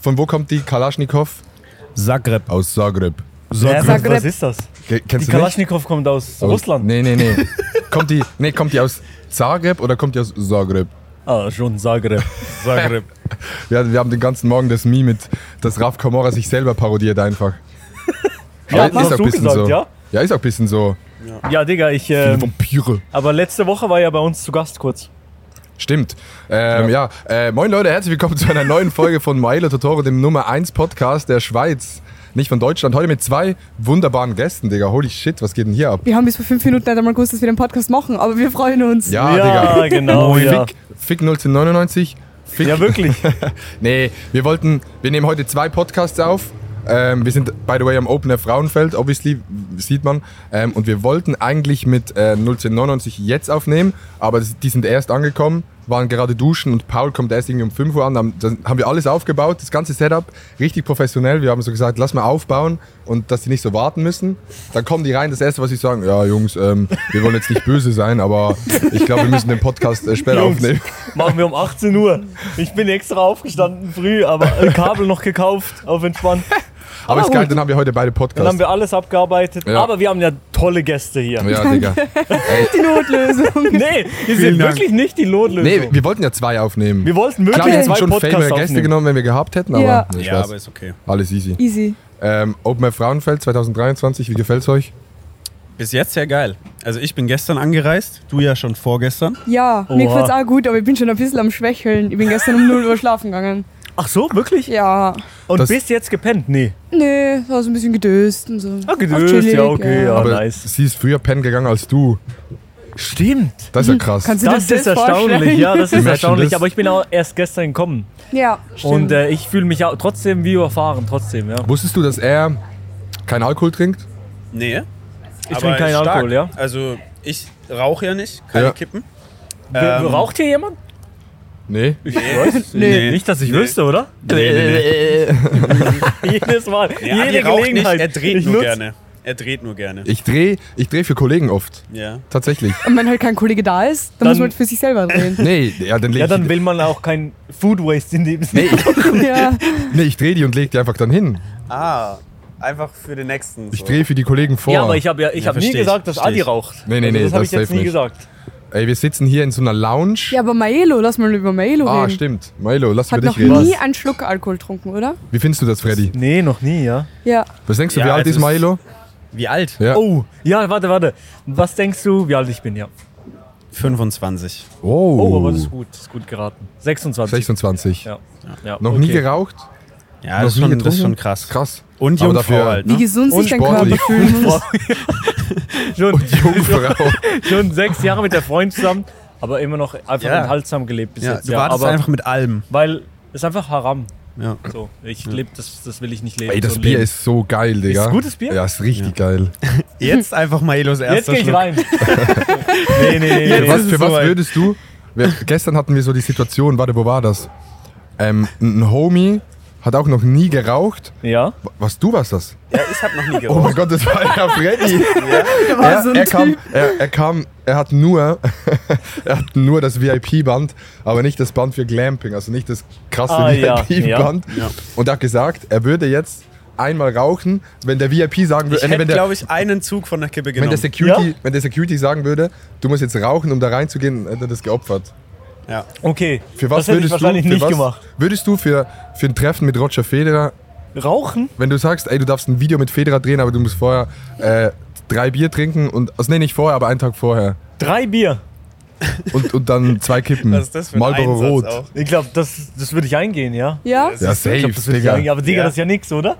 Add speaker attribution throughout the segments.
Speaker 1: Von wo kommt die Kalaschnikow?
Speaker 2: Zagreb.
Speaker 1: Aus Zagreb.
Speaker 2: Zagreb.
Speaker 3: Zagreb.
Speaker 2: Was ist das?
Speaker 1: Ge-
Speaker 2: Die
Speaker 1: Kennst du nicht?
Speaker 2: Kalaschnikow kommt aus
Speaker 1: Aus-
Speaker 2: Russland.
Speaker 1: Nee, nee, nee. kommt, die, nee kommt die aus Zagreb oder kommt die aus Zagreb?
Speaker 2: Ah, schon Zagreb. Zagreb.
Speaker 1: Wir, wir haben den ganzen Morgen das Meme mit, dass Raf Kamora sich selber parodiert einfach.
Speaker 2: Ja, das hast
Speaker 1: auch
Speaker 2: du
Speaker 1: bisschen
Speaker 2: gesagt,
Speaker 1: so.
Speaker 2: ja?
Speaker 1: Ja, ist auch ein bisschen so.
Speaker 2: ja, Digga, ich.
Speaker 1: Viele
Speaker 2: Ähm,
Speaker 1: Vampire.
Speaker 2: aber letzte Woche war ja bei uns zu Gast kurz.
Speaker 1: Stimmt. Ähm, ja, Äh, moin Leute, herzlich willkommen zu einer neuen Folge von Maelo Totoro, dem Nummer 1 Podcast der Schweiz. Nicht von Deutschland. Heute mit zwei wunderbaren Gästen, Digga. Holy shit, was geht denn hier ab?
Speaker 3: Wir haben bis vor fünf Minuten nicht einmal gewusst, dass wir den Podcast machen, aber wir freuen uns.
Speaker 1: Ja,
Speaker 2: ja,
Speaker 1: Digga.
Speaker 2: genau. ja.
Speaker 1: Fick, Fick 1999. Fick.
Speaker 2: ja, wirklich.
Speaker 1: Nee, wir wollten, wir nehmen heute zwei Podcasts auf. Ähm, wir sind, by the way, am Open Air Frauenfeld, obviously, sieht man. Ähm, und wir wollten eigentlich mit äh, 01099 jetzt aufnehmen, aber das, die sind erst angekommen, waren gerade duschen und Paul kommt erst irgendwie um 5 Uhr an. Dann, dann haben wir alles aufgebaut, das ganze Setup, richtig professionell. Wir haben so gesagt, lass mal aufbauen und dass die nicht so warten müssen. Dann kommen die rein, das erste, was ich sagen, ja, Jungs, ähm, wir wollen jetzt nicht böse sein, aber ich glaube, wir müssen den Podcast äh, später
Speaker 2: Jungs,
Speaker 1: aufnehmen.
Speaker 2: machen wir um 18 Uhr. Ich bin extra aufgestanden früh, aber äh, Kabel noch gekauft, auf entspannt.
Speaker 1: Aber ist
Speaker 2: gut.
Speaker 1: geil, dann haben wir heute beide Podcasts.
Speaker 2: Dann haben wir alles abgearbeitet.
Speaker 1: Ja.
Speaker 2: Aber wir haben ja tolle Gäste hier.
Speaker 1: Ja, Digga.
Speaker 3: Die Notlösung.
Speaker 2: Nee, die sind
Speaker 1: Dank.
Speaker 2: wirklich nicht die Notlösung.
Speaker 1: Nee, wir wollten ja zwei aufnehmen.
Speaker 2: Also. wir wollten wirklich
Speaker 1: Klar, wir hätten
Speaker 2: zwei
Speaker 1: schon
Speaker 2: Podcasts
Speaker 1: Favorite Gäste
Speaker 2: aufnehmen.
Speaker 1: genommen, wenn wir gehabt hätten, aber
Speaker 3: Ja.
Speaker 1: ich
Speaker 4: Ja,
Speaker 1: weiß.
Speaker 4: aber ist okay.
Speaker 1: alles easy.
Speaker 3: Easy.
Speaker 1: Ähm, Open Air Frauenfeld 2023, wie gefällt's euch?
Speaker 4: Bis jetzt sehr geil. Also ich bin gestern angereist, du ja schon vorgestern.
Speaker 3: Ja, mir
Speaker 2: Oha.
Speaker 3: gefällt's auch gut, aber ich bin schon ein bisschen am Schwächeln. Ich bin gestern um 0 Uhr schlafen gegangen.
Speaker 2: Ach so, wirklich?
Speaker 3: Ja.
Speaker 2: Und
Speaker 1: Das-
Speaker 2: bist jetzt gepennt? Nee.
Speaker 3: Nee, war so ein bisschen gedöst und so.
Speaker 2: Ah,
Speaker 3: Auch
Speaker 2: gedöst,
Speaker 3: chillig,
Speaker 2: ja, okay, ja,
Speaker 1: aber
Speaker 2: Oh, nice.
Speaker 1: sie ist früher pennen gegangen als du.
Speaker 2: Stimmt.
Speaker 1: Das ist ja krass.
Speaker 3: Mhm. Kannst du
Speaker 2: Das
Speaker 3: dir
Speaker 2: ist
Speaker 3: das vorstellen?
Speaker 2: erstaunlich, ja, das ist
Speaker 1: Imagine
Speaker 2: erstaunlich.
Speaker 1: das.
Speaker 2: Aber ich bin auch erst gestern gekommen.
Speaker 3: Ja, stimmt.
Speaker 2: Und äh, ich fühle mich auch trotzdem wie überfahren, trotzdem, ja.
Speaker 1: Wusstest du, dass er keinen Alkohol trinkt?
Speaker 4: Nee. Ich
Speaker 2: trinke keinen Alkohol, ja.
Speaker 4: Also ich rauche ja nicht, keine
Speaker 1: Ja.
Speaker 4: Kippen.
Speaker 2: Wer- Raucht hier jemand?
Speaker 1: Nee.
Speaker 4: Ich weiß
Speaker 2: Nee. Nicht, dass ich wüsste, oder?
Speaker 4: Nee, nee,
Speaker 2: Jedes Mal,
Speaker 4: nee. Nee,
Speaker 2: jede
Speaker 4: Adi raucht nicht,
Speaker 2: Gelegenheit.
Speaker 4: er dreht
Speaker 2: ich
Speaker 4: nur
Speaker 2: nutz-
Speaker 4: gerne. Er dreht nur gerne.
Speaker 1: Ich drehe ich dreh für Kollegen oft.
Speaker 4: Ja.
Speaker 1: Tatsächlich.
Speaker 3: und wenn halt kein Kollege da ist, dann,
Speaker 2: Dann-
Speaker 3: muss man halt für sich selber drehen.
Speaker 1: Nee, ja, dann leg
Speaker 2: Ja, dann
Speaker 1: ich,
Speaker 2: will man auch kein Food Waste in dem Sinne.
Speaker 3: ja.
Speaker 1: nee, ich drehe die und leg die einfach dann hin.
Speaker 4: Ah, einfach für den nächsten.
Speaker 1: Ich drehe für die Kollegen vor.
Speaker 2: Ja, aber ich habe ja, ich
Speaker 4: Ja,
Speaker 2: hab nie
Speaker 4: versteh ich,
Speaker 2: gesagt, dass
Speaker 4: versteh
Speaker 2: Adi
Speaker 4: ich.
Speaker 2: raucht. Also
Speaker 1: Nee, nee, nee,
Speaker 2: das habe
Speaker 1: das
Speaker 2: ich jetzt
Speaker 1: safe
Speaker 2: nie
Speaker 1: nicht.
Speaker 2: gesagt.
Speaker 1: Ey, wir sitzen hier in so einer Lounge.
Speaker 3: ja, aber Maelo, lass mal über Maelo
Speaker 1: ah,
Speaker 3: reden.
Speaker 1: stimmt. Milo, lass
Speaker 3: Hat
Speaker 1: über
Speaker 3: noch
Speaker 1: dich reden.
Speaker 3: nie einen Schluck Alkohol getrunken, oder?
Speaker 1: Wie findest du das, Freddy?
Speaker 2: Nee, noch nie, ja.
Speaker 3: Ja.
Speaker 1: Was denkst du,
Speaker 4: Ja, also
Speaker 1: wie alt
Speaker 4: es
Speaker 1: ist
Speaker 4: ist-
Speaker 1: Milo?
Speaker 4: Wie alt?
Speaker 1: Ja.
Speaker 2: Oh, ja, warte, warte. Was denkst du, wie alt ich bin, ja?
Speaker 4: 25.
Speaker 2: Oh, aber das ist gut, das ist gut geraten. 26.
Speaker 1: 26.
Speaker 2: Ja. ja.
Speaker 1: Noch
Speaker 2: okay.
Speaker 1: nie geraucht?
Speaker 4: Ja, das ist,
Speaker 1: Noch nie
Speaker 4: schon, das ist
Speaker 1: getrunken?
Speaker 4: schon krass.
Speaker 1: Krass.
Speaker 4: Und
Speaker 1: Aber
Speaker 4: jung
Speaker 1: dafür-
Speaker 4: Frau halt,
Speaker 3: Wie
Speaker 4: ne?
Speaker 3: gesund sich dein Körper
Speaker 1: sportlich.
Speaker 3: fühlen muss.
Speaker 2: Schon,
Speaker 1: Jungfrau.
Speaker 2: schon sechs Jahre mit der Freundin zusammen, aber immer noch einfach
Speaker 4: Ja.
Speaker 2: enthaltsam gelebt bis
Speaker 4: Ja,
Speaker 2: jetzt.
Speaker 4: du wartest
Speaker 2: aber-
Speaker 4: einfach mit allem.
Speaker 2: Weil es ist einfach Haram.
Speaker 4: Ja.
Speaker 2: So, ich lebe das, das will ich nicht leben.
Speaker 1: Ey, das
Speaker 2: so ein
Speaker 1: Bier
Speaker 2: Leben.
Speaker 1: ist so geil, Digga.
Speaker 2: Ist gutes Bier?
Speaker 1: Ja, ist richtig geil.
Speaker 4: Jetzt einfach Maelos erster
Speaker 2: Jetzt gehe ich
Speaker 4: Schluck.
Speaker 2: rein. nee, nee, nee. nee.
Speaker 1: Was,
Speaker 4: ist
Speaker 1: für
Speaker 4: es
Speaker 1: was
Speaker 4: soweit.
Speaker 1: würdest du? Wir, gestern hatten wir so die Situation, warte, wo war das? Ähm, ein ein Homie hat auch noch nie geraucht.
Speaker 2: Ja?
Speaker 1: W- Was, du warst das?
Speaker 4: Ja, ich hab noch nie
Speaker 1: Oh
Speaker 4: geraucht.
Speaker 1: mein Gott, das war ja Freddy. er, er, kam, er, er kam, er hat nur, er hat nur das VIP-Band, aber nicht das Band für Glamping, also nicht das krasse
Speaker 2: Ah, ja,
Speaker 1: VIP-Band.
Speaker 4: ja.
Speaker 1: Und er hat gesagt, er würde jetzt einmal rauchen, wenn der VIP sagen würde,
Speaker 4: ich
Speaker 1: äh,
Speaker 4: hätte,
Speaker 1: wenn, der,
Speaker 4: glaube ich, einen Zug von der Kippe
Speaker 1: wenn,
Speaker 4: genommen.
Speaker 1: der Security,
Speaker 2: Ja?
Speaker 1: wenn der Security sagen würde, du musst jetzt rauchen, um da reinzugehen, hätte er das geopfert.
Speaker 4: ja.
Speaker 2: Okay.
Speaker 1: Für was
Speaker 2: das hätte
Speaker 1: würdest
Speaker 2: ich wahrscheinlich
Speaker 1: du, für
Speaker 2: nicht
Speaker 1: was
Speaker 2: gemacht.
Speaker 1: Würdest du für, für ein Treffen mit Roger Federer,
Speaker 2: Rauchen?
Speaker 1: wenn du sagst, ey, du darfst ein Video mit Federer drehen, aber du musst vorher äh, drei Bier trinken und, also nee, nicht vorher, aber einen Tag vorher.
Speaker 2: Drei Bier.
Speaker 1: Und, und dann zwei Kippen.
Speaker 4: Was ist das für ein
Speaker 1: Marlboro
Speaker 4: Einsatz
Speaker 1: Rot.
Speaker 4: auch?
Speaker 2: Ich glaube, das, das würde ich eingehen, ja?
Speaker 3: Ja?
Speaker 1: Ja,
Speaker 2: Ich
Speaker 1: safe,
Speaker 2: glaub, das würde ich
Speaker 1: Digga.
Speaker 2: eingehen. Aber Digga,
Speaker 4: Ja.
Speaker 2: das ist ja nix, oder?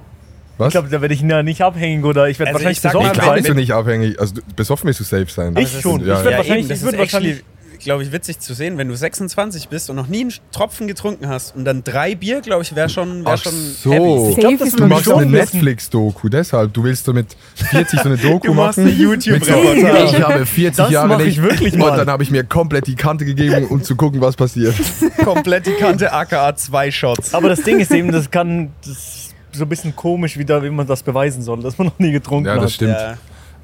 Speaker 1: Was?
Speaker 2: Ich glaube, da werde ich ja nicht abhängig oder ich werde
Speaker 4: Also
Speaker 2: wahrscheinlich
Speaker 4: ich sag
Speaker 1: nee,
Speaker 2: besoffen
Speaker 4: mal,
Speaker 1: klar
Speaker 4: wenn-
Speaker 1: bist du
Speaker 2: sein.
Speaker 1: nicht abhängig. Also du, besoffen wirst du safe sein.
Speaker 2: Ich schon.
Speaker 1: Ja,
Speaker 2: ich würde
Speaker 1: ja.
Speaker 2: wahrscheinlich,
Speaker 4: eben, das
Speaker 2: ich würd
Speaker 4: ist
Speaker 2: wahrscheinlich
Speaker 4: glaube ich, witzig zu sehen, wenn du 26 bist und noch nie einen Tropfen getrunken hast und dann drei Bier, glaube ich, wäre schon, wär
Speaker 1: Ach
Speaker 4: schon
Speaker 1: so.
Speaker 3: Safe
Speaker 2: glaub, das
Speaker 3: ist
Speaker 1: Du
Speaker 3: man
Speaker 1: machst eine
Speaker 3: besoffen.
Speaker 1: Netflix-Doku, deshalb. Du willst so mit 40 so eine Doku
Speaker 4: Du machst
Speaker 1: machen.
Speaker 4: eine YouTube-Reportage.
Speaker 1: Ich habe 40
Speaker 2: Das
Speaker 1: Jahre
Speaker 2: mach
Speaker 1: nicht.
Speaker 2: ich wirklich
Speaker 1: Und
Speaker 2: mal.
Speaker 1: dann habe ich mir komplett die Kante gegeben, um zu gucken, was passiert.
Speaker 4: komplett die Kante aka zwei Shots.
Speaker 2: Aber das Ding ist eben, das kann das ist so ein bisschen komisch wieder, wie man das beweisen soll, dass man noch nie getrunken
Speaker 1: Ja,
Speaker 2: hat.
Speaker 1: das stimmt.
Speaker 4: Ja.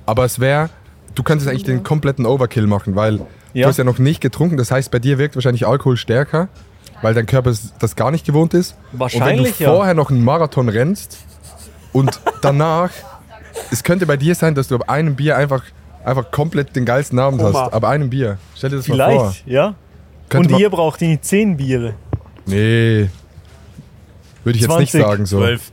Speaker 1: Aber es wäre, du könntest eigentlich den kompletten Overkill machen, weil
Speaker 2: Ja.
Speaker 1: du hast ja noch nicht getrunken. Das heißt, bei dir wirkt wahrscheinlich Alkohol stärker. weil dein Körper das gar nicht gewohnt ist. und wenn
Speaker 2: Wahrscheinlich,
Speaker 1: du
Speaker 2: ja.
Speaker 1: vorher noch einen Marathon rennst und danach, es könnte bei dir sein, dass du ab einem Bier einfach, einfach komplett den geilsten Abend
Speaker 2: Koma.
Speaker 1: hast. Ab einem Bier. Stell dir das mal vor.
Speaker 2: Vielleicht, ja.
Speaker 1: Könnte
Speaker 2: und
Speaker 1: man-
Speaker 2: ihr braucht die 10 Biere.
Speaker 1: Nee. Würde ich jetzt nicht
Speaker 2: 20,
Speaker 1: sagen so.
Speaker 4: Zwölf.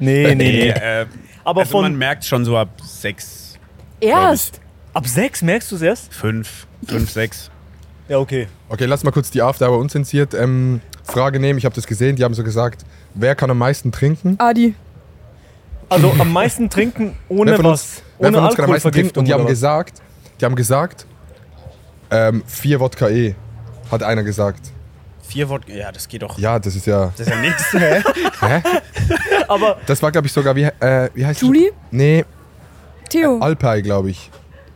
Speaker 2: Nee, nee.
Speaker 4: äh,
Speaker 2: Aber
Speaker 4: also
Speaker 2: von-
Speaker 4: man merkt schon so ab sechs,
Speaker 3: Erst?
Speaker 2: Ab 6 merkst du es erst?
Speaker 4: fünf, fünf, sechs.
Speaker 2: Ja, okay.
Speaker 1: Okay, lass mal kurz die After Hour unzensiert ähm, Frage nehmen. Ich habe das gesehen, die haben so gesagt, wer kann am meisten trinken?
Speaker 3: Adi.
Speaker 2: Also am meisten trinken ohne
Speaker 1: Wer von uns,
Speaker 2: was.
Speaker 1: wer
Speaker 2: Ohne
Speaker 1: von uns kann am meisten
Speaker 2: Alkoholvergiftung
Speaker 1: trinken? Und die haben
Speaker 2: oder was?
Speaker 1: gesagt, die haben gesagt, ähm, vier Wodka E, hat einer gesagt.
Speaker 4: Vier Wodka. Ja, das geht doch.
Speaker 1: Ja, das ist ja.
Speaker 4: Das ist ja nichts. Hä?
Speaker 1: Hä?
Speaker 2: Aber
Speaker 1: Das war, glaube ich, sogar, wie, äh, wie heißt
Speaker 3: Julie?
Speaker 1: Nee,
Speaker 3: Theo.
Speaker 1: Alpay, glaube ich.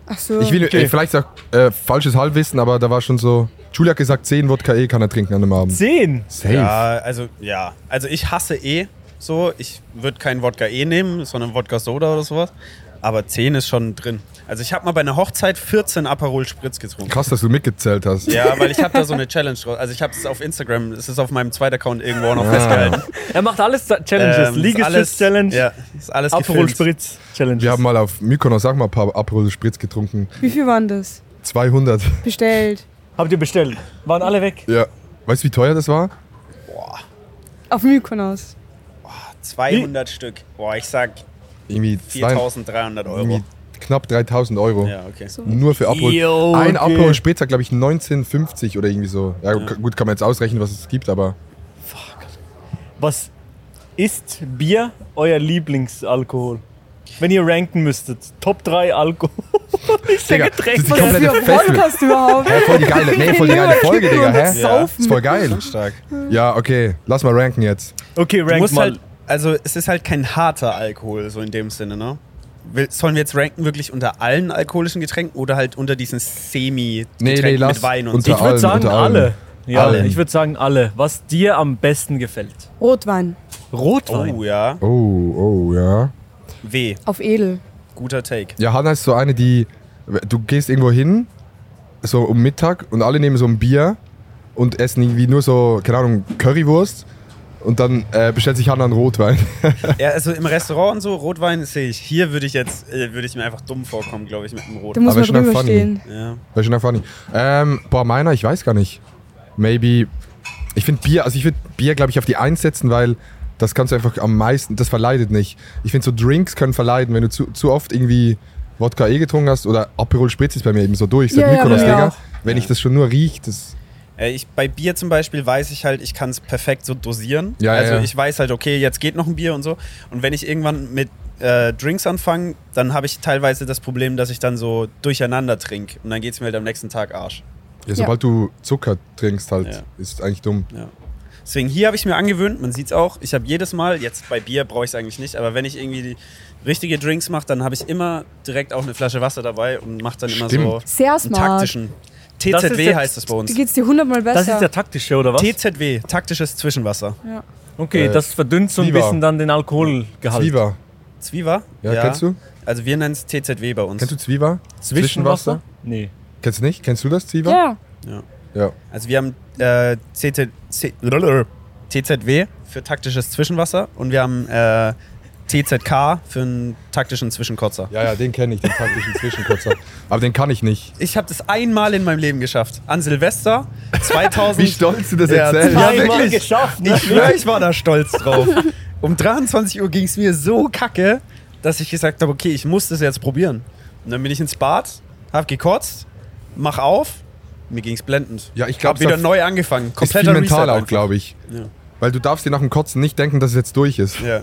Speaker 3: Ach so.
Speaker 1: Ich will
Speaker 2: Okay.
Speaker 1: äh, vielleicht auch äh, falsches Halbwissen, aber da war schon so. Julie hat gesagt, 10 Wodka E kann er trinken an einem Abend.
Speaker 2: 10.
Speaker 1: Safe.
Speaker 4: Ja, also ja. Also ich hasse eh so. Ich würde keinen Wodka eh nehmen, sondern Wodka Soda oder sowas. Aber 10 ist schon drin. Also ich habe mal bei einer Hochzeit 14 Aperol Spritz getrunken.
Speaker 1: Krass, dass du mitgezählt hast.
Speaker 4: Ja, weil ich habe da so eine Challenge draus. Also ich habe es auf Instagram, es ist auf meinem zweiten Account irgendwo auch noch
Speaker 1: Ah.
Speaker 4: festgehalten.
Speaker 2: Er macht alles Challenges.
Speaker 4: Ähm,
Speaker 2: Ähm,
Speaker 4: ist alles-
Speaker 2: Liegestütz-Challenge,
Speaker 4: Ja, ist alles
Speaker 2: Aperol
Speaker 4: gefilmt.
Speaker 2: Spritz Challenge.
Speaker 1: Wir haben mal auf Mykonos, sag mal, ein paar Aperol Spritz getrunken.
Speaker 3: Wie viel waren das?
Speaker 1: 200.
Speaker 3: Bestellt.
Speaker 2: Habt ihr bestellt? Waren alle weg?
Speaker 1: Ja. Weißt du, wie teuer das war?
Speaker 3: Auf Mykonos.
Speaker 4: 200 Stück. Boah, ich sag
Speaker 1: Irgendwie, zwei,
Speaker 4: 4300 Euro.
Speaker 1: irgendwie knapp 3000 Euro.
Speaker 4: Ja, okay.
Speaker 1: Nur für Aperol.
Speaker 2: Yo,
Speaker 1: Ein
Speaker 2: okay.
Speaker 1: Aperol Spritz hat, glaube ich, 19,50 oder irgendwie so. Ja, k- gut, kann man jetzt ausrechnen, was es gibt, aber
Speaker 2: Was ist Bier euer Lieblingsalkohol? Wenn ihr ranken müsstet, Top 3 Alkohol. ist
Speaker 1: Digga,
Speaker 2: der
Speaker 1: das
Speaker 2: Getränk.
Speaker 1: ist die komplette
Speaker 3: Für
Speaker 1: Festival.
Speaker 3: Podcast überhaupt.
Speaker 1: Hä, voll die geile, nee, voll die geile Folge, Digga, hä?
Speaker 3: Ja.
Speaker 1: ist voll geil.
Speaker 4: Stark.
Speaker 1: Ja, okay, lass mal ranken jetzt.
Speaker 2: Okay,
Speaker 4: Du
Speaker 2: rank
Speaker 4: musst
Speaker 2: mal.
Speaker 4: halt, also es ist halt kein harter Alkohol, so in dem Sinne, ne? Will- Sollen wir jetzt ranken wirklich unter allen alkoholischen Getränken oder halt unter diesen semi
Speaker 1: Nee, nee, lass
Speaker 4: mit Wein und
Speaker 1: unter
Speaker 2: ich
Speaker 4: so?
Speaker 1: allen,
Speaker 2: würde sagen,
Speaker 1: unter allen.
Speaker 2: alle. Ja,
Speaker 1: Allen.
Speaker 2: ich würde sagen, alle. Was dir am besten gefällt.
Speaker 3: Rotwein.
Speaker 2: Rotwein.
Speaker 4: Oh ja,
Speaker 1: Oh, oh, ja.
Speaker 4: weh,
Speaker 3: Auf Edel.
Speaker 4: guter Take.
Speaker 1: Ja, Hanna ist so eine, die. Du gehst irgendwo hin, so um Mittag, und alle nehmen so ein Bier und essen irgendwie nur so, keine Ahnung, Currywurst. Und dann äh, bestellt sich Hanna einen Rotwein.
Speaker 4: Ja, also im Restaurant und so, Rotwein sehe ich. Hier würde ich jetzt, äh, würde ich mir einfach dumm vorkommen, glaube ich, mit dem
Speaker 3: Da
Speaker 4: Rotwein.
Speaker 3: muss
Speaker 1: Aber
Speaker 3: man
Speaker 1: schon
Speaker 3: drüber
Speaker 1: funny.
Speaker 3: stehen.
Speaker 4: Ja.
Speaker 1: Wäre schon funny. Ähm, boah, meiner, ich weiß gar nicht. Maybe. Ich finde Bier, also ich würde Bier, glaube ich, auf die Eins setzen, weil das kannst du einfach am meisten, das verleidet nicht. Ich finde so Drinks können verleiden, wenn du zu, zu oft irgendwie Wodka eh getrunken hast oder Aperol Spritz ist bei mir eben so durch, seit
Speaker 3: Ja, ja, bei
Speaker 1: Mykonos,
Speaker 3: mir
Speaker 1: Digga.
Speaker 3: auch.
Speaker 1: Wenn ich das schon nur riech, das.
Speaker 4: Äh, Ich, bei Bier zum Beispiel weiß ich halt, ich kann es perfekt so dosieren.
Speaker 1: Ja, ja,
Speaker 4: also
Speaker 1: ja.
Speaker 4: ich weiß halt, okay, jetzt geht noch ein Bier und so. Und wenn ich irgendwann mit äh, Drinks anfange, dann habe ich teilweise das Problem, dass ich dann so durcheinander trinke. Und dann geht es mir halt am nächsten Tag Arsch.
Speaker 1: Ja, sobald du Zucker trinkst halt,
Speaker 4: Ja.
Speaker 1: ist eigentlich dumm.
Speaker 4: Deswegen hier habe ich mir angewöhnt, man sieht es auch, ich habe jedes Mal, jetzt bei Bier brauche ich es eigentlich nicht, aber wenn ich irgendwie die richtige Drinks mache, dann habe ich immer direkt auch eine Flasche Wasser dabei und mache dann immer
Speaker 1: Stimmt.
Speaker 4: so
Speaker 3: Sehr
Speaker 4: einen
Speaker 3: smart.
Speaker 4: taktischen.
Speaker 2: Das ist
Speaker 4: TZW
Speaker 2: jetzt-
Speaker 4: heißt es bei
Speaker 3: Da
Speaker 4: uns.
Speaker 3: geht's dir hundertmal besser.
Speaker 2: Das ist der taktische, oder was?
Speaker 4: TZW, taktisches Zwischenwasser.
Speaker 3: ja.
Speaker 2: Okay,
Speaker 1: Äh,
Speaker 2: das verdünnt so ein
Speaker 1: Zwiebel.
Speaker 2: bisschen dann den Alkoholgehalt.
Speaker 1: Zwiebel.
Speaker 4: Zwiebel?
Speaker 1: Ja, kennst du?
Speaker 4: Also wir nennen es TZW bei uns.
Speaker 1: Kennst du Zwiebel?
Speaker 2: Zwischenwasser? Nee.
Speaker 1: Kennst du nicht? Kennst du das Zwiebel?
Speaker 3: ja.
Speaker 1: Ja.
Speaker 4: Also wir haben äh, CT, C, TZW für taktisches Zwischenwasser und wir haben äh, TZK für einen taktischen Zwischenkotzer.
Speaker 1: Ja, ja, den kenne ich, den taktischen Zwischenkotzer. Aber den kann ich nicht.
Speaker 4: Ich habe das einmal in meinem Leben geschafft. An Silvester 2000.
Speaker 1: Wie stolz du das
Speaker 4: Ja,
Speaker 1: erzählst.
Speaker 4: Ja,
Speaker 2: Einmal
Speaker 4: wirklich.
Speaker 2: geschafft, ne?
Speaker 4: Ich schwöre, ich war da stolz drauf. Um 23 Uhr ging es mir so kacke, dass ich gesagt habe, okay, ich muss das jetzt probieren. Und dann bin ich ins Bad, hab gekotzt, mach auf, mir ging's blendend.
Speaker 1: Ja, ich glaub,
Speaker 4: hab wieder
Speaker 1: es hat-
Speaker 4: neu angefangen.
Speaker 1: Ist viel
Speaker 4: Kompletter
Speaker 1: mental
Speaker 4: Reset
Speaker 1: auch,
Speaker 4: einfach.
Speaker 1: glaube ich.
Speaker 4: Ja.
Speaker 1: Weil du darfst dir nach dem Kotzen nicht denken, dass es jetzt durch ist.
Speaker 4: Ja.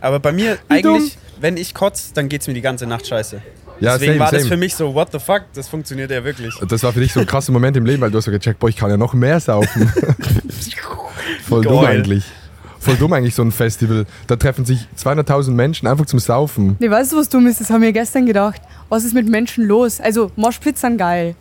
Speaker 4: Aber bei mir eigentlich, wenn ich kotze, dann geht's mir die ganze Nacht scheiße.
Speaker 1: Ja,
Speaker 4: Deswegen
Speaker 1: same,
Speaker 4: war das
Speaker 1: same.
Speaker 4: für mich so, what the fuck, das funktioniert ja wirklich.
Speaker 1: Das war für dich so ein krasser Moment im Leben, weil du hast so gecheckt, boah, ich kann ja noch mehr saufen. Voll dumm
Speaker 4: Geil.
Speaker 1: eigentlich. Voll dumm eigentlich so ein Festival. Da treffen sich 200.000 Menschen einfach zum Saufen.
Speaker 3: Nee, weißt du, was dumm ist? Das haben wir gestern gedacht. Was ist mit Menschen los? Also, Moshpits sind geil.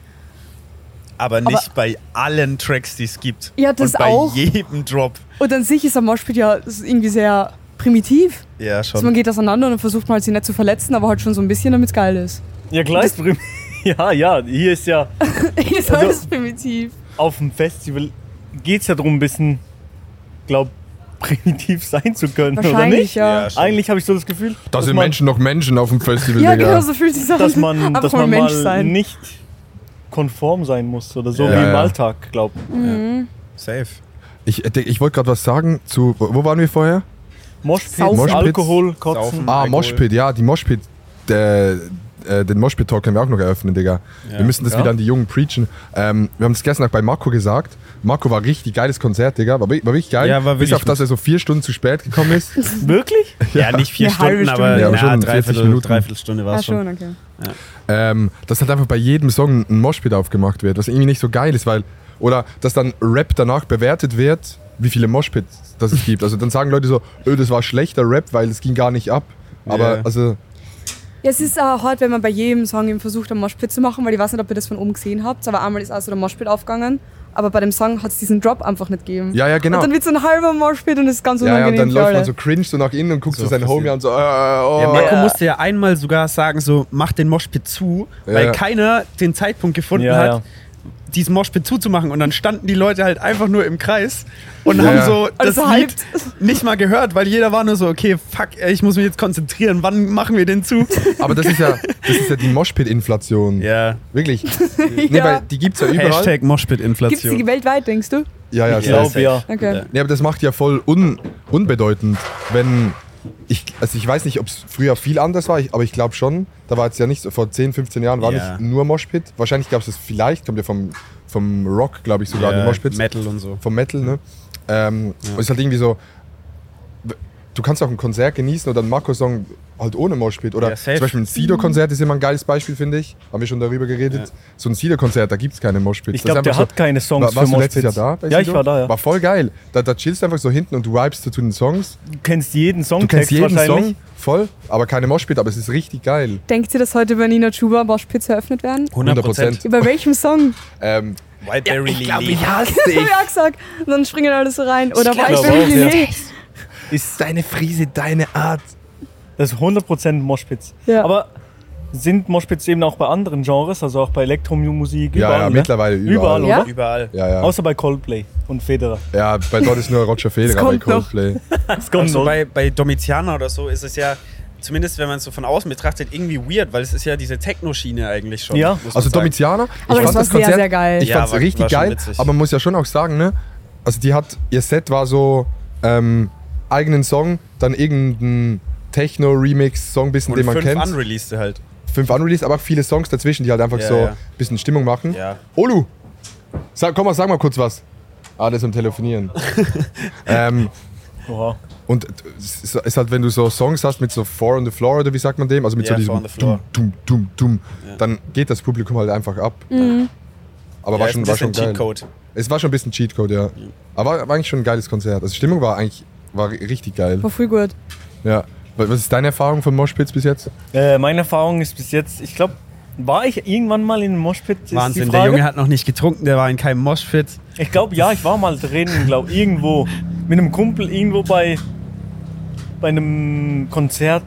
Speaker 4: Aber nicht bei allen Tracks, die es gibt.
Speaker 3: Ja, das
Speaker 4: Und bei
Speaker 3: auch.
Speaker 4: jedem Drop.
Speaker 3: Und an sich ist ein Moshpit ja irgendwie sehr primitiv.
Speaker 4: Ja,
Speaker 3: Also
Speaker 1: Ähm.
Speaker 3: man
Speaker 4: schon.
Speaker 3: geht auseinander und dann versucht man halt, sie nicht zu verletzen, aber halt schon so ein bisschen, damit es geil ist.
Speaker 2: Ja, gleich. drüben. Ja, ja, hier ist ja Also
Speaker 3: ist alles primitiv.
Speaker 2: auf dem Festival geht es ja darum, ein bisschen, glaub, primitiv sein zu können, oder
Speaker 3: Wahrscheinlich,
Speaker 2: nicht?
Speaker 3: ja.
Speaker 4: Ja, schon.
Speaker 2: Eigentlich habe ich so das Gefühl,
Speaker 1: Da sind
Speaker 2: man,
Speaker 1: Menschen noch Menschen auf dem Festival,
Speaker 3: Ja,
Speaker 1: Digga.
Speaker 3: genau so fühlt sich das an.
Speaker 2: dass man,
Speaker 3: Einfach
Speaker 2: dass
Speaker 3: mal
Speaker 2: man
Speaker 3: Mensch
Speaker 2: mal
Speaker 3: sein.
Speaker 2: nicht konform sein muss oder so
Speaker 1: Ja,
Speaker 2: wie im
Speaker 1: ja.
Speaker 2: Alltag, glaube
Speaker 4: Safe.
Speaker 1: Ich, äh, ich wollte gerade was sagen zu. Wo wo waren wir vorher?
Speaker 2: Moshpits,
Speaker 3: Saufen.
Speaker 1: Moshpits.
Speaker 2: Alkohol, Kotzen.
Speaker 4: Saufen.
Speaker 1: Ah,
Speaker 4: Alkohol.
Speaker 1: Moshpit, ja, die Moshpit. Äh, äh, den Moshpit-Talk können wir auch noch eröffnen, Digga.
Speaker 4: Ja.
Speaker 1: Wir müssen das
Speaker 2: Ja.
Speaker 1: wieder an die Jungen preachen. Ähm, wir haben es gestern auch bei Marco gesagt. Marco war richtig geiles Konzert, Digga. War, wi- war wirklich geil.
Speaker 4: Ja, war
Speaker 1: Bis
Speaker 4: wirklich
Speaker 1: auf, dass er so vier Stunden zu spät gekommen ist.
Speaker 2: Wirklich?
Speaker 4: Ja, nicht vier
Speaker 3: Eine halbe
Speaker 4: Stunden, aber
Speaker 1: Stunde. Ja,
Speaker 4: ja,
Speaker 1: aber schon
Speaker 4: na,
Speaker 1: 40
Speaker 4: dreiviertel,
Speaker 1: Minuten.
Speaker 4: dreiviertel Stunde war
Speaker 3: Ja,
Speaker 4: es schon.
Speaker 3: schon, okay.
Speaker 1: ähm, dass halt einfach bei jedem Song ein Moshpit aufgemacht wird, was irgendwie nicht so geil ist, weil. Oder dass dann Rap danach bewertet wird, wie viele Moshpits das es gibt. Also dann sagen Leute so, öh, das war schlechter Rap, weil es ging gar nicht ab. Aber
Speaker 4: Ja.
Speaker 1: also.
Speaker 3: Ja, es ist auch hart, wenn man bei jedem Song eben versucht, einen Moshpit zu machen, weil ich weiß nicht, ob ihr das von oben gesehen habt, aber einmal ist also der Moshpit aufgegangen, aber bei dem Song hat es diesen Drop einfach nicht gegeben.
Speaker 1: Ja, ja, genau.
Speaker 3: Und dann wird so ein halber Moshpit und es ist ganz
Speaker 1: Ja, ja, und
Speaker 3: unangenehm
Speaker 1: dann
Speaker 3: für
Speaker 1: läuft man
Speaker 3: alle.
Speaker 1: so cringe so nach innen und guckt so,
Speaker 4: So
Speaker 1: seinen
Speaker 4: passiert.
Speaker 1: Homie an, so, äh, oh.
Speaker 4: Ja, Marco
Speaker 2: Ja.
Speaker 4: musste ja einmal sogar sagen, so mach den Moshpit zu, weil
Speaker 1: Ja.
Speaker 4: keiner den Zeitpunkt gefunden
Speaker 2: Ja,
Speaker 4: hat,
Speaker 2: ja.
Speaker 4: diesen Moshpit zuzumachen. Und dann standen die Leute halt einfach nur im Kreis und
Speaker 1: Ja,
Speaker 4: haben
Speaker 1: ja.
Speaker 4: so das
Speaker 3: so
Speaker 4: Lied
Speaker 3: hyped.
Speaker 4: nicht mal gehört, weil jeder war nur so, okay, fuck, ey, ich muss mich jetzt konzentrieren, wann machen wir den zu?
Speaker 1: Aber das ist ja, das ist ja die Moshpit-Inflation.
Speaker 4: ja.
Speaker 1: Wirklich. Nee,
Speaker 3: ja.
Speaker 1: weil die gibt's ja überall.
Speaker 4: Hashtag
Speaker 3: Gibt es die
Speaker 4: Moshpit-Inflation.
Speaker 3: weltweit, denkst du?
Speaker 1: Ja, ja,
Speaker 2: Ich
Speaker 1: safe.
Speaker 2: glaube ja.
Speaker 3: Okay.
Speaker 4: Ja.
Speaker 1: Nee, aber das macht ja voll un, unbedeutend, wenn ich, also ich weiß nicht, ob es früher viel anders war, ich, aber ich glaube schon, da war jetzt ja nicht, so- vor 10, 15 Jahren war
Speaker 4: Ja.
Speaker 1: nicht nur Moshpit. Wahrscheinlich gab es das vielleicht, kommt ja vom, vom Rock, glaube ich sogar, die Moshpits.
Speaker 4: Metal und so.
Speaker 1: vom Metal, ne? Ähm, Und es ist halt irgendwie so, w- du kannst auch ein Konzert genießen oder einen Marco-Song halt ohne Moshpit. Oder
Speaker 4: Ja,
Speaker 1: zum
Speaker 4: safe.
Speaker 1: Beispiel ein Sido-Konzert ist immer ein geiles Beispiel, finde ich. Haben wir schon darüber geredet.
Speaker 4: Ja.
Speaker 1: So ein Sido-Konzert, da gibt es keine Moshpits.
Speaker 2: Ich
Speaker 1: Das ist
Speaker 2: glaube, der
Speaker 1: einfach
Speaker 2: hat keine
Speaker 1: so,
Speaker 2: Songs
Speaker 1: war,
Speaker 2: für
Speaker 1: warst du letztes Jahr
Speaker 2: Moshpits.
Speaker 1: da? bei
Speaker 2: Ja, ich
Speaker 1: Sido?
Speaker 2: war da, ja.
Speaker 1: War voll geil. Da, da chillst du einfach so hinten und vibest du zu den Songs.
Speaker 2: Du kennst jeden
Speaker 1: Du
Speaker 2: Songtext
Speaker 1: kennst jeden
Speaker 2: wahrscheinlich.
Speaker 1: Song, voll, aber keine Moshpit, aber es ist richtig geil.
Speaker 3: Denkt ihr, dass heute bei Nina Chuba Moshpits eröffnet werden?
Speaker 1: 100%.
Speaker 3: Über welchem Song?
Speaker 1: Ähm,
Speaker 4: Whiteberry ja, Lily.
Speaker 1: hasse
Speaker 3: Das hab ich auch gesagt. Und dann springen alle so rein. Oder
Speaker 2: glaub
Speaker 3: weiß
Speaker 2: auch,
Speaker 3: ich
Speaker 2: ja.
Speaker 3: nicht.
Speaker 1: Ist deine Friese deine Art?
Speaker 2: Das ist 100% Moshpits.
Speaker 3: Ja.
Speaker 2: Aber sind Moshpits eben auch bei anderen Genres, also auch bei Elektromusik,
Speaker 1: Ja,
Speaker 2: überall,
Speaker 1: ja,
Speaker 2: ne?
Speaker 1: mittlerweile überall.
Speaker 2: Überall,
Speaker 3: Ja?
Speaker 2: oder?
Speaker 4: Überall.
Speaker 1: Ja, ja.
Speaker 2: Außer bei Coldplay und Federer.
Speaker 1: ja, bei dort ist nur Roger Federer bei
Speaker 3: kommt noch.
Speaker 1: Coldplay.
Speaker 2: Das kommt
Speaker 4: Also
Speaker 2: noch.
Speaker 4: bei, bei Domitianer oder so ist es ja, zumindest wenn man es so von außen betrachtet, irgendwie weird, weil es ist ja diese Techno-Schiene eigentlich schon.
Speaker 2: Ja.
Speaker 4: muss man
Speaker 1: Also
Speaker 4: sagen.
Speaker 1: Domitianer,
Speaker 3: Aber das war sehr,
Speaker 1: Konzert,
Speaker 3: sehr geil.
Speaker 1: ich
Speaker 4: Ja,
Speaker 1: fand's
Speaker 4: war-
Speaker 1: richtig
Speaker 4: war schon
Speaker 1: geil,
Speaker 4: witzig.
Speaker 1: aber man muss ja schon auch sagen, ne, also die hat, ihr Set war so, ähm, eigenen Song, dann irgendein Techno-Remix-Song, bisschen,
Speaker 4: Und
Speaker 1: den man
Speaker 4: fünf
Speaker 1: kennt.
Speaker 4: unreleased halt.
Speaker 1: fünf Unreleased, aber auch viele Songs dazwischen, die halt einfach
Speaker 4: Ja,
Speaker 1: so ein
Speaker 4: ja.
Speaker 1: bisschen Stimmung machen.
Speaker 4: Ja.
Speaker 1: Olu, sag, komm mal, sag mal kurz was. Ah, das ist am Telefonieren. ähm,
Speaker 2: Oha.
Speaker 1: und es ist- ist halt, wenn du so Songs hast mit so Four on the Floor oder wie sagt man dem, also mit so
Speaker 4: Ja, Four
Speaker 1: diesem
Speaker 4: on the Floor.
Speaker 1: Dum, dum, dum,
Speaker 4: Ja.
Speaker 1: dann geht das Publikum halt einfach ab. Aber war,
Speaker 4: Ja,
Speaker 1: schon,
Speaker 4: ist
Speaker 1: war
Speaker 4: ein
Speaker 1: schon
Speaker 4: bisschen
Speaker 1: geil.
Speaker 4: Cheatcode.
Speaker 1: Es war schon ein bisschen Cheatcode, ja. Aber war, war eigentlich schon ein geiles Konzert. Also die Stimmung war eigentlich war ri- richtig geil.
Speaker 3: War voll gut.
Speaker 1: Ja. Was was ist deine Erfahrung von Moshpits bis jetzt?
Speaker 2: Äh, meine Erfahrung ist bis jetzt, ich glaube, war ich irgendwann mal in einem Moshpit? Ist die
Speaker 4: Wahnsinn, der
Speaker 2: Frage.
Speaker 4: Junge hat noch nicht getrunken, der war in keinem Moshpit.
Speaker 2: Ich glaube, ja, ich war mal drin, glaube irgendwo. Mit einem Kumpel irgendwo bei, bei einem Konzert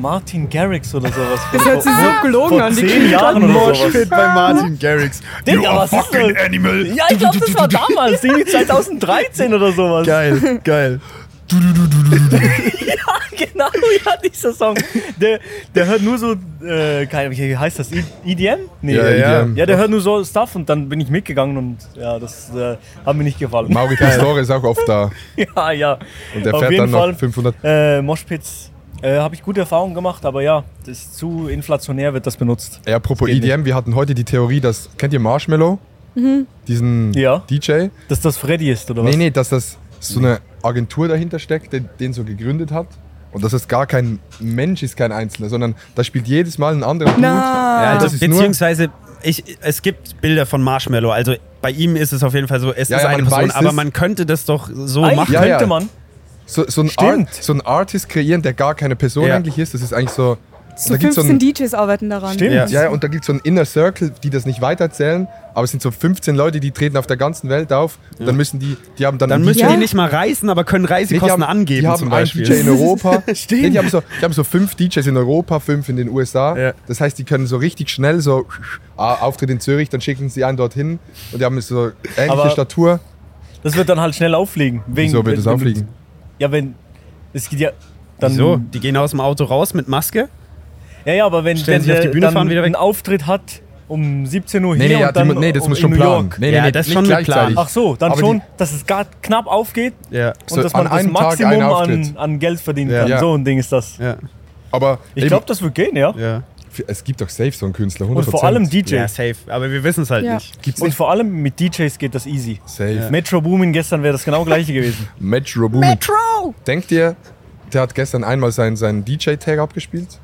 Speaker 2: Martin Garrix oder sowas.
Speaker 3: Das hört sich so gelogen
Speaker 2: vor
Speaker 3: an. Die
Speaker 2: zehn Jahren oder sowas.
Speaker 4: bei Martin Garrix.
Speaker 2: Digga, was ist denn?
Speaker 1: Animal!
Speaker 2: Ja, ich glaube, das war damals, irgendwie 2013 oder sowas.
Speaker 4: Geil, geil.
Speaker 2: Ah. Genau, ja, dieser Song. Der, der hört nur so, äh, keine Ahnung, wie heißt das? I- EDM? Nee.
Speaker 1: Ja, E
Speaker 4: Ja, ja.
Speaker 1: EDM.
Speaker 2: Ja, der hört nur so Stuff und dann bin ich mitgegangen und ja, das äh, hat mir nicht gefallen.
Speaker 1: Mauri Pastore ist auch oft da.
Speaker 2: Ja, ja.
Speaker 1: Und der
Speaker 2: Auf
Speaker 1: fährt
Speaker 2: jeden
Speaker 1: dann noch
Speaker 2: Fall.
Speaker 1: 500.
Speaker 2: Äh, Moshpits äh, habe ich gute Erfahrungen gemacht, aber ja, das ist zu inflationär wird das benutzt.
Speaker 1: Ja, apropos
Speaker 4: geht
Speaker 1: EDM, wir hatten heute die Theorie, dass, kennt ihr Marshmallow? Diesen
Speaker 2: Ja.
Speaker 1: DJ?
Speaker 2: Dass das Freddy ist, oder was?
Speaker 1: Nee, nee, dass das so eine Agentur dahinter steckt, den, den so gegründet hat. Und dass das gar kein Mensch ist, kein Einzelner, sondern da spielt jedes Mal ein anderer Dude.
Speaker 4: Ja,
Speaker 3: Na.
Speaker 1: das
Speaker 4: also,
Speaker 1: ist nur-
Speaker 4: beziehungsweise, ich, es gibt Bilder von Marshmallow. Also bei ihm ist es auf jeden Fall so, es
Speaker 1: Ja,
Speaker 4: ist
Speaker 1: ja,
Speaker 4: eine
Speaker 1: man
Speaker 4: Person,
Speaker 1: weiß
Speaker 4: aber
Speaker 1: es.
Speaker 4: man könnte das doch so
Speaker 2: Eigentlich
Speaker 4: machen.
Speaker 1: Oh, Ja,
Speaker 2: Oh, Ah, könnte
Speaker 1: ja.
Speaker 2: man.
Speaker 1: So, so, ein
Speaker 2: Stimmt.
Speaker 1: Art, so ein Artist kreieren, der gar keine Person
Speaker 4: Ja.
Speaker 1: eigentlich ist. Das ist eigentlich so.
Speaker 3: So
Speaker 1: gibt's
Speaker 3: 15
Speaker 1: so ein-
Speaker 3: DJs arbeiten daran.
Speaker 2: Stimmt.
Speaker 4: Ja.
Speaker 1: Ja, ja, und da gibt es so einen Inner Circle, die das nicht weiterzählen, aber es sind so 15 Leute, die treten auf der ganzen Welt auf. Dann müssen die, die haben dann,
Speaker 4: Dann
Speaker 1: einen
Speaker 4: müssen
Speaker 1: DJ.
Speaker 4: die nicht mal reisen, aber können
Speaker 1: Nee,
Speaker 4: Reisekosten
Speaker 1: die haben,
Speaker 4: angeben
Speaker 1: die haben
Speaker 4: zum
Speaker 1: einen
Speaker 4: Beispiel.
Speaker 1: DJ in Europa.
Speaker 4: Stimmt.
Speaker 1: Nee, die, haben so, die haben so fünf DJs in Europa, fünf in den USA.
Speaker 4: Ja.
Speaker 1: Das heißt, die können so richtig schnell so ah, Auftritt in Zürich, dann schicken sie einen dorthin und die haben so ähnliche
Speaker 2: Aber-
Speaker 1: Statur.
Speaker 2: Das wird dann halt schnell auffliegen. Wegen,
Speaker 1: Wieso wird
Speaker 2: wenn-
Speaker 1: es
Speaker 2: wenn du-
Speaker 1: auffliegen?
Speaker 2: Ja, wenn. Es geht ja. Dann,
Speaker 4: Wieso? Die gehen aus dem Auto raus mit Maske.
Speaker 2: Ja, ja, aber wenn,
Speaker 4: Stellen
Speaker 2: wenn
Speaker 4: sich auf die Bühne,
Speaker 2: dann
Speaker 4: fahren wieder weg.
Speaker 2: einen Auftritt hat um 17 Uhr
Speaker 1: Nee,
Speaker 2: hier
Speaker 1: nee, ja,
Speaker 2: und dann
Speaker 1: die, nee, das
Speaker 2: um,
Speaker 1: muss
Speaker 2: in
Speaker 1: schon
Speaker 2: New
Speaker 1: planen.
Speaker 2: York.
Speaker 1: Nee, nee,
Speaker 4: Ja,
Speaker 1: nee,
Speaker 4: das ist
Speaker 1: nicht
Speaker 4: schon mit Plan.
Speaker 1: gleichzeitig.
Speaker 2: Ach so, dann
Speaker 1: Aber
Speaker 2: schon,
Speaker 1: die-
Speaker 2: dass es gar knapp aufgeht
Speaker 4: Ja.
Speaker 1: So,
Speaker 2: und dass
Speaker 1: an
Speaker 2: man das
Speaker 1: einem Tag ein
Speaker 2: Maximum an,
Speaker 1: Auftritt.
Speaker 2: an Geld verdienen
Speaker 4: Ja.
Speaker 2: kann.
Speaker 1: Ja.
Speaker 2: So ein Ding ist das.
Speaker 4: Ja.
Speaker 1: Aber
Speaker 2: Ich
Speaker 1: eben,
Speaker 2: glaube, das wird gehen, ja.
Speaker 4: Ja.
Speaker 1: es gibt doch safe so einen Künstler, 100%.
Speaker 2: Und vor allem DJs.
Speaker 4: ja, safe. Aber wir wissen es halt
Speaker 3: Ja.
Speaker 4: nicht.
Speaker 1: Gibt's
Speaker 2: Und
Speaker 1: nicht?
Speaker 2: vor allem mit DJs geht das easy.
Speaker 1: Safe.
Speaker 2: Metro Boomin gestern wäre das genau gleiche gewesen.
Speaker 1: Metro Boomin.
Speaker 3: Metro!
Speaker 1: Denkt ihr, der hat gestern einmal seinen, seinen DJ-Tag abgespielt?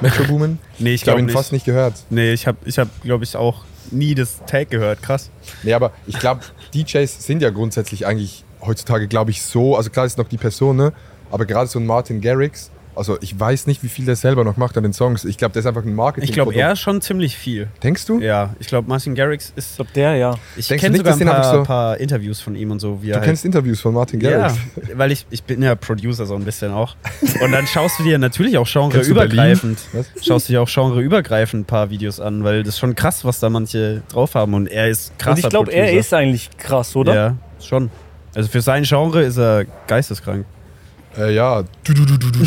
Speaker 1: Metro Boomin?
Speaker 4: Nee, ich
Speaker 1: Ich habe
Speaker 4: glaube
Speaker 1: ihn
Speaker 4: nicht.
Speaker 1: fast nicht gehört.
Speaker 4: Nee, ich habe, ich hab, glaube ich, auch nie das Tag gehört. Krass.
Speaker 1: Nee, aber ich glaube, DJs sind ja grundsätzlich eigentlich heutzutage, glaube ich, so. Also klar ist noch die Person, ne? aber gerade so ein Martin Garrix, also ich weiß nicht, wie viel der selber noch macht an den Songs. Ich glaube, der ist einfach ein Marketing.
Speaker 4: Ich glaube, er ist schon ziemlich viel.
Speaker 1: Denkst du?
Speaker 4: Ja, ich glaube, Martin Garrix
Speaker 2: Ich
Speaker 4: ist.
Speaker 2: glaube, der, ja.
Speaker 4: Ich
Speaker 1: Denkst du
Speaker 4: kenne
Speaker 1: nicht,
Speaker 4: sogar
Speaker 1: dass
Speaker 4: ein
Speaker 1: den hab
Speaker 4: paar,
Speaker 1: ich so-
Speaker 4: paar Interviews von ihm und so. Wie halt
Speaker 1: Du kennst Interviews von Martin Garrix.
Speaker 4: Ja, weil ich, ich bin ja Producer so ein bisschen auch. Und dann schaust du dir natürlich auch
Speaker 1: Kennst du Berlin?
Speaker 4: genreübergreifend,
Speaker 1: Was?
Speaker 4: schaust du dir auch genreübergreifend ein paar Videos an, weil das ist schon krass, was da manche drauf haben. Und er ist krasser
Speaker 2: Und ich glaube, er
Speaker 4: Producer.
Speaker 2: ist eigentlich krass, oder?
Speaker 4: Ja, schon. Also für sein Genre ist er geisteskrank.
Speaker 1: Äh, ja. Du, du, du, du, du.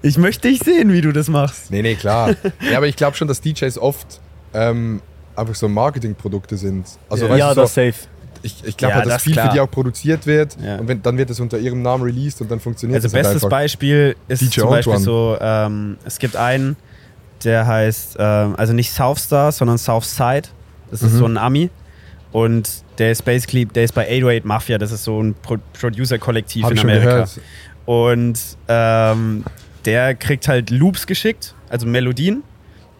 Speaker 4: Ich möchte dich sehen, wie du das machst.
Speaker 1: nee, nee, klar. nee, aber ich glaube schon, dass DJs oft ähm, einfach so Marketingprodukte sind. Also, weißt
Speaker 2: ja,
Speaker 1: du, so,
Speaker 2: das safe.
Speaker 1: ich, ich glaube,
Speaker 4: Ja,
Speaker 1: halt, dass
Speaker 4: das
Speaker 1: viel
Speaker 4: klar.
Speaker 1: für die auch produziert wird
Speaker 4: Ja.
Speaker 1: und wenn, dann wird es unter ihrem Namen released und dann funktioniert
Speaker 4: Also
Speaker 1: es halt
Speaker 4: bestes
Speaker 1: einfach.
Speaker 4: Beispiel ist
Speaker 1: DJ
Speaker 4: zum Beispiel
Speaker 1: Antoine.
Speaker 4: so, ähm, es gibt einen, der heißt, ähm, also nicht Southstar, sondern Southside. Das
Speaker 1: Mhm.
Speaker 4: ist so ein Ami. Und der ist basically, der ist bei 808 Mafia, das ist so ein Pro Producer-Kollektiv
Speaker 1: Hab
Speaker 4: in
Speaker 1: ich schon
Speaker 4: Amerika.
Speaker 1: gehört.
Speaker 4: Und ähm, der kriegt halt Loops geschickt, also Melodien,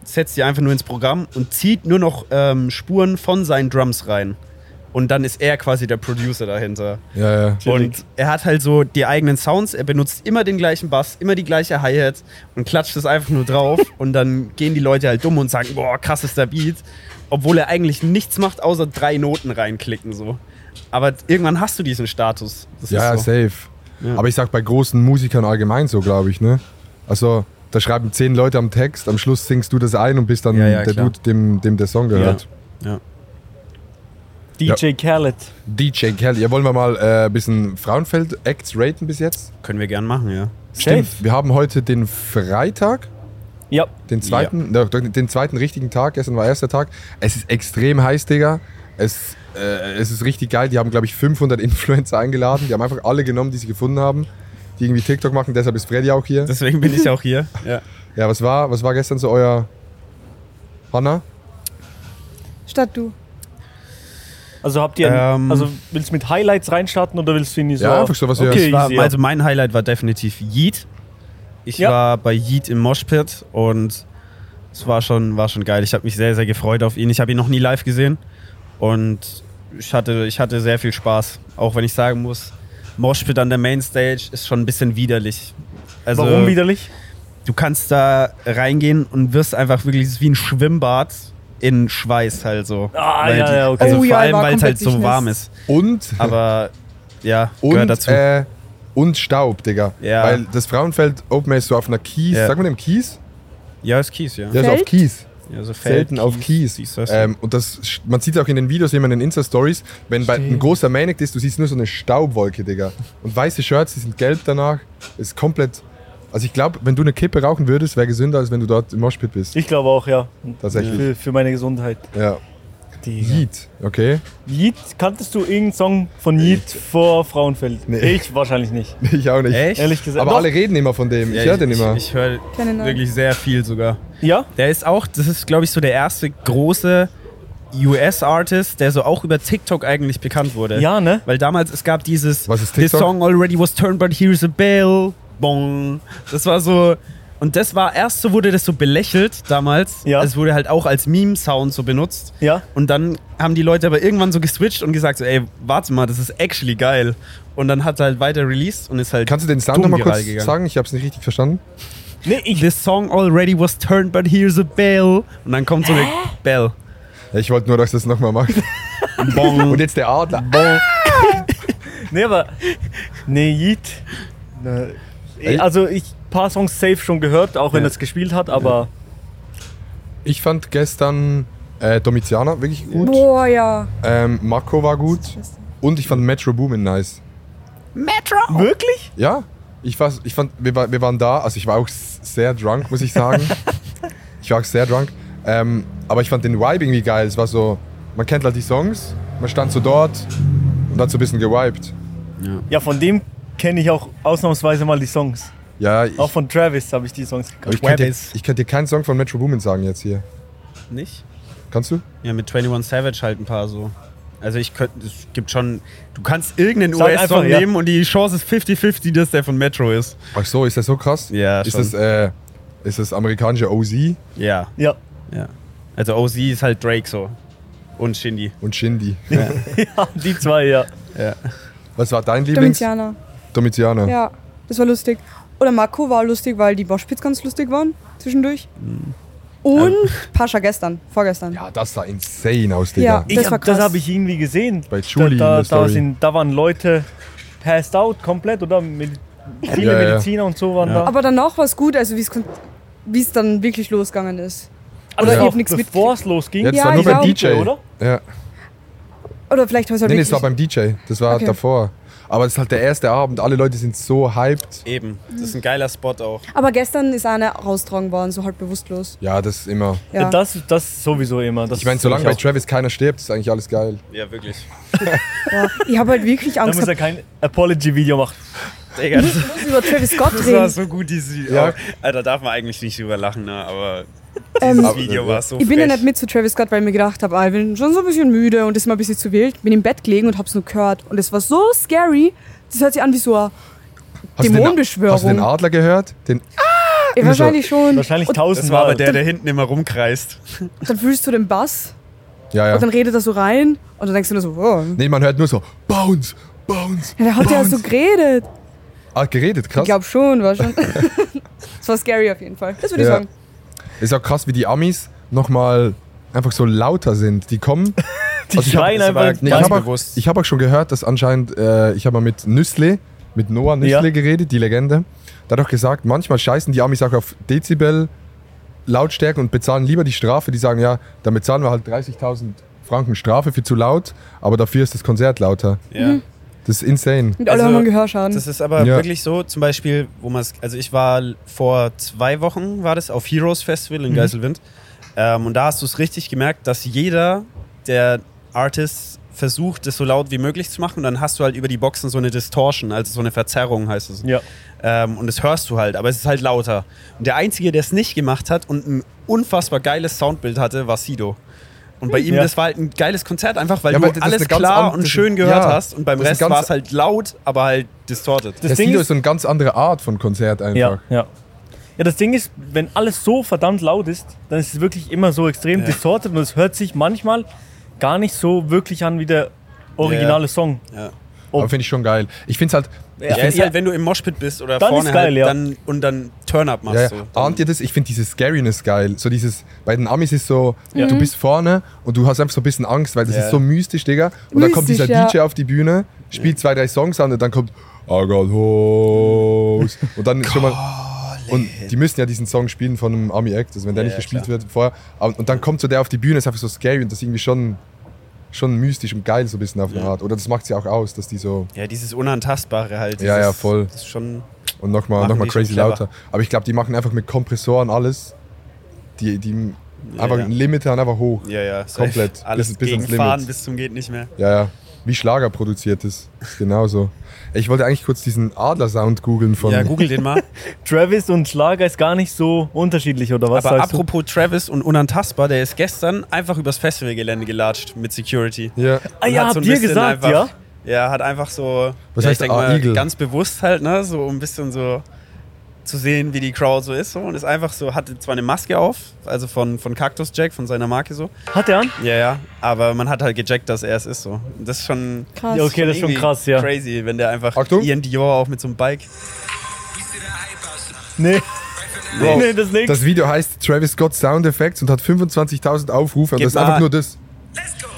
Speaker 4: setzt die einfach nur ins Programm und zieht nur noch ähm, Spuren von seinen Drums rein. Und dann ist er quasi der Producer dahinter.
Speaker 1: Ja, ja.
Speaker 4: Und er hat halt so die eigenen Sounds, er benutzt immer den gleichen Bass, immer die gleiche Hi-Hat und klatscht es einfach nur drauf und dann gehen die Leute halt dumm und sagen, boah, krass ist der Beat, obwohl er eigentlich nichts macht, außer drei Noten reinklicken so. Aber irgendwann hast du diesen Status. Das
Speaker 1: Ja,
Speaker 4: ist so.
Speaker 1: safe.
Speaker 4: Ja.
Speaker 1: Aber ich sag bei großen Musikern allgemein so, glaube ich, ne? Also, da schreiben zehn Leute am Text, am Schluss singst du das ein und bist dann
Speaker 4: Ja, ja,
Speaker 1: der
Speaker 4: klar.
Speaker 1: Dude, dem, dem der Song gehört.
Speaker 4: Ja.
Speaker 2: DJ Khaled.
Speaker 1: DJ Kelly, ja, wollen wir mal äh, ein bisschen Frauenfeld-Acts raten bis jetzt?
Speaker 4: Können wir gern machen, ja.
Speaker 2: Safe.
Speaker 1: Wir haben heute den Freitag,
Speaker 2: Ja.
Speaker 1: den zweiten, ne, den zweiten richtigen Tag, gestern war erster Tag. Es ist extrem heiß, Digga. Es, äh, es ist richtig geil. Die haben, glaube ich, 500 Influencer eingeladen. Die haben einfach alle genommen, die sie gefunden haben, die irgendwie TikTok machen. Deshalb ist Freddy auch hier.
Speaker 4: Deswegen bin ich auch hier. Ja.
Speaker 1: Ja, was war, was war gestern so euer Hanna?
Speaker 3: Statt du.
Speaker 2: Also habt ihr.
Speaker 4: Ähm.
Speaker 2: also willst du mit Highlights reinstarten oder willst du ihn nicht so?
Speaker 1: Ja, einfach so, was wir-
Speaker 2: okay,
Speaker 4: Ich war,
Speaker 2: easy, ja.
Speaker 4: also mein Highlight war definitiv Yeet. Ich
Speaker 2: Ja.
Speaker 4: war bei Yeet im Moshpit und es war schon, war schon geil. Ich habe mich sehr, sehr gefreut auf ihn. Ich habe ihn noch nie live gesehen und ich hatte, ich hatte sehr viel Spaß. Auch wenn ich sagen muss, Moshpit an der Mainstage ist schon ein bisschen widerlich. Also,
Speaker 2: Warum widerlich?
Speaker 4: Du kannst da reingehen und wirst einfach wirklich es ist wie ein Schwimmbad in Schweiß halt so.
Speaker 2: Ah,
Speaker 4: Weil
Speaker 2: ja,
Speaker 4: die-
Speaker 2: ja, okay.
Speaker 4: Also
Speaker 3: Oh
Speaker 4: vor
Speaker 3: ja,
Speaker 4: allem,
Speaker 3: war
Speaker 4: weil es halt
Speaker 3: komplett
Speaker 4: so
Speaker 3: nicht
Speaker 4: warm
Speaker 3: nass.
Speaker 4: ist.
Speaker 1: Und,
Speaker 4: Aber ja, gehört
Speaker 1: und,
Speaker 4: dazu.
Speaker 1: äh, und Staub, Digga.
Speaker 4: Ja.
Speaker 1: Weil das Frauenfeld Open Air ist so auf einer Kies.
Speaker 4: Ja.
Speaker 1: Sag mal dem Kies?
Speaker 4: ja, ist Kies, ja.
Speaker 1: Der ist auf
Speaker 3: Feld?
Speaker 1: Kies.
Speaker 4: Ja, so
Speaker 1: Selten auf Kies.
Speaker 4: siehst du das?
Speaker 1: Ähm, und das, man sieht auch in den Videos, immer in den Insta-Stories, wenn bei, ein
Speaker 2: Stimmt.
Speaker 1: großer Manic ist, du siehst nur so eine Staubwolke, Digga. Und weiße Shirts, die sind gelb danach. Ist komplett. Also ich glaube, wenn du eine Kippe rauchen würdest, wäre gesünder, als wenn du dort im Moshpit bist.
Speaker 2: Ich glaube auch, ja.
Speaker 1: Tatsächlich.
Speaker 2: Für, für meine Gesundheit.
Speaker 1: Ja. Yeet, okay?
Speaker 2: Yeet, kanntest du irgendeinen Song von Yeet vor Frauenfeld?
Speaker 1: Nee.
Speaker 2: Ich wahrscheinlich nicht.
Speaker 1: Ich auch nicht.
Speaker 4: Echt?
Speaker 2: Ehrlich gesagt.
Speaker 1: Aber
Speaker 2: Doch.
Speaker 1: alle reden immer von dem.
Speaker 4: Ja,
Speaker 1: ich höre den immer.
Speaker 4: Ich, ich höre
Speaker 3: Keine Ahnung.
Speaker 4: wirklich sehr viel sogar.
Speaker 2: Ja?
Speaker 4: Der ist auch, das ist glaube ich so der erste große US-Artist, der so auch über TikTok eigentlich bekannt
Speaker 1: Äh.
Speaker 4: wurde.
Speaker 2: Ja, ne?
Speaker 4: Weil damals, es gab dieses
Speaker 1: Was ist
Speaker 4: This
Speaker 1: TikTok?
Speaker 4: song already was turned, but here's a bell. Bong. Das war so... Und das war, erst so wurde das so belächelt damals.
Speaker 2: Ja.
Speaker 4: Es wurde halt auch als Meme-Sound so benutzt.
Speaker 2: Ja.
Speaker 4: Und dann haben die Leute aber irgendwann so geswitcht und gesagt so, ey, warte mal, das ist actually geil. Und dann hat er halt weiter released und ist halt
Speaker 1: Kannst du den Sound
Speaker 4: dumm
Speaker 1: nochmal
Speaker 4: viral
Speaker 1: kurz
Speaker 4: gegangen.
Speaker 1: sagen? Ich habe es nicht richtig verstanden.
Speaker 2: Nee, ich.
Speaker 4: This song already was turned, but here's a bell. Und dann kommt so eine Bell.
Speaker 1: Ja, ich wollte nur, dass du es nochmal machst. Und
Speaker 4: Bong.
Speaker 1: jetzt der Adler.
Speaker 2: Nee, aber. Nee, Yeet. Ne,
Speaker 1: Ey.
Speaker 2: also ich paar Songs safe schon gehört, auch wenn
Speaker 4: Ja.
Speaker 2: er es gespielt hat, aber.
Speaker 1: Ich fand gestern äh, Domiziana wirklich gut.
Speaker 3: Boah, ja.
Speaker 1: Ähm, Marco war gut.
Speaker 3: Schwester.
Speaker 1: Und ich fand Metro Boomin nice.
Speaker 2: Wirklich?
Speaker 1: Ja, ich, war, ich fand, wir, war, wir waren da, also ich war auch s- sehr drunk, muss ich sagen. ich war auch sehr drunk. Ähm, aber ich fand den Vibe irgendwie geil. Es war so, man kennt halt die Songs, man stand so dort und hat so ein bisschen gewiped.
Speaker 2: Ja, von dem kenne ich auch ausnahmsweise mal die Songs.
Speaker 1: Ja, ich,
Speaker 2: Auch von Travis habe ich die Songs
Speaker 1: aber
Speaker 2: gekannt.
Speaker 1: ich könnte dir,
Speaker 4: Travis.
Speaker 1: ich könnt dir keinen Song von Metro Boomin sagen jetzt hier.
Speaker 4: Nicht?
Speaker 1: Kannst du?
Speaker 4: Ja, mit 21 Savage halt ein paar so. Also ich könnte, es gibt schon, du kannst irgendeinen
Speaker 2: Sag einfach,
Speaker 4: US-Song
Speaker 2: ja.
Speaker 4: nehmen und die Chance ist 50-50, dass der von Metro ist.
Speaker 1: Ach so, ist das so krass?
Speaker 4: Ja,
Speaker 1: Ist
Speaker 4: schon.
Speaker 1: das, äh, ist das amerikanische OZ
Speaker 4: Ja,
Speaker 2: Ja,
Speaker 4: ja. Also OZ ist halt Drake so. Und Shindy.
Speaker 1: und Shindy?
Speaker 2: ja, die zwei, ja.
Speaker 4: Ja.
Speaker 1: Was war dein Lieblings?
Speaker 3: Domitianer.
Speaker 1: Domitianer.
Speaker 3: Ja, das war lustig. Oder Marco war lustig, weil die Moshpits ganz lustig waren zwischendurch. Und Pascha gestern, vorgestern.
Speaker 1: Ja, das sah insane aus, Digga.
Speaker 3: Ja. Das war krass.
Speaker 2: Das habe ich irgendwie gesehen.
Speaker 1: Bei Julie in
Speaker 2: da,
Speaker 1: der
Speaker 2: da, da,
Speaker 1: Story.
Speaker 2: sind, da waren Leute passed out komplett, oder? Medi- Viele
Speaker 1: Ja, ja.
Speaker 2: Mediziner und so waren da.
Speaker 3: Aber danach war es gut, also wie es kon- wie es dann wirklich losgegangen ist.
Speaker 2: Aber
Speaker 3: oder
Speaker 2: das
Speaker 3: ich
Speaker 2: war
Speaker 3: hab nichts
Speaker 2: bevor es losging.
Speaker 1: Jetzt
Speaker 3: Ja,
Speaker 1: war nur
Speaker 3: ich
Speaker 1: beim
Speaker 3: auch.
Speaker 1: DJ.
Speaker 2: Oder?
Speaker 1: Ja.
Speaker 3: Oder vielleicht war es halt
Speaker 1: Nee, nee,
Speaker 3: wirklich.
Speaker 1: es war beim DJ. Das war
Speaker 3: Okay.
Speaker 1: davor. Aber es ist halt der erste Abend. Alle Leute sind so hyped.
Speaker 4: Eben. Das ist ein geiler Spot auch.
Speaker 3: aber gestern ist eine rausgetragen worden, so halt bewusstlos.
Speaker 1: Ja, das ist immer.
Speaker 3: Ja.
Speaker 2: Das, das sowieso immer. Das
Speaker 1: Ich meine,
Speaker 2: sehe
Speaker 1: solange bei
Speaker 2: auch.
Speaker 1: Travis keiner stirbt, ist eigentlich alles geil.
Speaker 4: Ja, wirklich.
Speaker 3: ja. Ich habe halt wirklich
Speaker 2: Da
Speaker 3: Angst
Speaker 2: muss er
Speaker 3: gehabt,
Speaker 2: kein Apology-Video machen.
Speaker 4: Digga, das
Speaker 3: dass wir über Travis Scott
Speaker 4: das war
Speaker 3: reden.
Speaker 4: so gut, diese
Speaker 1: Ja.
Speaker 4: ja. Alter, darf man eigentlich nicht drüber lachen, ne? Aber
Speaker 3: Ähm,
Speaker 4: das Video war so
Speaker 3: ich bin ja
Speaker 4: frech.
Speaker 3: nicht mit zu Travis Scott, weil ich mir gedacht habe, ah, ich bin schon so ein bisschen müde und das ist mal ein bisschen zu wild. Bin im Bett gelegen und hab's nur gehört. Und es war so scary, das hört sich an wie so ein
Speaker 1: Hast du den-
Speaker 3: Dämonenbeschwörung.
Speaker 1: Hast du den Adler gehört? Den
Speaker 3: Ja, wahrscheinlich schon.
Speaker 2: Wahrscheinlich
Speaker 3: und
Speaker 4: Das
Speaker 2: tausendmal.
Speaker 4: war aber der, der hinten immer rumkreist.
Speaker 3: dann fühlst du den Bass
Speaker 1: ja, ja.
Speaker 3: und dann redet er so rein und dann denkst du nur so, wow.
Speaker 1: Nee, man hört nur so Bounce, Bounce.
Speaker 3: Ja, der hat ja
Speaker 1: Bounce.
Speaker 3: so geredet.
Speaker 1: Ah, geredet, krass.
Speaker 3: Ich glaube schon, war schon. das war scary auf jeden Fall. Das würde ich
Speaker 1: Ja.
Speaker 3: sagen.
Speaker 1: Ist auch krass, wie die Amis nochmal einfach so lauter sind. Die kommen.
Speaker 2: Die
Speaker 1: Also ich hab-
Speaker 2: schreien
Speaker 4: das war
Speaker 2: einfach.
Speaker 1: Nee, ich
Speaker 4: Ganz
Speaker 1: habe auch,
Speaker 4: bewusst.
Speaker 1: ich hab auch schon gehört, dass anscheinend, äh, ich habe mal mit Nüssle, mit Noah Nüssle
Speaker 2: Ja.
Speaker 1: geredet, die Legende. Da hat auch gesagt, manchmal scheißen die Amis auch auf Dezibel Lautstärken und bezahlen lieber die Strafe. Die sagen, ja, dann bezahlen wir halt 30.000 Franken Strafe für zu laut, aber dafür ist das Konzert lauter.
Speaker 4: Ja.
Speaker 3: Mhm.
Speaker 1: Das ist insane.
Speaker 3: Und alle
Speaker 4: Also,
Speaker 3: haben einen Gehörschaden.
Speaker 4: Das ist aber
Speaker 1: Ja.
Speaker 4: wirklich so, zum Beispiel, wo man es, also ich war vor zwei Wochen, war das, auf Heroes Festival in
Speaker 3: Mhm.
Speaker 4: Geiselwind. Ähm, und da hast du es richtig gemerkt, dass jeder der Artist versucht, das so laut wie möglich zu machen. Und dann hast du halt über die Boxen so eine Distortion, also so eine Verzerrung heißt es.
Speaker 2: ja.
Speaker 4: Ähm, und das hörst du halt, aber es ist halt lauter. Und der Einzige, der es nicht gemacht hat und ein unfassbar geiles Soundbild hatte, war Sido. Und bei ihm,
Speaker 2: Ja.
Speaker 4: das war halt ein geiles Konzert, einfach
Speaker 1: Hm,
Speaker 4: weil
Speaker 1: Ja,
Speaker 4: du
Speaker 1: aber das ist eine
Speaker 4: alles
Speaker 1: ganz
Speaker 4: klar
Speaker 1: andere-
Speaker 4: und schön gehört
Speaker 1: Ja,
Speaker 4: hast. Und beim
Speaker 1: das ist
Speaker 4: Rest
Speaker 1: eine ganz-
Speaker 4: war es halt laut, aber halt distorted.
Speaker 2: Das
Speaker 1: Das
Speaker 2: Ding
Speaker 1: Video
Speaker 2: ist,
Speaker 1: ist so eine ganz andere Art von Konzert einfach.
Speaker 2: Ja, ja. Ja, das Ding ist, wenn alles so verdammt laut ist, dann ist es wirklich immer so extrem
Speaker 4: Ja.
Speaker 2: distorted und es hört sich manchmal gar nicht so wirklich an wie der originale Song.
Speaker 4: Ja.
Speaker 1: Aber finde ich schon geil. Ich finde es halt,
Speaker 4: Ja,
Speaker 2: find's
Speaker 4: ist halt, wenn du im Moshpit bist oder
Speaker 2: Dann
Speaker 4: vorne
Speaker 2: ist geil,
Speaker 4: halt,
Speaker 2: ja.
Speaker 4: dann, und dann Turn-Up machst.
Speaker 1: Ja, ja. Ah,
Speaker 4: So. Dann-
Speaker 1: Ahnt ihr das? Ich finde diese Scariness geil. So dieses, bei den Amis ist so,
Speaker 2: Ja.
Speaker 3: Mhm.
Speaker 1: du bist vorne und du hast einfach so ein bisschen Angst, weil das
Speaker 4: Ja.
Speaker 1: ist so mystisch, Digga. Und dann kommt
Speaker 3: Mystisch,
Speaker 1: dieser
Speaker 3: ja.
Speaker 1: DJ auf die Bühne, spielt zwei, drei Songs an und dann kommt I got hoes. Und dann ist schon mal. Und die müssen ja diesen Song spielen von einem Army-Act, also wenn der
Speaker 4: Ja,
Speaker 1: nicht
Speaker 4: ja,
Speaker 1: gespielt wird vorher. Und, und dann kommt so der auf die Bühne, ist einfach so scary und das ist irgendwie schon, schon mystisch und geil so ein bisschen auf eine
Speaker 4: Ja.
Speaker 1: Art. Oder das macht sie auch aus, dass die so.
Speaker 4: ja, dieses Unantastbare halt.
Speaker 1: Ja,
Speaker 4: dieses,
Speaker 1: ja, voll.
Speaker 4: Das ist schon,
Speaker 1: Und nochmal
Speaker 4: Machen
Speaker 1: noch mal
Speaker 4: die schon
Speaker 1: crazy
Speaker 4: clever.
Speaker 1: lauter. Aber ich glaube, die machen einfach mit Kompressoren alles. Die, die einfach
Speaker 4: ja.
Speaker 1: einen Limiter und einfach hoch.
Speaker 4: ja, ja. safe.
Speaker 1: Komplett.
Speaker 4: Alles
Speaker 1: Bis-
Speaker 4: bis,
Speaker 1: bis ans
Speaker 4: gegen Fahren
Speaker 1: Limit.
Speaker 4: bis zum geht nicht mehr.
Speaker 1: Ja, ja. Wie Schlager produziert ist. Ist Genauso. Ich wollte eigentlich kurz diesen Adler-Sound googeln von.
Speaker 4: Ja, google den mal.
Speaker 2: Travis und Schlager ist gar nicht so unterschiedlich, oder was
Speaker 4: Aber
Speaker 2: sagst du?
Speaker 4: apropos Travis und Unantastbar, der ist gestern einfach übers Festivalgelände gelatscht mit Security.
Speaker 1: Ja.
Speaker 2: Ah
Speaker 4: Und
Speaker 2: ja,
Speaker 4: hat
Speaker 2: habt
Speaker 4: so ein
Speaker 2: ihr
Speaker 4: bisschen
Speaker 2: gesagt,
Speaker 4: einfach,
Speaker 2: ja?
Speaker 4: Ja, hat einfach so,
Speaker 1: Was
Speaker 4: ja,
Speaker 1: heißt
Speaker 4: ich denk
Speaker 1: A-
Speaker 4: mal,
Speaker 1: Igel?
Speaker 4: ganz bewusst halt, ne, so um ein bisschen so zu sehen, wie die Crowd so ist so und ist einfach so, hatte zwar eine Maske auf, also von, von Cactus Jack, von seiner Marke so,
Speaker 2: Hat er an?
Speaker 4: ja, ja, aber man hat halt gecheckt, dass er es ist so. Und Das ist schon
Speaker 3: Krass.
Speaker 2: Ja, okay, das ist schon
Speaker 4: irgendwie
Speaker 2: krass, ja.
Speaker 4: crazy, wenn der einfach
Speaker 1: Achtung.
Speaker 4: Ian Dior auch mit so einem Bike.
Speaker 2: Nee,
Speaker 1: Bro,
Speaker 2: nee, das nicht.
Speaker 1: Das Video heißt Travis Scott Sound Effects und hat 25.000 Aufrufe. Und
Speaker 4: Gib
Speaker 1: das ist
Speaker 4: mal-
Speaker 1: einfach nur das.
Speaker 2: Let's go!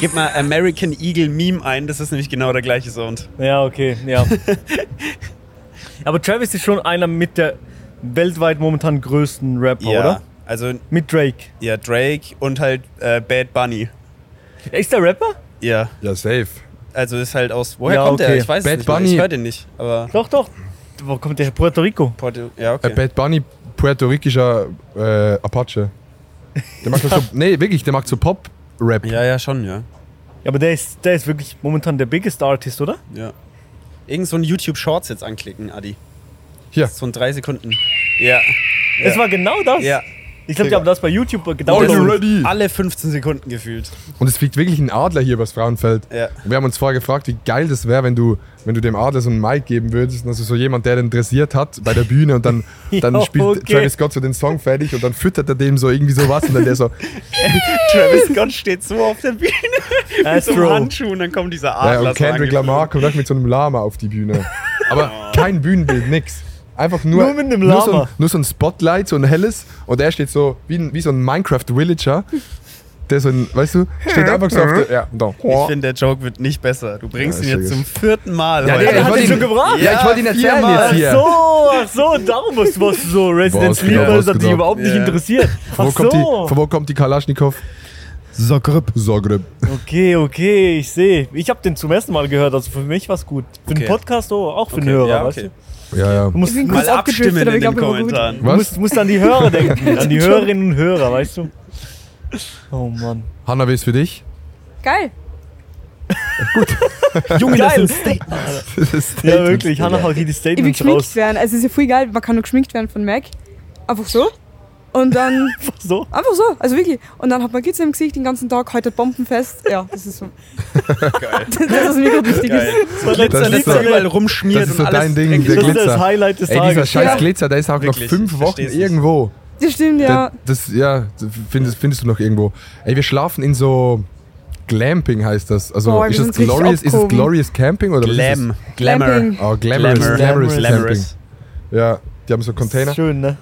Speaker 4: Gib mal American Eagle Meme ein, das ist nämlich genau der gleiche Sound.
Speaker 2: Ja, okay, ja. Aber Travis ist schon einer mit der weltweit momentan größten Rapper, oder?
Speaker 4: Also
Speaker 2: Mit Drake.
Speaker 4: ja, Drake und halt äh, Bad Bunny.
Speaker 2: Ist der Rapper?
Speaker 4: Ja,
Speaker 1: Ja, safe.
Speaker 4: also ist halt aus. Woher
Speaker 2: Ja,
Speaker 4: kommt der?
Speaker 2: okay.
Speaker 4: Ich weiß
Speaker 1: Bad
Speaker 4: es nicht. mehr.
Speaker 1: Bunny.
Speaker 4: Ich höre den nicht. Aber.
Speaker 2: Doch, doch. Wo kommt der? Puerto Rico.
Speaker 4: Porto, ja,
Speaker 1: Äh,
Speaker 4: okay.
Speaker 1: Bad Bunny, puerto-ricischer äh, Apache. Der macht halt so, nee, wirklich, der macht so Pop-Rap.
Speaker 4: Ja, ja, schon, ja.
Speaker 2: Ja, aber der ist, der ist wirklich momentan der biggest Artist, oder?
Speaker 4: ja. Irgend so ein YouTube Shorts jetzt anklicken, Adi.
Speaker 1: Hier.
Speaker 4: So ein drei Sekunden. Ja.
Speaker 2: Es war genau das.
Speaker 4: Ja.
Speaker 2: Ich glaube, die haben das bei YouTube
Speaker 1: Are you
Speaker 2: gedownloadet.
Speaker 1: ready?
Speaker 4: Alle 15 Sekunden gefühlt.
Speaker 1: Und es fliegt wirklich ein Adler hier übers Frauenfeld.
Speaker 4: Ja.
Speaker 1: Wir haben uns vorher gefragt, wie geil das wäre, wenn du, wenn du dem Adler so einen Mic geben würdest. Also so jemand, der den dressiert hat bei der Bühne und dann, dann
Speaker 2: Ja,
Speaker 1: spielt
Speaker 2: okay.
Speaker 1: Travis Scott so den Song fertig und dann füttert er dem so irgendwie sowas und dann der so,
Speaker 4: Travis Scott steht so auf der Bühne mit so einem
Speaker 2: Astro.
Speaker 4: Handschuh und dann kommt dieser
Speaker 1: ja,
Speaker 4: Adler.
Speaker 1: und Kendrick
Speaker 4: so
Speaker 1: Lamar kommt dann mit so einem Lama auf die Bühne. Aber kein Bühnenbild, nix. Einfach nur,
Speaker 2: Nur mit einem
Speaker 1: so, ein,
Speaker 2: Lama.
Speaker 1: nur so ein Spotlight, so ein helles und er steht so wie, ein, wie so ein Minecraft-Villager. Der so ein, weißt du, steht einfach so auf der, ja, und dann,
Speaker 4: Ich finde, der Joke wird nicht besser. Du bringst
Speaker 1: Ja,
Speaker 4: ihn
Speaker 1: ist
Speaker 4: jetzt
Speaker 1: ja
Speaker 4: zum vierten Mal.
Speaker 1: Ja,
Speaker 4: heute.
Speaker 1: der-
Speaker 2: Der
Speaker 1: Ich
Speaker 2: hat
Speaker 1: wollte
Speaker 2: ihn
Speaker 1: ihn-
Speaker 2: schon gebracht.
Speaker 1: ja, ich wollte ihn erzählen
Speaker 4: viermal.
Speaker 1: jetzt
Speaker 2: Ach
Speaker 1: hier.
Speaker 2: so, ach so, darum was, was so Resident
Speaker 1: Boah,
Speaker 2: Evil, das hat dich
Speaker 1: ausgedacht.
Speaker 2: überhaupt nicht
Speaker 4: Ja.
Speaker 2: interessiert.
Speaker 1: Wo
Speaker 2: Ach
Speaker 1: kommt die,
Speaker 2: so.
Speaker 1: von wo kommt die Kalaschnikow? Zagreb. Zagreb.
Speaker 2: Okay, okay, ich sehe. Ich habe den zum ersten Mal gehört, also für mich war's gut. Für den
Speaker 4: Okay.
Speaker 2: Podcast oh, auch für
Speaker 4: Okay,
Speaker 2: den Hörer,
Speaker 4: ja,
Speaker 2: weißt
Speaker 4: okay.
Speaker 2: du?
Speaker 1: Ja, ja.
Speaker 2: Du musst,
Speaker 3: Ich bin
Speaker 2: du
Speaker 3: kurz
Speaker 4: Mal
Speaker 3: abgedriftet,
Speaker 4: abstimmen
Speaker 3: aber
Speaker 4: in
Speaker 3: ich
Speaker 4: den
Speaker 3: glaube, wir waren gut.
Speaker 4: Kommentaren.
Speaker 1: Was?
Speaker 2: musst, musst an die Hörer denken, an die Hörerinnen und Hörer, weißt du? Oh Mann.
Speaker 1: Hanna, wie ist für dich?
Speaker 3: Geil.
Speaker 2: Junge,
Speaker 4: das
Speaker 2: Geil.
Speaker 4: sind
Speaker 2: Ja, wirklich, Hannah haut hier die
Speaker 3: Ich will
Speaker 2: Statements
Speaker 3: geschminkt
Speaker 2: raus.
Speaker 3: werden. Also es ist ja voll geil, man kann nur geschminkt werden von Mac. Einfach so. Und dann,
Speaker 2: So?
Speaker 3: einfach so, also wirklich. Und dann hat man Kitzel im Gesicht den ganzen Tag, heute Bombenfest. Ja, das ist so.
Speaker 4: Geil.
Speaker 3: Das ist was mir gerade wichtig.
Speaker 4: Geil.
Speaker 3: Ist.
Speaker 2: Das war letzter
Speaker 1: Das ist
Speaker 2: letzter
Speaker 1: so-
Speaker 4: überall
Speaker 2: Highlight.
Speaker 4: rumschmiert
Speaker 1: Das ist so
Speaker 4: und alles
Speaker 1: dein Ding,
Speaker 4: dreckig.
Speaker 1: der
Speaker 2: Das ist
Speaker 1: Glitzer.
Speaker 2: das Highlight des
Speaker 1: Ey, dieser
Speaker 2: Tages.
Speaker 1: scheiß
Speaker 3: Ja.
Speaker 1: Glitzer, der ist auch
Speaker 4: Wirklich,
Speaker 1: noch fünf
Speaker 4: ich
Speaker 1: Wochen
Speaker 4: versteh's nicht.
Speaker 1: irgendwo.
Speaker 3: Das stimmt, ja.
Speaker 1: Das, das, ja, das findest, findest du noch irgendwo. Ey, wir schlafen in so Glamping heißt das. Also
Speaker 3: Boah, wir
Speaker 1: ist, das
Speaker 3: sind richtig
Speaker 1: glorious, ist es
Speaker 3: abgehoben.
Speaker 1: Glorious Camping oder
Speaker 4: Glam.
Speaker 3: Glamping.
Speaker 1: was ist das? Oh, glamorous,
Speaker 4: Glamour.
Speaker 1: glamorous, Camping.
Speaker 4: Glamorous.
Speaker 1: Ja, die haben so Container.
Speaker 2: Schön, ne?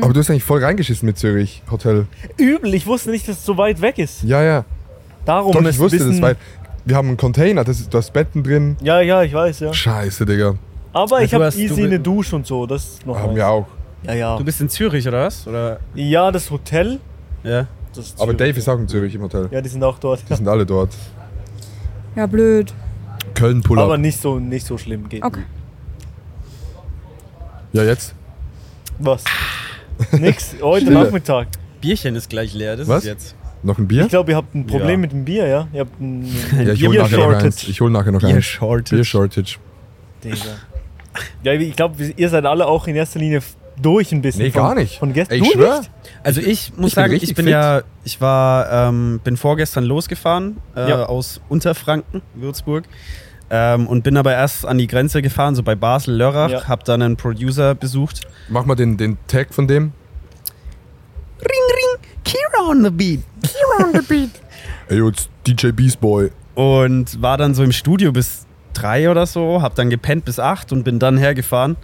Speaker 1: Aber du hast eigentlich voll reingeschissen mit Zürich Hotel.
Speaker 2: Übel, ich wusste nicht, dass es so weit weg ist.
Speaker 1: Ja, ja.
Speaker 2: Darum
Speaker 1: Doch,
Speaker 2: ist
Speaker 1: ich wusste
Speaker 2: ein bisschen,
Speaker 1: das, weil wir haben einen Container, das ist, du hast Betten drin.
Speaker 2: Ja, ja, ich weiß, ja.
Speaker 1: Scheiße, Digga.
Speaker 2: Aber ich
Speaker 4: du
Speaker 2: habe
Speaker 4: hast-
Speaker 2: easy
Speaker 4: du-
Speaker 2: eine Dusche und so, das ist noch
Speaker 1: Haben
Speaker 2: nice.
Speaker 1: wir auch.
Speaker 2: Ja, ja.
Speaker 4: Du bist in Zürich, oder was? Oder?
Speaker 2: Ja, das Hotel.
Speaker 4: Ja.
Speaker 2: Das ist
Speaker 1: Aber
Speaker 2: Zürich.
Speaker 1: Dave ist auch in Zürich im Hotel.
Speaker 2: Ja, die sind auch dort.
Speaker 1: Die sind alle dort.
Speaker 3: Ja, blöd.
Speaker 1: Köln
Speaker 2: Aber
Speaker 1: Pull-up.
Speaker 2: nicht so, nicht so schlimm geht.
Speaker 3: Okay.
Speaker 1: Ja, jetzt.
Speaker 2: Was? Nix, heute
Speaker 1: Stille.
Speaker 2: Nachmittag.
Speaker 4: Bierchen ist gleich leer, das
Speaker 1: Was?
Speaker 4: ist jetzt.
Speaker 1: Noch ein Bier?
Speaker 2: Ich glaube, ihr habt ein Problem
Speaker 4: Ja.
Speaker 2: mit dem Bier, ja? Ihr habt ein
Speaker 1: Ja, ich hole
Speaker 2: Bier
Speaker 1: nachher noch eins.
Speaker 2: Shortage.
Speaker 1: Ich hole nachher noch eins.
Speaker 4: Shortage.
Speaker 1: Bier Shortage.
Speaker 2: Digga. Ja, ich glaube, ihr seid alle auch in erster Linie f- durch ein bisschen.
Speaker 1: Nee,
Speaker 2: von,
Speaker 1: gar nicht.
Speaker 2: Von gestern.
Speaker 1: Ey, ich
Speaker 2: Du
Speaker 1: schwör.
Speaker 2: nicht?
Speaker 4: Also ich muss
Speaker 1: Ich bin
Speaker 4: sagen,
Speaker 1: richtig
Speaker 4: ich bin
Speaker 1: fit.
Speaker 4: ja, ich war, ähm, bin vorgestern losgefahren äh,
Speaker 2: Ja.
Speaker 4: aus Unterfranken, Würzburg. Ähm, und bin aber erst an die Grenze gefahren, so bei Basel-Lörrach,
Speaker 2: Ja.
Speaker 4: hab dann einen Producer besucht.
Speaker 1: Mach mal den, den Tag von dem.
Speaker 4: Ring, ring, Kira on the beat.
Speaker 1: Ey, yo, it's DJ Beast Boy.
Speaker 4: Und war dann so im Studio bis drei oder so, hab dann gepennt bis acht und bin dann hergefahren.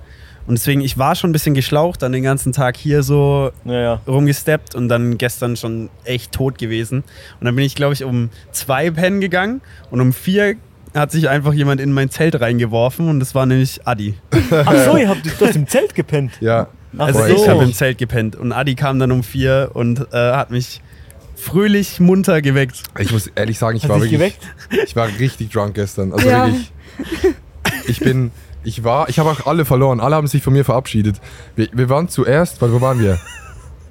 Speaker 4: Und deswegen, ich war schon ein bisschen geschlaucht, dann den ganzen Tag hier so
Speaker 2: Ja, ja.
Speaker 4: rumgesteppt und dann gestern schon echt tot gewesen. Und dann bin ich, glaube ich, um zwei pennen gegangen und um vier hat sich einfach jemand in mein Zelt reingeworfen und das war nämlich Adi.
Speaker 2: Ach so, ihr habt das im Zelt gepennt.
Speaker 1: Ja.
Speaker 2: Ach
Speaker 4: Also
Speaker 1: Boah,
Speaker 4: ich
Speaker 1: so.
Speaker 4: habe im Zelt gepennt und Adi kam dann um vier und äh, hat mich fröhlich munter geweckt.
Speaker 1: Ich muss ehrlich sagen, ich
Speaker 2: Hat
Speaker 1: war
Speaker 2: dich
Speaker 1: wirklich. Ich war richtig drunk gestern. Also
Speaker 3: Ja.
Speaker 1: wirklich. Ich bin. Ich war. Ich habe auch alle verloren. Alle haben sich von mir verabschiedet. Wir, wir waren zuerst. Weil wo waren wir?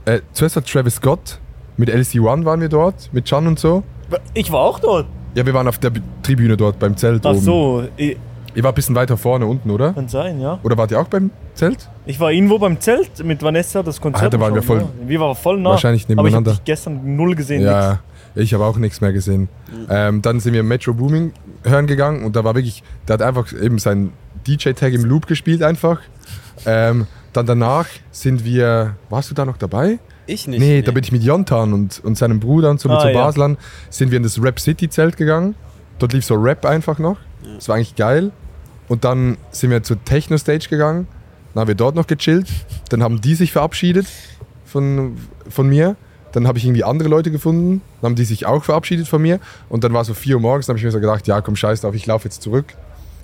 Speaker 1: Äh, zuerst war Travis Scott. Mit LC1 waren wir dort. Mit Chan und so.
Speaker 2: Ich war auch dort.
Speaker 1: Ja, wir waren auf der B- Tribüne dort beim Zelt
Speaker 2: Ach
Speaker 1: oben.
Speaker 2: so, eh,
Speaker 1: Ihr war ein bisschen weiter vorne unten, oder?
Speaker 2: kann sein, ja.
Speaker 1: Oder wart ihr auch beim Zelt?
Speaker 2: Ich war irgendwo beim Zelt mit Vanessa das Konzert.
Speaker 1: Ah, da waren wir
Speaker 2: anschauen,
Speaker 1: voll-
Speaker 2: ja. Wir waren voll nah.
Speaker 1: wahrscheinlich nebeneinander.
Speaker 2: Aber ich hab dich gestern null gesehen. nix.
Speaker 1: Ja, ich habe auch nichts mehr gesehen. Ähm, dann sind wir Metro Booming hören gegangen und da war wirklich, der hat einfach eben seinen DJ-Tag im Loop gespielt einfach. Ähm, dann danach sind wir, warst du da noch dabei?
Speaker 4: Ich
Speaker 1: Nee, da bin ich mit Jontan und, und seinem Bruder und so, mit
Speaker 2: Ah,
Speaker 1: so
Speaker 2: ja.
Speaker 1: Baslern, sind wir in das Rap City Zelt gegangen. Dort lief so Rap einfach noch. Das war eigentlich geil. Und dann sind wir zur Techno Stage gegangen. Dann haben wir dort noch gechillt. Dann haben die sich verabschiedet von, von mir. Dann habe ich irgendwie andere Leute gefunden. Dann haben die sich auch verabschiedet von mir. Und dann war so 4 Uhr morgens. Dann habe ich mir so gedacht, ja komm, scheiß drauf, ich laufe jetzt zurück.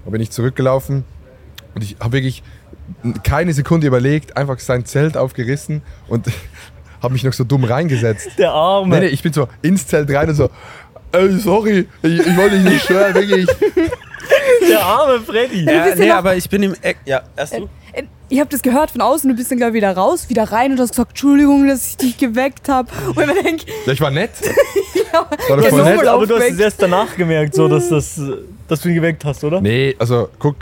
Speaker 1: Dann bin ich zurückgelaufen. Und ich habe wirklich keine Sekunde überlegt, einfach sein Zelt aufgerissen und habe mich noch so dumm reingesetzt.
Speaker 2: Der Arme.
Speaker 1: Nee, nee, ich bin so ins Zelt rein und so. Ey, sorry, ich, ich wollte dich nicht stören, wirklich.
Speaker 2: Der arme Freddy.
Speaker 3: Ja,
Speaker 4: Ja,
Speaker 3: bist ja
Speaker 4: nee,
Speaker 3: noch-
Speaker 4: aber ich bin im Eck. Ja, erst du.
Speaker 3: Ich habe das gehört von außen, du bist dann, glaube ich, wieder raus, wieder rein und hast gesagt, Entschuldigung, dass ich dich geweckt habe. Und ich mir denke,
Speaker 1: Ja, ich war nett.
Speaker 3: ja,
Speaker 1: War das
Speaker 3: Ja,
Speaker 1: voll
Speaker 3: so
Speaker 1: nett?
Speaker 3: wohl.
Speaker 2: Aber du hast
Speaker 3: aufgeweckt.
Speaker 2: es erst danach gemerkt, so, dass, das, äh, dass du ihn geweckt hast, oder?
Speaker 1: Nee, also guck,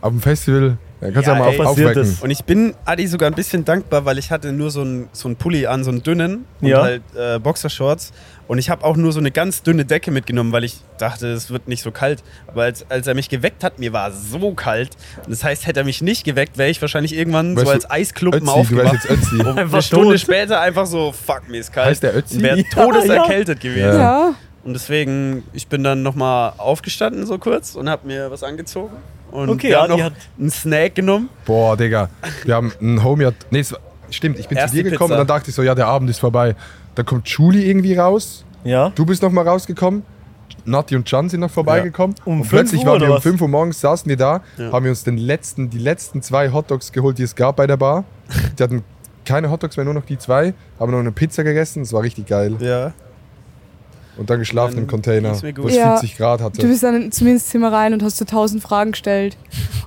Speaker 1: auf dem Festival da kannst du
Speaker 4: Ja,
Speaker 1: ja, mal auf,
Speaker 4: ey,
Speaker 2: passiert
Speaker 1: aufwecken.
Speaker 2: ist.
Speaker 4: Und ich bin Adi sogar ein bisschen dankbar, weil ich hatte nur so einen so einen Pulli an, so einen dünnen und
Speaker 2: Ja.
Speaker 4: halt äh, Boxershorts. Und ich habe auch nur so eine ganz dünne Decke mitgenommen, weil ich dachte, es wird nicht so kalt. Aber als, als er mich geweckt hat, mir war so kalt. Und das heißt, hätte er mich nicht geweckt, wäre ich wahrscheinlich irgendwann
Speaker 1: Weißt
Speaker 4: so
Speaker 1: du,
Speaker 4: als Eisklumpen
Speaker 1: Ötzi, du
Speaker 4: aufgewacht.
Speaker 1: weißt jetzt Ötzi.
Speaker 4: Und eine
Speaker 2: Einfach
Speaker 4: Stunde
Speaker 2: tot.
Speaker 4: später einfach so, fuck, mir ist kalt.
Speaker 1: Heißt der Ötzi?
Speaker 4: Und wäre
Speaker 2: Ja,
Speaker 4: todeserkältet gewesen.
Speaker 3: ja.
Speaker 4: Und deswegen, ich bin dann nochmal aufgestanden so kurz und habe mir was angezogen. Und
Speaker 2: Okay,
Speaker 4: wir haben
Speaker 2: Adi
Speaker 4: noch
Speaker 2: hat-
Speaker 4: einen Snack genommen.
Speaker 1: Boah, Digga, wir haben einen Homie hat. Nee, es war, stimmt, ich bin
Speaker 4: Erst
Speaker 1: zu dir
Speaker 4: die
Speaker 1: gekommen
Speaker 4: Pizza.
Speaker 1: und dann dachte ich so, ja, der Abend ist vorbei. Dann kommt Julie irgendwie raus,
Speaker 2: Ja.
Speaker 1: du bist nochmal rausgekommen, Nati und Can sind noch vorbeigekommen.
Speaker 2: Um
Speaker 1: und
Speaker 2: 5
Speaker 1: plötzlich
Speaker 2: Uhr
Speaker 1: waren
Speaker 2: oder
Speaker 1: wir um
Speaker 2: was?
Speaker 1: 5 Uhr morgens, saßen wir da,
Speaker 4: Ja.
Speaker 1: haben wir uns den letzten, die letzten zwei Hotdogs geholt, die es gab bei der Bar. Die hatten keine Hotdogs mehr, nur noch die zwei, haben noch eine Pizza gegessen, es war richtig geil.
Speaker 4: Ja.
Speaker 1: Und dann geschlafen
Speaker 4: Dann
Speaker 1: im Container,
Speaker 4: ging's Ähm, mir gut.
Speaker 1: wo es
Speaker 3: Ja.
Speaker 1: 40 Grad hatte.
Speaker 3: Du bist dann zumindest Zimmer rein und hast so tausend Fragen gestellt.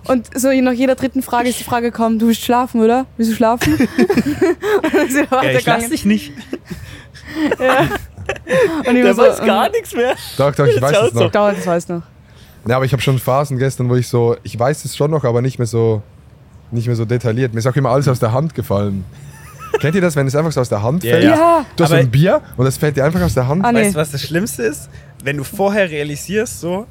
Speaker 3: Und so nach jeder dritten Frage ist die Frage gekommen, du willst schlafen, oder? Willst du schlafen? und dann ist wieder
Speaker 4: Ja, ich lass
Speaker 3: weitergegangen.
Speaker 4: dich nicht.
Speaker 3: und ich war
Speaker 2: Der
Speaker 3: so,
Speaker 2: weiß
Speaker 3: ähm,
Speaker 2: gar nichts mehr.
Speaker 1: Doch, doch, ich
Speaker 2: Das
Speaker 1: weiß es
Speaker 2: haut's
Speaker 1: noch.
Speaker 2: doch.
Speaker 3: Dauert, das weiß noch.
Speaker 1: Ja, aber ich habe schon Phasen gestern, wo ich so, ich weiß es schon noch, aber nicht mehr so, nicht mehr so detailliert. Mir ist auch immer alles aus der Hand gefallen. Kennt ihr das, wenn es einfach so aus der Hand
Speaker 4: Ja,
Speaker 1: fällt?
Speaker 4: ja.
Speaker 3: Ja.
Speaker 1: Du hast so
Speaker 4: Aber-
Speaker 1: ein Bier und das fällt dir einfach aus der Hand.
Speaker 3: Ah, nee.
Speaker 4: Weißt du, was das Schlimmste ist? Wenn du vorher realisierst, so,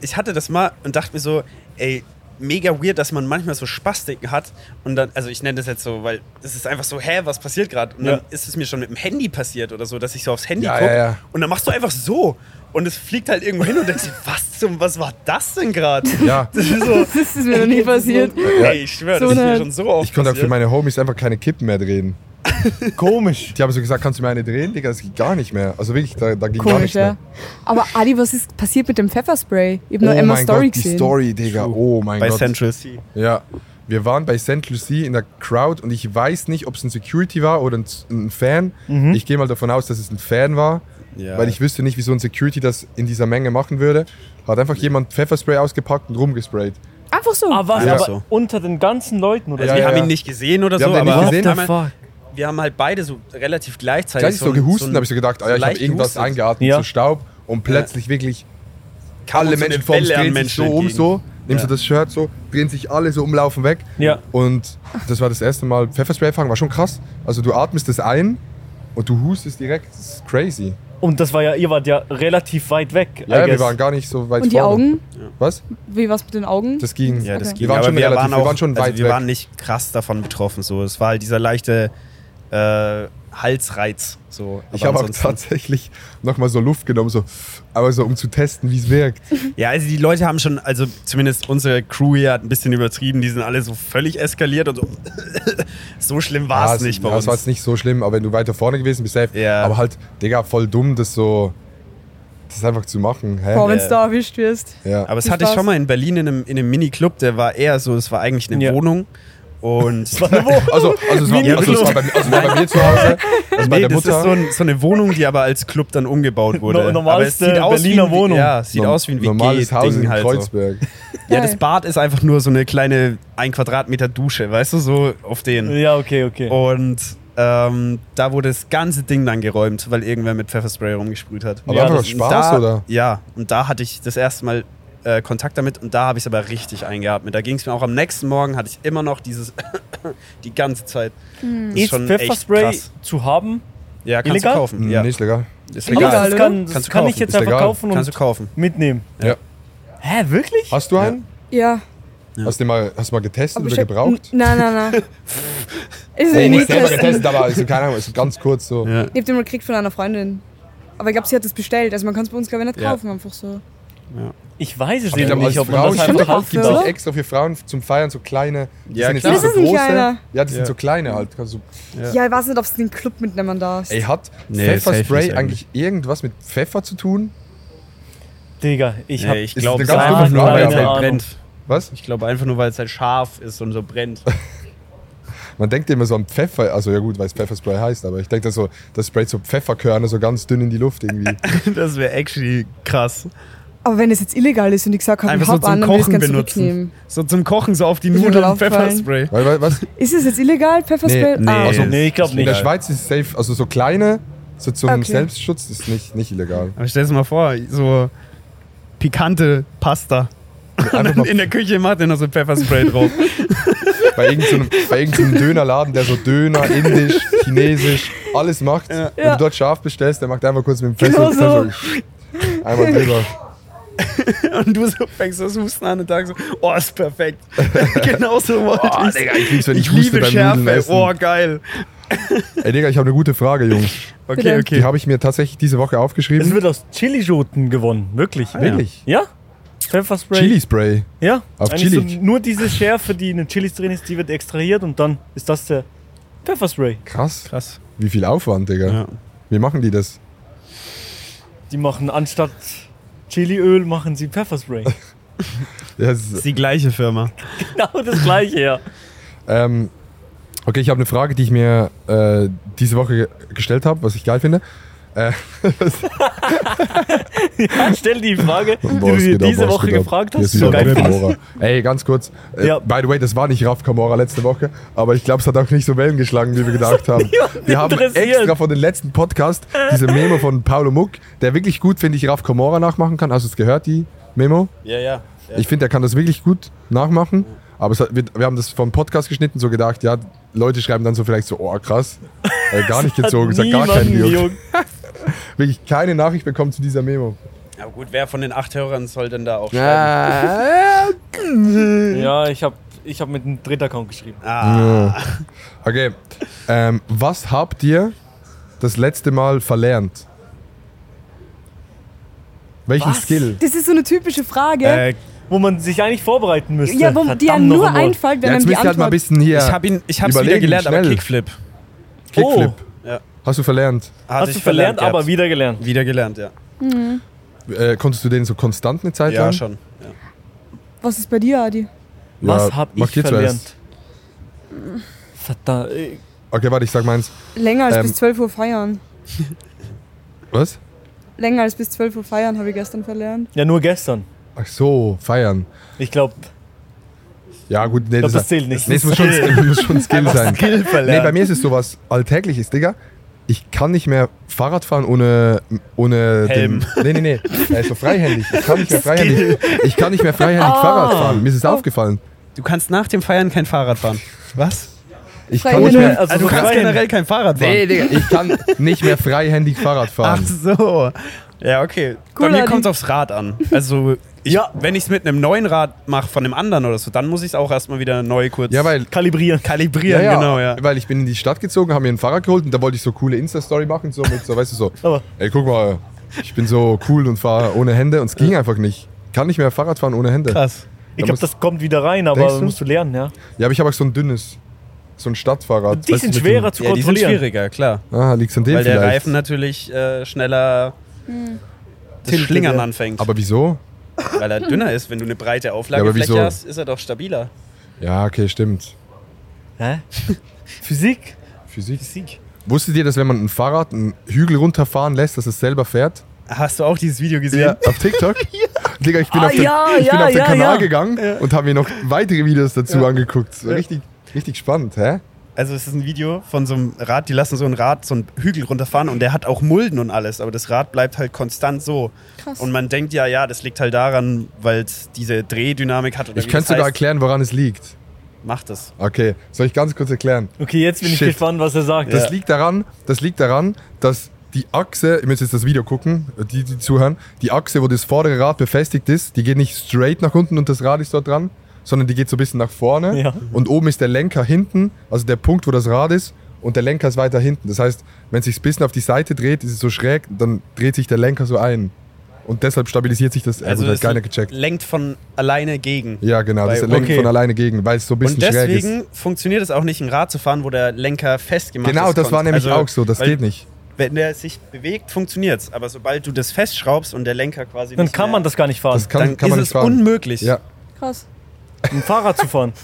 Speaker 4: ich hatte das mal und dachte mir so, ey, mega weird, dass man manchmal so Spastiken hat und dann, also ich nenne das jetzt so, weil es ist einfach so, hä, was passiert gerade? Und dann
Speaker 2: Ja.
Speaker 4: ist es mir schon mit dem Handy passiert oder so, dass ich so aufs Handy
Speaker 1: Ja,
Speaker 4: gucke
Speaker 1: ja, ja.
Speaker 4: und dann machst du einfach so und es fliegt halt irgendwo hin und denkst, dir, was zum, was war das denn gerade?
Speaker 1: Ja.
Speaker 4: Das ist so,
Speaker 3: Das ist mir noch nie passiert.
Speaker 4: ey, ich schwöre,
Speaker 3: So
Speaker 4: das ist mir
Speaker 3: eine-
Speaker 4: schon so oft
Speaker 1: Ich konnte auch für
Speaker 4: Oh, passiert.
Speaker 1: meine Homies einfach keine Kippen mehr drehen.
Speaker 2: Komisch.
Speaker 1: Die haben so gesagt, kannst du mir eine drehen? Digga, das geht gar nicht mehr. Also wirklich, da, da ging gar
Speaker 3: Komisch,
Speaker 1: nichts
Speaker 3: ja.
Speaker 1: mehr.
Speaker 3: Aber Adi, was ist passiert mit dem Pfefferspray? Ich habe
Speaker 1: Oh
Speaker 3: nur Emma
Speaker 1: mein
Speaker 3: Story
Speaker 1: Gott, die
Speaker 3: gesehen.
Speaker 1: Story, Digga. Oh mein
Speaker 4: bei
Speaker 1: Gott.
Speaker 4: Central C.
Speaker 1: Ja, wir waren bei St. Lucie in der Crowd und ich weiß nicht, ob es ein Security war oder ein, ein Fan. Ich gehe mal davon aus, dass es ein Fan war,
Speaker 4: Mhm. Ja.
Speaker 1: weil ich wüsste nicht, wie so ein Security das in dieser Menge machen würde. Hat einfach jemand Pfefferspray ausgepackt und rumgesprayt.
Speaker 3: Einfach so.
Speaker 2: Aber Ah, was?
Speaker 4: Ja.
Speaker 2: Aber
Speaker 4: So.
Speaker 2: unter den ganzen Leuten, oder?
Speaker 1: Ja,
Speaker 4: Also wir
Speaker 1: ja,
Speaker 4: haben
Speaker 1: ja.
Speaker 4: ihn nicht gesehen oder
Speaker 1: Wir
Speaker 4: so,
Speaker 1: haben den
Speaker 4: aber
Speaker 1: nicht gesehen.
Speaker 4: auf einmal- wir haben halt beide so relativ gleichzeitig.
Speaker 1: Gleich so
Speaker 4: ein-
Speaker 1: gehustet,
Speaker 4: ein-
Speaker 1: habe ich so gedacht, ah, ja, ich
Speaker 4: leicht
Speaker 1: habe irgendwas
Speaker 4: gehustet.
Speaker 1: eingeatmet,
Speaker 2: Ja.
Speaker 1: so Staub und plötzlich wirklich
Speaker 4: Kam
Speaker 1: alle
Speaker 4: uns so
Speaker 1: Menschen
Speaker 4: eine
Speaker 1: vorm
Speaker 4: Welle an
Speaker 1: drehen sich
Speaker 4: Menschen
Speaker 1: so um,
Speaker 4: entgegen.
Speaker 1: so, nehmen so
Speaker 4: Ja.
Speaker 1: das Shirt so, drehen sich alle so um, laufen weg.
Speaker 2: Ja.
Speaker 1: Und das war das erste Mal Pfefferspray fangen, war schon krass. Also du atmest das ein und du hustest direkt, das ist crazy.
Speaker 2: Und das war ja, ihr wart ja relativ weit weg. I
Speaker 1: Ja, wir
Speaker 2: guess.
Speaker 1: waren gar nicht so weit
Speaker 3: und die
Speaker 1: vorne.
Speaker 3: Augen?
Speaker 1: Was?
Speaker 3: Wie war's mit den Augen?
Speaker 1: Das ging.
Speaker 4: Ja, das
Speaker 3: Okay.
Speaker 1: Wir
Speaker 4: ging.
Speaker 1: waren
Speaker 4: aber
Speaker 1: schon
Speaker 4: wir
Speaker 1: relativ,
Speaker 4: waren
Speaker 1: wir
Speaker 4: auch,
Speaker 1: waren schon weit
Speaker 4: also wir
Speaker 1: weg.
Speaker 4: waren nicht krass davon betroffen. So, es war halt dieser leichte äh, Halsreiz. So,
Speaker 1: Ich
Speaker 4: Aber
Speaker 1: habe auch
Speaker 4: ansonsten-
Speaker 1: tatsächlich nochmal so Luft genommen, so, aber so, um zu testen, wie es wirkt.
Speaker 4: Ja, also die Leute haben schon, also zumindest unsere Crew hier hat ein bisschen übertrieben. Die sind alle so völlig eskaliert und so. so schlimm war es nicht bei
Speaker 1: ja,
Speaker 4: uns.
Speaker 1: Es war jetzt nicht so schlimm, aber wenn du weiter vorne gewesen bist, safe.
Speaker 4: Ja.
Speaker 1: Aber halt, Digga, voll dumm, das so, das einfach zu machen. Hä?
Speaker 3: Boah, wenn
Speaker 4: Ja.
Speaker 3: du da erwischt wirst.
Speaker 1: Ja.
Speaker 4: Aber es
Speaker 3: Viel
Speaker 4: hatte ich
Speaker 3: Spaß.
Speaker 4: schon mal in Berlin in einem, in einem Mini-Club, der war eher so, es war eigentlich eine
Speaker 2: Ja.
Speaker 4: Wohnung. Und
Speaker 1: also, also, es war,
Speaker 4: Mini-
Speaker 1: also, es war, bei, mir- also es war bei mir zu Hause, also bei
Speaker 4: nee,
Speaker 1: der
Speaker 4: das
Speaker 1: Mutter.
Speaker 4: ist so, ein, so eine Wohnung, die aber als Club dann umgebaut wurde.
Speaker 2: No-
Speaker 4: aber es
Speaker 2: normalste Berliner
Speaker 4: wie, ein-
Speaker 2: Wohnung.
Speaker 4: Ja, es sieht
Speaker 1: Norm-
Speaker 4: aus wie ein
Speaker 1: normales Haus
Speaker 4: WG-Ding
Speaker 1: in
Speaker 4: halt so.
Speaker 1: Kreuzberg.
Speaker 4: Ja, das Bad ist einfach nur so eine kleine ein Quadratmeter Dusche, weißt du, so auf den.
Speaker 2: Ja, okay, okay.
Speaker 1: Oh,
Speaker 4: Und ähm, da wurde das ganze Ding dann geräumt, weil irgendwer mit Pfefferspray rumgesprüht hat.
Speaker 1: Aber
Speaker 2: Ja,
Speaker 1: einfach
Speaker 2: das-
Speaker 1: aus Spaß,
Speaker 4: da,
Speaker 1: oder?
Speaker 4: Ja, und da hatte ich das erste Mal äh, Kontakt damit und da habe ich es aber richtig eingeatmet. Da ging es mir auch am nächsten Morgen, hatte ich immer noch dieses die ganze Zeit. Das
Speaker 2: Ist Pfefferspray zu haben?
Speaker 4: Ja, kannst
Speaker 2: Illegal?
Speaker 4: du kaufen. Ja.
Speaker 1: Nee, ist Hm. legal.
Speaker 4: Ist
Speaker 2: Aber
Speaker 4: legal.
Speaker 2: das
Speaker 3: oder?
Speaker 2: kann, das
Speaker 4: Kannst du
Speaker 2: kann ich
Speaker 4: kaufen.
Speaker 2: jetzt
Speaker 1: Ist
Speaker 2: einfach
Speaker 1: legal.
Speaker 2: kaufen
Speaker 4: Kannst du
Speaker 2: und
Speaker 4: kaufen.
Speaker 2: mitnehmen.
Speaker 1: Ja.
Speaker 2: Hä, wirklich?
Speaker 1: Hast du einen?
Speaker 3: Ja.
Speaker 1: Hast du den mal, hast du mal getestet oder
Speaker 3: ich-
Speaker 1: gebraucht?
Speaker 3: N- Nein, nein, nein. Ist
Speaker 1: Nee,
Speaker 3: nee,
Speaker 1: nicht
Speaker 3: nicht
Speaker 1: selber
Speaker 3: testen.
Speaker 1: getestet, aber also, keine Ahnung, also ganz kurz so.
Speaker 4: Ja.
Speaker 3: Ich hab den mal gekriegt von einer Freundin. Aber ich glaube, sie hat das bestellt. Also man kann es bei uns, glaube ich, nicht
Speaker 4: Ja.
Speaker 3: kaufen, einfach so.
Speaker 2: Ich weiß es
Speaker 1: Aber ich
Speaker 2: eben
Speaker 1: glaube, als
Speaker 2: nicht, ob man
Speaker 1: Frau
Speaker 2: das halt
Speaker 1: gibt
Speaker 2: einfach
Speaker 1: es auch
Speaker 2: kaufen
Speaker 3: gibt's
Speaker 1: gibt's
Speaker 3: auch
Speaker 1: auch
Speaker 2: darf.
Speaker 1: extra für Frauen zum Feiern so kleine. Die
Speaker 4: Ja,
Speaker 1: sind jetzt
Speaker 4: klar.
Speaker 1: nicht so
Speaker 3: Das ist ein
Speaker 1: große.
Speaker 3: kleiner.
Speaker 1: Ja, die sind
Speaker 4: Ja.
Speaker 1: so kleine halt. Also,
Speaker 4: Ja.
Speaker 3: Ja, ich weiß nicht, ob du den Club mitnehmen darfst.
Speaker 1: ey, hat
Speaker 4: Nee, safe
Speaker 1: Pfefferspray
Speaker 4: nicht
Speaker 1: eigentlich irgendwas mit Pfeffer zu tun?
Speaker 2: Digga, ich hab.
Speaker 4: Nee, ich
Speaker 1: Ist
Speaker 4: glaube,
Speaker 1: eine
Speaker 4: es
Speaker 1: ganz
Speaker 4: ist
Speaker 1: dumme
Speaker 4: einfach nur,
Speaker 1: Frage,
Speaker 4: weil es
Speaker 1: aber-
Speaker 4: halt brennt.
Speaker 1: Was?
Speaker 4: Ich glaube einfach nur, weil es halt scharf ist und so brennt.
Speaker 1: Man denkt immer so an Pfeffer, also ja gut, weil es Pfefferspray heißt, aber ich denke dann so, das sprayt so Pfefferkörner so ganz dünn in die Luft irgendwie.
Speaker 4: Das wäre actually krass.
Speaker 3: Aber wenn es jetzt illegal ist und ich sage,
Speaker 4: Einfach
Speaker 3: ich
Speaker 4: so
Speaker 3: hab an,
Speaker 4: zum
Speaker 3: dann würde ich es
Speaker 4: Kochen
Speaker 3: gerne
Speaker 4: benutzen.
Speaker 3: zurücknehmen.
Speaker 4: So zum Kochen, so auf die
Speaker 3: Ist mir
Speaker 4: Nudeln
Speaker 3: gerade aufgefallen.
Speaker 4: Pfefferspray.
Speaker 1: Weil, weil, was?
Speaker 3: Ist es jetzt illegal, Pfefferspray?
Speaker 4: Nee,
Speaker 3: ah,
Speaker 1: Also,
Speaker 2: nee, ich glaube
Speaker 1: In
Speaker 2: nicht.
Speaker 1: der Schweiz ist es safe, also so kleine, so zum
Speaker 3: Okay.
Speaker 1: Selbstschutz ist nicht, nicht illegal.
Speaker 4: Aber stell dir mal vor, so pikante Pasta. Und
Speaker 1: Einfach
Speaker 4: dann
Speaker 1: mal
Speaker 4: in der Küche macht er noch so Pfefferspray drauf.
Speaker 1: bei irgendeinem bei irgendeinem Dönerladen, der so Döner, Indisch, Chinesisch, alles macht. Wenn
Speaker 3: Ja.
Speaker 1: du dort scharf bestellst, der macht einfach kurz mit dem
Speaker 3: Genau
Speaker 1: Pfeffer
Speaker 3: so.
Speaker 1: Pfeffer- einmal drüber.
Speaker 4: Und du so fängst das Husten an und sagst so, oh, ist perfekt. genau so wollte
Speaker 1: Oh,
Speaker 4: ich's.
Speaker 1: Digga, ich lieb's, wenn ich,
Speaker 4: Ich
Speaker 1: huste
Speaker 4: liebe
Speaker 1: beim Nudeln
Speaker 4: Schärfe.
Speaker 1: essen.
Speaker 4: Oh, geil.
Speaker 1: Ey, Digga, ich habe eine gute Frage, Jungs.
Speaker 4: Okay,
Speaker 3: Bitte.
Speaker 1: Die
Speaker 4: okay.
Speaker 1: habe ich mir tatsächlich diese Woche
Speaker 2: Es
Speaker 1: aufgeschrieben.
Speaker 2: wird aus Chilischoten gewonnen, wirklich.
Speaker 4: ja.
Speaker 1: Wirklich?
Speaker 2: Ja? Pfefferspray.
Speaker 1: Chili Spray.
Speaker 2: Ja.
Speaker 1: Auf
Speaker 2: Eigentlich
Speaker 1: Chili.
Speaker 2: So nur diese Schärfe, die in den Chilis drin ist, die wird extrahiert und dann ist das der Pfefferspray.
Speaker 1: Krass.
Speaker 4: Krass.
Speaker 1: Wie viel Aufwand, Digga.
Speaker 4: Ja.
Speaker 1: Wie machen die das?
Speaker 2: Die machen anstatt Chiliöl machen sie Pfefferspray.
Speaker 1: Das
Speaker 4: Das
Speaker 1: ist,
Speaker 4: ist die gleiche Firma.
Speaker 2: genau das gleiche, ja.
Speaker 1: ähm, okay, ich habe eine Frage, die ich mir äh, diese Woche ge- gestellt habe, was ich geil finde.
Speaker 2: ja. Stell die Frage, die
Speaker 1: Boah,
Speaker 2: du
Speaker 1: es
Speaker 2: dir
Speaker 1: geht ab,
Speaker 2: diese
Speaker 1: boah, es
Speaker 2: Woche
Speaker 1: geht ab.
Speaker 2: gefragt
Speaker 1: Hier
Speaker 2: hast.
Speaker 1: ist
Speaker 2: die du
Speaker 1: wieder
Speaker 2: geil
Speaker 1: Raf
Speaker 2: findest.
Speaker 1: Camora. Ey, ganz kurz. Äh,
Speaker 2: Ja.
Speaker 1: By the way, das war nicht Raf Camora letzte Woche, aber ich glaube, es hat auch nicht so Wellen geschlagen, wie wir gedacht haben.
Speaker 2: niemand
Speaker 1: wir haben
Speaker 2: interessiert.
Speaker 1: extra von den letzten Podcast diese Memo von Paolo Muck, der wirklich gut, finde ich, Raf Camora nachmachen kann. Hast du es gehört, die Memo?
Speaker 4: Ja, ja.
Speaker 1: Ich finde, er kann das wirklich gut nachmachen. Aber es hat, wir, wir haben das vom Podcast geschnitten, so gedacht, ja, Leute schreiben dann so vielleicht so, oh krass, äh, gar nicht gezogen, es hat gar keinen
Speaker 2: niemanden
Speaker 1: Video.
Speaker 2: gejuckt.
Speaker 1: Wirklich keine Nachricht bekommen zu dieser Memo.
Speaker 4: Aber gut, wer von den acht Hörern soll denn da auch
Speaker 2: Ja, ich habe ich hab mit einem Drittaccount geschrieben.
Speaker 4: Ah,
Speaker 1: Okay. Ähm, was habt ihr das letzte Mal verlernt? Welchen
Speaker 2: Was?
Speaker 1: Skill?
Speaker 3: das ist so eine typische Frage,
Speaker 4: äh,
Speaker 2: Wo man sich eigentlich vorbereiten müsste.
Speaker 3: ja, wo die
Speaker 2: Verdammt
Speaker 3: einem nur
Speaker 2: noch einmal.
Speaker 3: einfällt, wenn
Speaker 1: Ja,
Speaker 3: man
Speaker 1: jetzt
Speaker 3: die
Speaker 1: müsst ihr halt mal ein
Speaker 3: Antwort...
Speaker 1: bisschen hier.
Speaker 4: ich, hab ihn, ich hab's wieder
Speaker 1: Überlegen,
Speaker 4: gelernt, aber
Speaker 1: schnell.
Speaker 4: Kickflip.
Speaker 1: Kickflip.
Speaker 4: Oh. Ja.
Speaker 1: Hast du verlernt?
Speaker 4: Hatte
Speaker 2: Hast du verlernt,
Speaker 4: gehabt.
Speaker 2: aber wieder gelernt.
Speaker 4: Wieder gelernt, ja.
Speaker 1: Äh, konntest du den so konstant eine Zeit lang?
Speaker 4: Ja, schon. Ja.
Speaker 3: Was ist bei dir, Adi?
Speaker 1: Ja,
Speaker 2: Was hab ich
Speaker 1: mach dir zuerst.
Speaker 2: verlernt? Verdammt. äh,
Speaker 1: Okay, warte, ich sag meins.
Speaker 3: Länger als
Speaker 1: Ähm,
Speaker 3: bis 12 Uhr feiern.
Speaker 1: Was?
Speaker 3: Länger als bis 12 Uhr feiern habe ich gestern verlernt.
Speaker 2: Ja, nur gestern.
Speaker 1: Ach so, feiern.
Speaker 2: Ich glaube,
Speaker 1: Ja, gut, nee,
Speaker 2: glaub, das zählt nicht.
Speaker 1: nee, es muss schon, es muss schon ein Skill sein.
Speaker 4: Skill
Speaker 1: Nee,
Speaker 4: verlernt.
Speaker 1: bei mir ist es sowas Alltägliches, Digga. Ich kann nicht mehr Fahrrad fahren ohne, ohne
Speaker 4: Helm.
Speaker 1: Den, nee, nee, nee. Äh, so freihändig. Ich kann nicht mehr freihändig, ich kann nicht mehr freihändig Fahrrad fahren. Mir ist es aufgefallen.
Speaker 4: Du kannst nach dem Feiern kein Fahrrad fahren. Was?
Speaker 1: Ich kann,
Speaker 3: Freihändig.
Speaker 1: nicht mehr,
Speaker 2: Also
Speaker 4: Also du kannst
Speaker 2: freihändig.
Speaker 4: generell kein Fahrrad fahren.
Speaker 1: nee, Digga, ich kann nicht mehr freihändig Fahrrad
Speaker 4: Ach
Speaker 1: fahren.
Speaker 4: so. Ja, okay.
Speaker 3: Cool,
Speaker 4: bei mir
Speaker 3: Adi.
Speaker 4: kommt es aufs Rad an. Also, ich,
Speaker 2: Ja.
Speaker 4: wenn ich es mit einem neuen Rad mache, von einem anderen oder so, dann muss ich es auch erstmal wieder neu kurz
Speaker 1: Ja, weil.
Speaker 2: Kalibrieren.
Speaker 4: kalibrieren. genau, ja.
Speaker 1: Weil ich bin in die Stadt gezogen, habe mir ein Fahrrad geholt und da wollte ich so coole Insta-Story machen, so mit so, weißt du, so,
Speaker 2: Aber
Speaker 1: ey, guck mal, ich bin so cool und fahre ohne Hände und es ging einfach nicht. Kann nicht mehr Fahrrad fahren ohne Hände.
Speaker 4: Krass.
Speaker 2: ich glaube,
Speaker 1: musst-
Speaker 2: das kommt wieder rein, aber
Speaker 1: Denkst du?
Speaker 2: musst du lernen, ja.
Speaker 1: Ja, aber ich habe auch so ein dünnes, so ein Stadtfahrrad.
Speaker 2: Die
Speaker 1: weißt du,
Speaker 2: sind
Speaker 1: mit dem-
Speaker 2: schwerer zu
Speaker 4: Ja, die sind
Speaker 2: kontrollieren.
Speaker 4: schwieriger, klar.
Speaker 1: Ah, liegt's an dem
Speaker 4: weil
Speaker 1: vielleicht.
Speaker 4: der Reifen natürlich äh, schneller das
Speaker 2: Tiltet,
Speaker 4: Schlingern
Speaker 2: ja.
Speaker 4: anfängt.
Speaker 1: aber wieso?
Speaker 4: weil er dünner ist. Wenn du eine breite
Speaker 1: Ja, aber
Speaker 4: Auflagefläche
Speaker 1: wieso?
Speaker 4: hast, ist er doch stabiler.
Speaker 1: Ja, okay, stimmt.
Speaker 2: Hä? Physik?
Speaker 1: Physik.
Speaker 2: Physik.
Speaker 1: Wusstet ihr, dass wenn man ein Fahrrad einen Hügel runterfahren lässt, dass es selber fährt?
Speaker 4: Hast du auch dieses Video gesehen?
Speaker 1: Auf TikTok? Digga, ich bin
Speaker 2: Ah,
Speaker 1: auf den,
Speaker 2: ja,
Speaker 1: ich bin
Speaker 2: ja,
Speaker 1: auf den
Speaker 2: ja,
Speaker 1: Kanal
Speaker 2: ja.
Speaker 1: gegangen und habe mir noch weitere Videos dazu angeguckt. Das war Richtig, richtig spannend, hä?
Speaker 4: Also es ist ein Video von so einem Rad, die lassen so ein Rad, so einen Hügel runterfahren und der hat auch Mulden und alles, aber das Rad bleibt halt konstant so.
Speaker 3: Krass.
Speaker 4: Und man denkt ja, ja, das liegt halt daran, weil es diese Drehdynamik hat. Oder
Speaker 1: Ich
Speaker 4: wie
Speaker 1: könnte
Speaker 4: das
Speaker 1: sogar
Speaker 4: heißt.
Speaker 1: erklären, woran es liegt.
Speaker 4: Macht es.
Speaker 1: Okay, soll ich ganz kurz erklären?
Speaker 2: Okay, jetzt bin ich
Speaker 1: Shit.
Speaker 2: gespannt, was er sagt.
Speaker 1: Das
Speaker 4: Ja.
Speaker 1: liegt daran, das liegt daran, dass die Achse, ihr müsst jetzt das Video gucken, die, die zuhören, die Achse, wo das vordere Rad befestigt ist, die geht nicht straight nach unten und das Rad ist dort dran, sondern die geht so ein bisschen nach vorne
Speaker 2: Ja.
Speaker 1: und oben ist der Lenker hinten, also der Punkt, wo das Rad ist und der Lenker ist weiter hinten. Das heißt, wenn es sich ein bisschen auf die Seite dreht, ist es so schräg, dann dreht sich der Lenker so ein. Und deshalb stabilisiert sich das, also, das hat keiner gecheckt.
Speaker 4: lenkt von alleine gegen.
Speaker 1: Ja, genau, das
Speaker 4: Weil-
Speaker 1: lenkt
Speaker 4: okay.
Speaker 1: von alleine gegen, weil es so ein bisschen
Speaker 4: Und
Speaker 1: schräg ist.
Speaker 4: deswegen funktioniert es auch nicht, ein Rad zu fahren, wo der Lenker festgemacht ist.
Speaker 1: Genau, das war
Speaker 4: konst-
Speaker 1: nämlich
Speaker 4: also,
Speaker 1: auch so, das
Speaker 4: weil
Speaker 1: geht nicht.
Speaker 4: Wenn der sich bewegt, funktioniert es. Aber sobald du das festschraubst und der Lenker quasi
Speaker 2: Dann
Speaker 4: nicht
Speaker 2: kann
Speaker 4: mehr,
Speaker 2: man das gar nicht fahren.
Speaker 1: Das kann,
Speaker 4: dann
Speaker 1: kann
Speaker 4: ist
Speaker 1: man
Speaker 4: es
Speaker 1: nicht fahren.
Speaker 4: unmöglich.
Speaker 1: Ja,
Speaker 3: Krass.
Speaker 2: um Fahrrad zu fahren.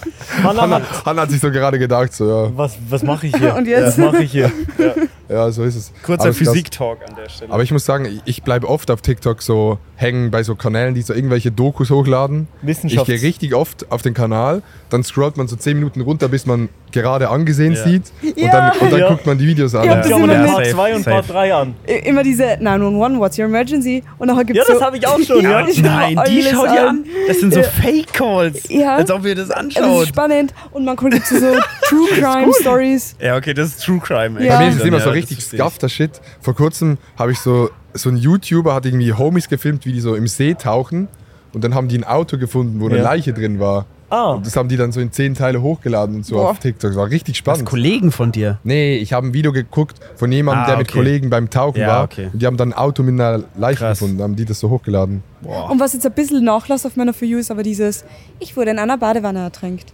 Speaker 2: Mann, Mann, Mann.
Speaker 1: Hanna, Hanna hat sich so gerade gedacht, so,
Speaker 2: Was, was mache ich hier?
Speaker 3: Und jetzt?
Speaker 2: Was mache ich hier?
Speaker 1: ja, ja, so ist es.
Speaker 4: Kurzer
Speaker 1: Aber krass.
Speaker 4: Physik-Talk an der Stelle.
Speaker 1: Aber ich muss sagen, ich- ich bleibe oft auf TikTok so hängen bei so Kanälen, die so irgendwelche Dokus hochladen. Ich
Speaker 2: Wissenschafts-
Speaker 1: gehe richtig oft auf den Kanal, dann scrollt man so 10 Minuten runter, bis man gerade angesehen
Speaker 4: Ja.
Speaker 1: sieht. Und
Speaker 3: Ja.
Speaker 1: dann, und dann
Speaker 2: Ja.
Speaker 1: guckt man die Videos an.
Speaker 3: Ja,
Speaker 1: Ja.
Speaker 3: das-
Speaker 2: Schau mal
Speaker 3: immer
Speaker 2: den
Speaker 3: mit.
Speaker 2: Part
Speaker 4: Safe,
Speaker 2: 2 und
Speaker 4: safe.
Speaker 2: Part 3 an.
Speaker 3: I- Immer diese 911, what's your emergency? Und nachher gibt
Speaker 2: Ja,
Speaker 3: es
Speaker 2: das
Speaker 3: so,
Speaker 2: habe ich auch schon, ja.
Speaker 3: ich
Speaker 4: Nein,
Speaker 3: schau
Speaker 4: die
Speaker 3: alles
Speaker 4: schaut ihr an. Das sind so Fake-Calls.
Speaker 3: Ja.
Speaker 4: Als ob wir das
Speaker 3: Aber es ist
Speaker 4: anschauen.
Speaker 3: spannend und man guckt zu so True Crime Stories.
Speaker 4: Ja, okay, das ist True Crime. ey.
Speaker 3: Ja.
Speaker 1: Bei mir ist es immer
Speaker 4: Ja,
Speaker 1: so
Speaker 4: das
Speaker 1: richtig
Speaker 4: verstehe ich.
Speaker 1: scuffter Shit. Vor kurzem habe ich so, so ein YouTuber hat irgendwie Homies gefilmt, wie die so im See tauchen. Und dann haben die ein Auto gefunden, wo eine
Speaker 2: Ja.
Speaker 1: Leiche drin war.
Speaker 2: Ah,
Speaker 1: Und das haben die dann so in 10 Teile hochgeladen und so
Speaker 3: Boah.
Speaker 1: auf TikTok. Das war richtig
Speaker 4: Das
Speaker 1: spannend.
Speaker 4: Kollegen von dir.
Speaker 1: Nee, ich habe ein Video geguckt von jemandem,
Speaker 4: Ah,
Speaker 1: der mit
Speaker 4: okay.
Speaker 1: Kollegen beim Tauchen
Speaker 4: Ja,
Speaker 1: war.
Speaker 4: okay.
Speaker 1: Und die haben dann ein Auto mit einer Leiche
Speaker 4: Krass.
Speaker 1: gefunden, haben die das so hochgeladen.
Speaker 3: Und was jetzt ein bisschen nachlässt auf meiner For You ist aber dieses, ich wurde in einer Badewanne ertränkt.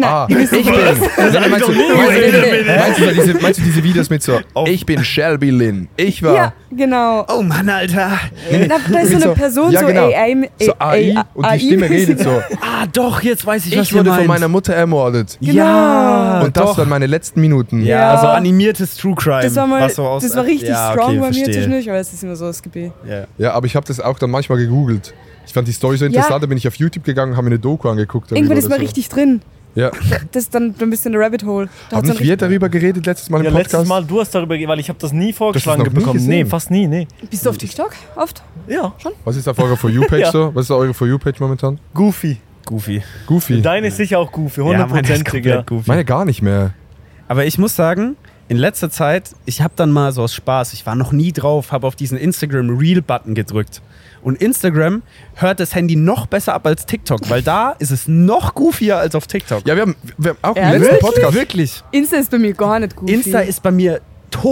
Speaker 3: Nein,
Speaker 1: Ah, ich bin. Nein, Meinst du-
Speaker 4: nie
Speaker 1: meinst
Speaker 3: gesehen.
Speaker 1: du- meinst du so diese- meinst du diese Videos mit so, ich bin Shelby Lynn, ich war.
Speaker 3: ja, genau.
Speaker 4: Oh Mann, Alter.
Speaker 3: Na, da ist so
Speaker 1: Mit
Speaker 3: eine Person,
Speaker 1: ja,
Speaker 3: so
Speaker 1: genau.
Speaker 3: AI,
Speaker 1: so AI, und die Stimme redet so.
Speaker 4: Ah, doch, jetzt weiß ich, was
Speaker 1: Ich
Speaker 4: ihr
Speaker 1: wurde von
Speaker 4: meint.
Speaker 1: meiner Mutter ermordet.
Speaker 4: Ja,
Speaker 1: Und das
Speaker 4: doch.
Speaker 1: waren meine letzten Minuten.
Speaker 4: Ja,
Speaker 3: Ja.
Speaker 4: so animiertes True Crime.
Speaker 3: Das war, mal,
Speaker 4: was so aus-
Speaker 3: das war richtig
Speaker 4: ja,
Speaker 3: strong
Speaker 4: okay,
Speaker 3: bei mir
Speaker 4: verstehe.
Speaker 3: zwischendurch, aber es ist immer so skippy.
Speaker 4: Ja.
Speaker 1: Ja, aber ich habe das auch dann manchmal gegoogelt. Ich fand die Story so interessant, da bin ich auf YouTube gegangen, habe mir eine Doku angeguckt. darüber
Speaker 3: Irgendwann ist
Speaker 1: oder
Speaker 3: man
Speaker 1: so.
Speaker 3: richtig drin.
Speaker 1: Ja.
Speaker 3: Das dann, dann bist du in der Rabbit Hole. Da
Speaker 1: Haben
Speaker 3: hat's
Speaker 1: nicht
Speaker 3: dann
Speaker 1: wir darüber geredet letztes Mal im
Speaker 2: ja,
Speaker 1: Podcast?
Speaker 2: letztes Mal, du hast darüber, ge- weil ich habe das nie vorgeschlagen
Speaker 1: noch nie
Speaker 2: bekommen. nee,
Speaker 1: gesehen.
Speaker 2: fast nie, nee.
Speaker 3: richtig- Bist du auf TikTok oft?
Speaker 2: Ja,
Speaker 1: Was ist auf eurer For You-Page
Speaker 2: Ja.
Speaker 1: so? Was ist auf eurer For You-Page momentan?
Speaker 2: Goofy.
Speaker 4: Goofy.
Speaker 1: Goofy.
Speaker 2: Deine ist sicher auch Goofy,
Speaker 4: Ja, meine ist komplett
Speaker 2: hundertprozentig. Ja,
Speaker 4: goofy.
Speaker 1: Meine gar nicht mehr.
Speaker 4: Aber ich muss sagen, in letzter Zeit, ich habe dann mal so aus Spaß, ich war noch nie drauf, habe auf diesen Instagram Reel Button gedrückt. Und Instagram hört das Handy noch besser ab als TikTok, weil da ist es noch goofier als auf TikTok.
Speaker 1: Ja, wir haben, wir haben auch im
Speaker 3: Ehrlich?
Speaker 1: letzten Podcast.
Speaker 4: Wirklich.
Speaker 3: Insta ist bei mir gar nicht gut.
Speaker 4: Insta ist bei mir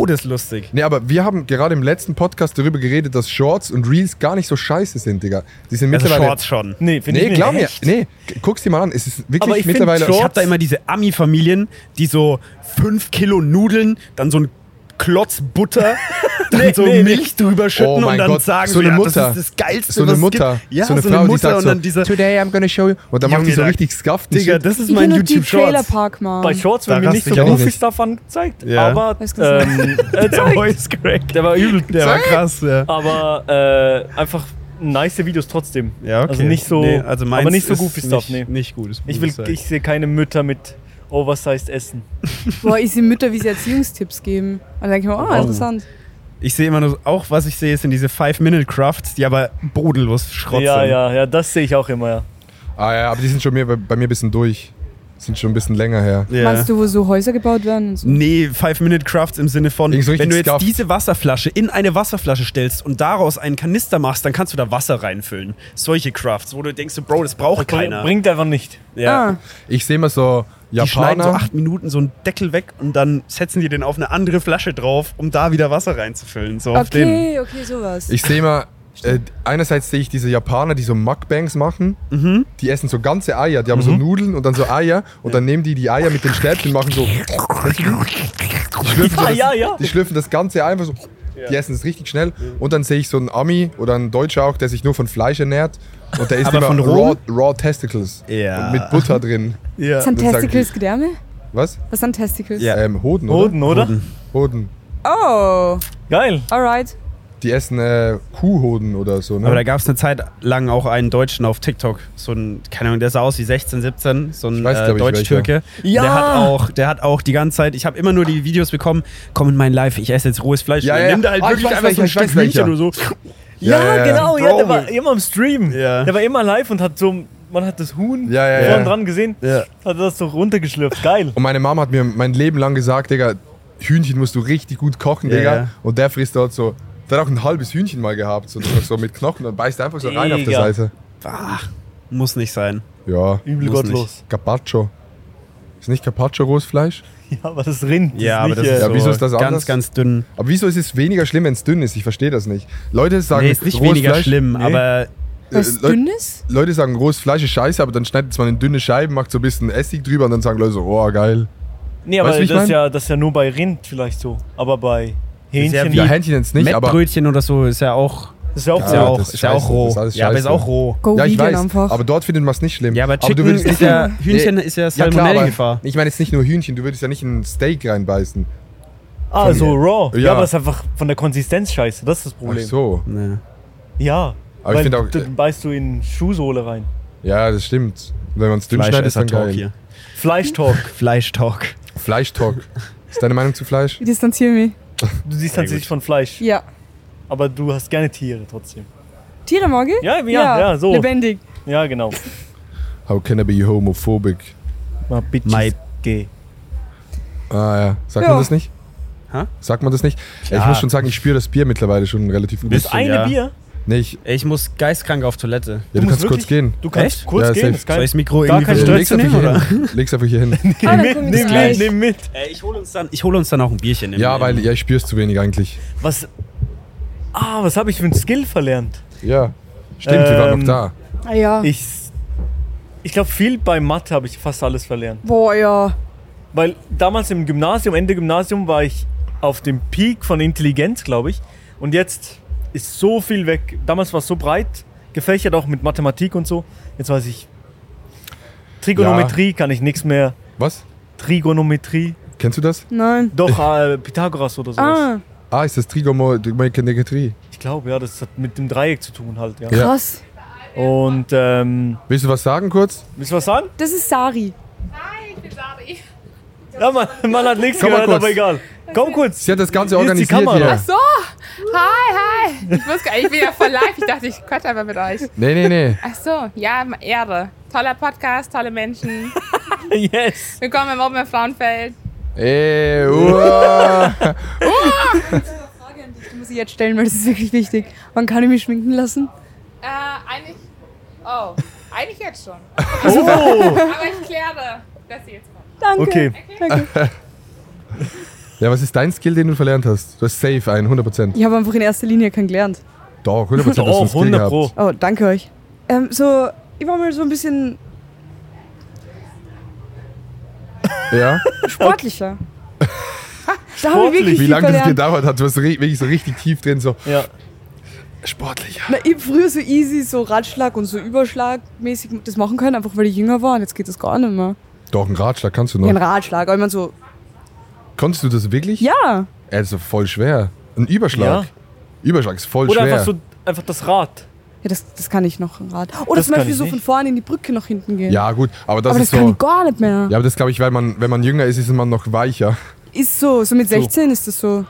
Speaker 4: todeslustig.
Speaker 1: Nee, aber wir haben gerade im letzten Podcast darüber geredet, dass Shorts und Reels gar nicht so scheiße sind, Digga. Die sind
Speaker 4: Also
Speaker 1: mittlerweile.
Speaker 4: Shorts schon.
Speaker 2: Nee, finde
Speaker 1: Nee,
Speaker 2: ich nicht.
Speaker 1: glaub mir. Nee, g- guck's dir mal an. Es ist wirklich
Speaker 2: Aber ich find
Speaker 1: mittlerweile.
Speaker 4: Ich
Speaker 2: Shorts-
Speaker 4: habe da immer diese Ami-Familien, die so 5 Kilo Nudeln, dann so ein Klotz Butter, dann so
Speaker 2: nee, nee.
Speaker 4: Milch drüber schütten
Speaker 1: Oh mein
Speaker 4: und dann
Speaker 1: Gott,
Speaker 4: sagen
Speaker 1: so eine
Speaker 4: ja,
Speaker 1: Mutter.
Speaker 4: das ist das Geilste,
Speaker 1: so eine
Speaker 4: was es
Speaker 1: Mutter.
Speaker 4: gibt. Ja,
Speaker 1: so eine,
Speaker 4: so
Speaker 1: Frau,
Speaker 4: Mutter
Speaker 1: die sagt
Speaker 4: und
Speaker 1: so,
Speaker 4: dann dieser,
Speaker 1: Today I'm gonna show you. Und dann machen die
Speaker 4: Junge,
Speaker 1: so
Speaker 4: da-
Speaker 1: richtig skaften.
Speaker 4: Digga, das ist
Speaker 3: ich
Speaker 4: mein
Speaker 3: mein YouTube die Trailer
Speaker 4: YouTube-Shorts.
Speaker 3: Park, Mann.
Speaker 2: Bei Shorts werden
Speaker 4: Da
Speaker 2: wir nicht
Speaker 4: raste
Speaker 2: so
Speaker 4: ich auch
Speaker 2: goofy
Speaker 1: nicht.
Speaker 2: Stuff angezeigt,
Speaker 4: Ja.
Speaker 2: aber
Speaker 3: Hm. Weiß ganz
Speaker 2: ähm, äh,
Speaker 4: Der
Speaker 2: zeigt.
Speaker 4: Voice Crack.
Speaker 2: Der war übel.
Speaker 4: Der war krass, ja.
Speaker 2: Aber äh, einfach nice Videos trotzdem.
Speaker 4: Ja, okay.
Speaker 2: Also nicht so,
Speaker 4: Nee, also meins
Speaker 2: aber nicht so
Speaker 4: ist
Speaker 2: goofy Stuff, nee.
Speaker 4: Nicht, nicht gut. das
Speaker 2: Ich,
Speaker 4: muss
Speaker 2: will,
Speaker 4: sagen.
Speaker 2: ich sehe keine Mütter mit oversized Essen.
Speaker 3: Boah, ich sehe Mütter, wie sie Erziehungstipps geben. Und dann denke ich mir, oh,
Speaker 4: Oh.
Speaker 3: interessant.
Speaker 4: Ich sehe immer nur, auch was ich sehe, sind diese 5-Minute-Crafts, die aber bodenlos Schrott
Speaker 2: Ja,
Speaker 4: sind.
Speaker 2: ja, ja, das sehe ich auch immer, ja.
Speaker 1: Ah ja, aber die sind schon mir, bei, bei mir ein bisschen durch. Sind schon ein bisschen länger her.
Speaker 4: Ja.
Speaker 3: Meinst du, wo so Häuser gebaut werden und so?
Speaker 4: Nee, Five minute crafts im Sinne von,
Speaker 1: Irgendwie so
Speaker 4: wenn du
Speaker 1: richtig
Speaker 4: jetzt
Speaker 1: scuffed.
Speaker 4: diese Wasserflasche in eine Wasserflasche stellst und daraus einen Kanister machst, dann kannst du da Wasser reinfüllen. Solche Crafts, wo du denkst, so, Bro, das braucht keiner.
Speaker 2: Bringt einfach nicht.
Speaker 4: ja.
Speaker 3: Ah,
Speaker 1: Ich sehe mal so
Speaker 4: Die schneiden so
Speaker 1: Japaner.
Speaker 4: acht Minuten so einen Deckel weg und dann setzen die den auf eine andere Flasche drauf, um da wieder Wasser reinzufüllen. So auf den.
Speaker 3: Ah, okay, okay, sowas.
Speaker 1: Ich sehe mal, äh, einerseits sehe ich diese Japaner, die so Mukbangs machen.
Speaker 4: Mhm.
Speaker 1: Die essen so ganze Eier. Die haben so Nudeln und dann so Eier. Und dann nehmen die die Eier mit den Stäbchen, machen so. Kennst du die? Die schlürfen, so das,
Speaker 2: Ja, Ah, ja, ja.
Speaker 1: die schlürfen das Ganze einfach so. Die essen es richtig schnell. Und dann sehe ich so einen Ami oder einen Deutscher auch, der sich nur von Fleisch ernährt. Und der isst
Speaker 4: Aber
Speaker 1: immer
Speaker 4: von
Speaker 1: raw,
Speaker 4: rohem?
Speaker 1: raw Testicles.
Speaker 4: Ja.
Speaker 1: Und mit Butter drin.
Speaker 4: Ja.
Speaker 3: was sind
Speaker 1: das sag ich
Speaker 3: Testicles Gedärme?
Speaker 1: Was?
Speaker 3: Was sind Testicles?
Speaker 4: Ja.
Speaker 1: Ähm, Hoden, oder?
Speaker 2: Hoden, oder?
Speaker 1: Hoden.
Speaker 3: Oh,
Speaker 2: Geil.
Speaker 3: alright.
Speaker 1: Die essen äh, Kuhhoden oder so, ne?
Speaker 4: Aber da gab es eine Zeit lang auch einen Deutschen auf TikTok, so ein, keine Ahnung, der sah aus wie 16, 17, so ein
Speaker 1: Ich weiß,
Speaker 4: äh,
Speaker 1: glaub ich,
Speaker 4: Deutsch-Türke.
Speaker 2: Ja!
Speaker 4: Der hat auch, der hat auch die ganze Zeit, ich habe immer nur die Videos bekommen, komm in mein Live, ich esse jetzt rohes Fleisch.
Speaker 1: Ja,
Speaker 4: Und dann
Speaker 1: ja.
Speaker 4: nimmt er halt
Speaker 1: Ah, ich
Speaker 4: wirklich
Speaker 1: weiß
Speaker 4: einfach so ein
Speaker 1: welcher,
Speaker 4: Stück
Speaker 1: ich weiß
Speaker 4: Hühnchen oder so.
Speaker 2: Ja,
Speaker 1: ja, ja.
Speaker 2: genau, ja, der
Speaker 4: Bro.
Speaker 2: war immer im Stream.
Speaker 4: Ja.
Speaker 2: Der war immer live und hat so, man hat das Huhn
Speaker 1: Ja, ja,
Speaker 2: vorne
Speaker 1: ja.
Speaker 2: dran gesehen,
Speaker 4: Ja.
Speaker 2: hat das so runtergeschlürft. Geil.
Speaker 1: Und meine Mama hat mir mein Leben lang gesagt, Digga, Hühnchen musst du richtig gut kochen,
Speaker 4: Ja,
Speaker 1: Digga.
Speaker 4: ja.
Speaker 1: Und der frisst dort so, der hat auch ein halbes Hühnchen mal gehabt, so, so mit Knochen und beißt einfach so rein auf der
Speaker 2: Digga.
Speaker 1: Seite.
Speaker 4: Muss nicht sein.
Speaker 1: Ja,
Speaker 2: Übel
Speaker 4: Muss
Speaker 2: gottlos.
Speaker 1: Carpaccio. Ist nicht Carpaccio Rostfleisch?
Speaker 2: Ja, aber das Rind. das
Speaker 4: Ja, aber
Speaker 2: nicht,
Speaker 4: das ist,
Speaker 2: äh,
Speaker 1: Ja, wieso ist das
Speaker 4: ganz,
Speaker 1: anders?
Speaker 4: ganz dünn.
Speaker 1: Aber wieso ist es weniger schlimm, wenn es dünn ist? Ich verstehe das nicht. Leute sagen,
Speaker 4: Nee, ist nicht
Speaker 1: rohes
Speaker 4: weniger
Speaker 1: Fleisch,
Speaker 4: schlimm,
Speaker 2: Nee.
Speaker 4: aber
Speaker 3: Was
Speaker 1: Leute-
Speaker 3: Dünnes?
Speaker 1: Leute sagen, rohes Fleisch ist scheiße, aber dann schneidet man in dünne Scheiben, macht so ein bisschen Essig drüber und dann sagen Leute so, oh geil.
Speaker 2: Nee, aber
Speaker 1: Weißt du, wie ich
Speaker 2: das, ist
Speaker 1: mein?
Speaker 2: ja, das ist ja nur bei Rind vielleicht so. Aber bei
Speaker 4: ja
Speaker 2: Hähnchen.
Speaker 4: wie-
Speaker 1: Ja, Hähnchen jetzt nicht, aber
Speaker 4: Mettbrötchen oder so ist ja auch
Speaker 2: Das ist ja auch
Speaker 1: Ja,
Speaker 4: Ist
Speaker 1: das
Speaker 4: ja auch,
Speaker 1: ist
Speaker 4: ist ja auch
Speaker 1: scheiße,
Speaker 4: roh.
Speaker 1: das ist alles
Speaker 4: ja, aber ist
Speaker 1: scheiße.
Speaker 4: auch roh.
Speaker 3: Go
Speaker 1: ja, ich
Speaker 3: vegan
Speaker 1: weiß,
Speaker 3: einfach.
Speaker 1: aber dort findet man es nicht schlimm.
Speaker 4: Ja, aber Chicken
Speaker 1: du würdest
Speaker 4: ist
Speaker 1: nicht-
Speaker 4: ja, Hühnchen
Speaker 1: Nee.
Speaker 4: ist halt ja
Speaker 1: Ja, klar, aber
Speaker 4: Salmonellengefahr.
Speaker 1: ich meine jetzt nicht nur Hühnchen, du würdest ja nicht in ein Steak reinbeißen.
Speaker 2: Ah, so raw. Ja.
Speaker 1: Ja.
Speaker 2: aber es ist einfach von der Konsistenz scheiße. Das ist das
Speaker 1: Ach
Speaker 2: Problem.
Speaker 1: so.
Speaker 4: Nee.
Speaker 2: Ja.
Speaker 1: Aber ich
Speaker 2: weil
Speaker 1: find auch- äh,
Speaker 2: dann beißt du in Schuhsohle rein.
Speaker 1: Ja, das stimmt. Wenn man es dünn schneidet, ist dann
Speaker 4: Fleischesser-Talk
Speaker 1: geil.
Speaker 4: hier.
Speaker 2: Fleischtalk.
Speaker 4: Fleischtalk.
Speaker 1: Fleischtalk. Ist deine Meinung zu Fleisch?
Speaker 3: Ich distanziere mich.
Speaker 2: Du siehst tatsächlich
Speaker 4: gut.
Speaker 2: von Fleisch.
Speaker 3: Ja.
Speaker 2: Aber du hast gerne Tiere trotzdem.
Speaker 3: Tiere mag ich?
Speaker 2: Ja, ja, ja, so.
Speaker 3: Lebendig.
Speaker 2: Ja, genau.
Speaker 1: How can I be homophobic?
Speaker 2: Mal Bitches.
Speaker 4: Mai-
Speaker 2: geh.
Speaker 1: Ah ja, sagt
Speaker 3: Ja.
Speaker 1: man das nicht?
Speaker 4: Hä?
Speaker 1: Sagt man das nicht? Ja, ich
Speaker 4: Klar.
Speaker 1: muss schon sagen, ich spüre das Bier mittlerweile schon relativ gut.
Speaker 4: bist-
Speaker 2: Das eine
Speaker 4: ja.
Speaker 2: Bier.
Speaker 1: Nee, ich,
Speaker 4: Ey, Ich muss geistkrank auf Toilette.
Speaker 1: ja, du
Speaker 2: musst
Speaker 1: kannst kurz
Speaker 2: wirklich-
Speaker 1: gehen.
Speaker 2: Du kannst
Speaker 4: Echt?
Speaker 2: kurz
Speaker 1: Ja,
Speaker 2: gehen,
Speaker 1: safe.
Speaker 2: ist
Speaker 4: Soll
Speaker 2: geil.
Speaker 4: ich das Mikro
Speaker 2: Gar
Speaker 4: irgendwie
Speaker 2: kein
Speaker 4: für
Speaker 2: Stress
Speaker 1: leg's
Speaker 4: Legst du
Speaker 1: einfach
Speaker 4: nehmen,
Speaker 1: hier
Speaker 4: oder?
Speaker 1: hin. Leg's einfach hier hin.
Speaker 3: Ah, dann
Speaker 2: Nimm
Speaker 3: komm
Speaker 2: mit,
Speaker 3: ich
Speaker 2: nimm
Speaker 3: gleich.
Speaker 2: mit, nimm mit.
Speaker 4: Ey, Äh, ich hole uns, dann- ich hol uns dann auch ein Bierchen. im-
Speaker 1: Ja, weil
Speaker 4: im-
Speaker 1: ja, ich spür's zu wenig eigentlich.
Speaker 2: Was. Ah, was habe ich für ein Skill verlernt?
Speaker 1: Ja. Stimmt, wir waren
Speaker 2: Ähm,
Speaker 1: noch da.
Speaker 3: Ah, ja.
Speaker 2: Ich. Ich glaube, viel bei Mathe habe ich fast alles verlernt.
Speaker 3: Boah, ja.
Speaker 2: Weil damals im Gymnasium, Ende Gymnasium, war ich auf dem Peak von Intelligenz, glaube ich. Und jetzt ist so viel weg. Damals war es so breit gefächert, auch mit Mathematik und so. Jetzt weiß ich. Trigonometrie kann ich nichts mehr.
Speaker 1: Was?
Speaker 2: Trigonometrie.
Speaker 1: Kennst du das?
Speaker 3: Nein.
Speaker 2: Doch, äh, Pythagoras oder sowas.
Speaker 3: Ah,
Speaker 1: Ah, ist das Trigonometrie?
Speaker 2: Ich glaube, ja, das hat mit dem Dreieck zu tun halt. Ja.
Speaker 1: Ja.
Speaker 3: krass.
Speaker 2: Und ähm,
Speaker 1: Willst du was sagen kurz?
Speaker 2: willst du was sagen?
Speaker 3: Das ist Sari.
Speaker 2: Ja, man, man hat nichts
Speaker 1: Komm mal
Speaker 2: gehört,
Speaker 1: kurz.
Speaker 2: aber egal. Komm kurz.
Speaker 1: Sie hat das Ganze
Speaker 2: Hier ist die
Speaker 1: organisiert
Speaker 2: Kamera.
Speaker 1: hier.
Speaker 2: Ach
Speaker 5: So, hi, hi. Ich, wusste, gar nicht, ich bin ja voll live. Ich dachte, ich quatsche einfach mit euch.
Speaker 1: Nee, nee, nee.
Speaker 5: Ach so, ja, Ehre. Toller Podcast, tolle Menschen.
Speaker 2: Yes.
Speaker 5: Willkommen im Open Frauenfeld.
Speaker 1: Ey, Äh, uah.
Speaker 3: Die muss ich jetzt stellen, weil das ist wirklich wichtig. Wann kann ich mich schminken lassen?
Speaker 5: Äh, eigentlich, oh, eigentlich jetzt schon.
Speaker 2: Oh.
Speaker 5: Aber ich kläre, dass sie jetzt kommt.
Speaker 3: Danke.
Speaker 2: Okay.
Speaker 1: Ja, was ist dein Skill, den du verlernt hast? Du hast safe einen, 100%.
Speaker 3: Ich habe einfach in erster Linie keinen gelernt.
Speaker 1: Doch, 100% hast du einen
Speaker 2: Doch,
Speaker 1: Skill
Speaker 2: 100
Speaker 1: gehabt.
Speaker 2: Pro.
Speaker 3: Oh, danke euch. Ähm, so, ich war mal so ein bisschen
Speaker 1: Ja?
Speaker 3: sportlicher. da habe ich wirklich
Speaker 1: Wie
Speaker 3: viel
Speaker 1: lange das
Speaker 3: verlernt.
Speaker 1: gedauert hat, du warst ri- wirklich so richtig tief drin, so
Speaker 2: Ja.
Speaker 1: sportlicher.
Speaker 3: Na, ich hab früher so easy, so Ratschlag und so Überschlagmäßig das machen können, einfach weil ich jünger war und jetzt geht das gar nicht mehr.
Speaker 1: Doch, einen Ratschlag kannst du
Speaker 3: Ja,
Speaker 1: noch.
Speaker 3: ein Ratschlag, aber ich mein so,
Speaker 1: Konntest du das wirklich?
Speaker 3: ja.
Speaker 1: Ey, das ist doch voll schwer. Ein Überschlag.
Speaker 2: Ja.
Speaker 1: Überschlag ist voll
Speaker 2: Oder
Speaker 1: schwer.
Speaker 2: einfach so einfach das Rad.
Speaker 3: Ja, das, das kann ich noch, ein Rad. Oder
Speaker 2: Das
Speaker 3: zum
Speaker 2: kann
Speaker 3: Beispiel
Speaker 2: ich
Speaker 3: so
Speaker 2: nicht.
Speaker 3: von vorne in die Brücke nach hinten gehen.
Speaker 1: ja, gut, aber das
Speaker 3: aber das
Speaker 1: ist
Speaker 3: kann
Speaker 1: so.
Speaker 3: ich gar nicht mehr.
Speaker 1: Ja, aber das glaube ich, weil man, wenn man jünger ist, ist man noch weicher.
Speaker 3: Ist so, so mit 16 ist das so.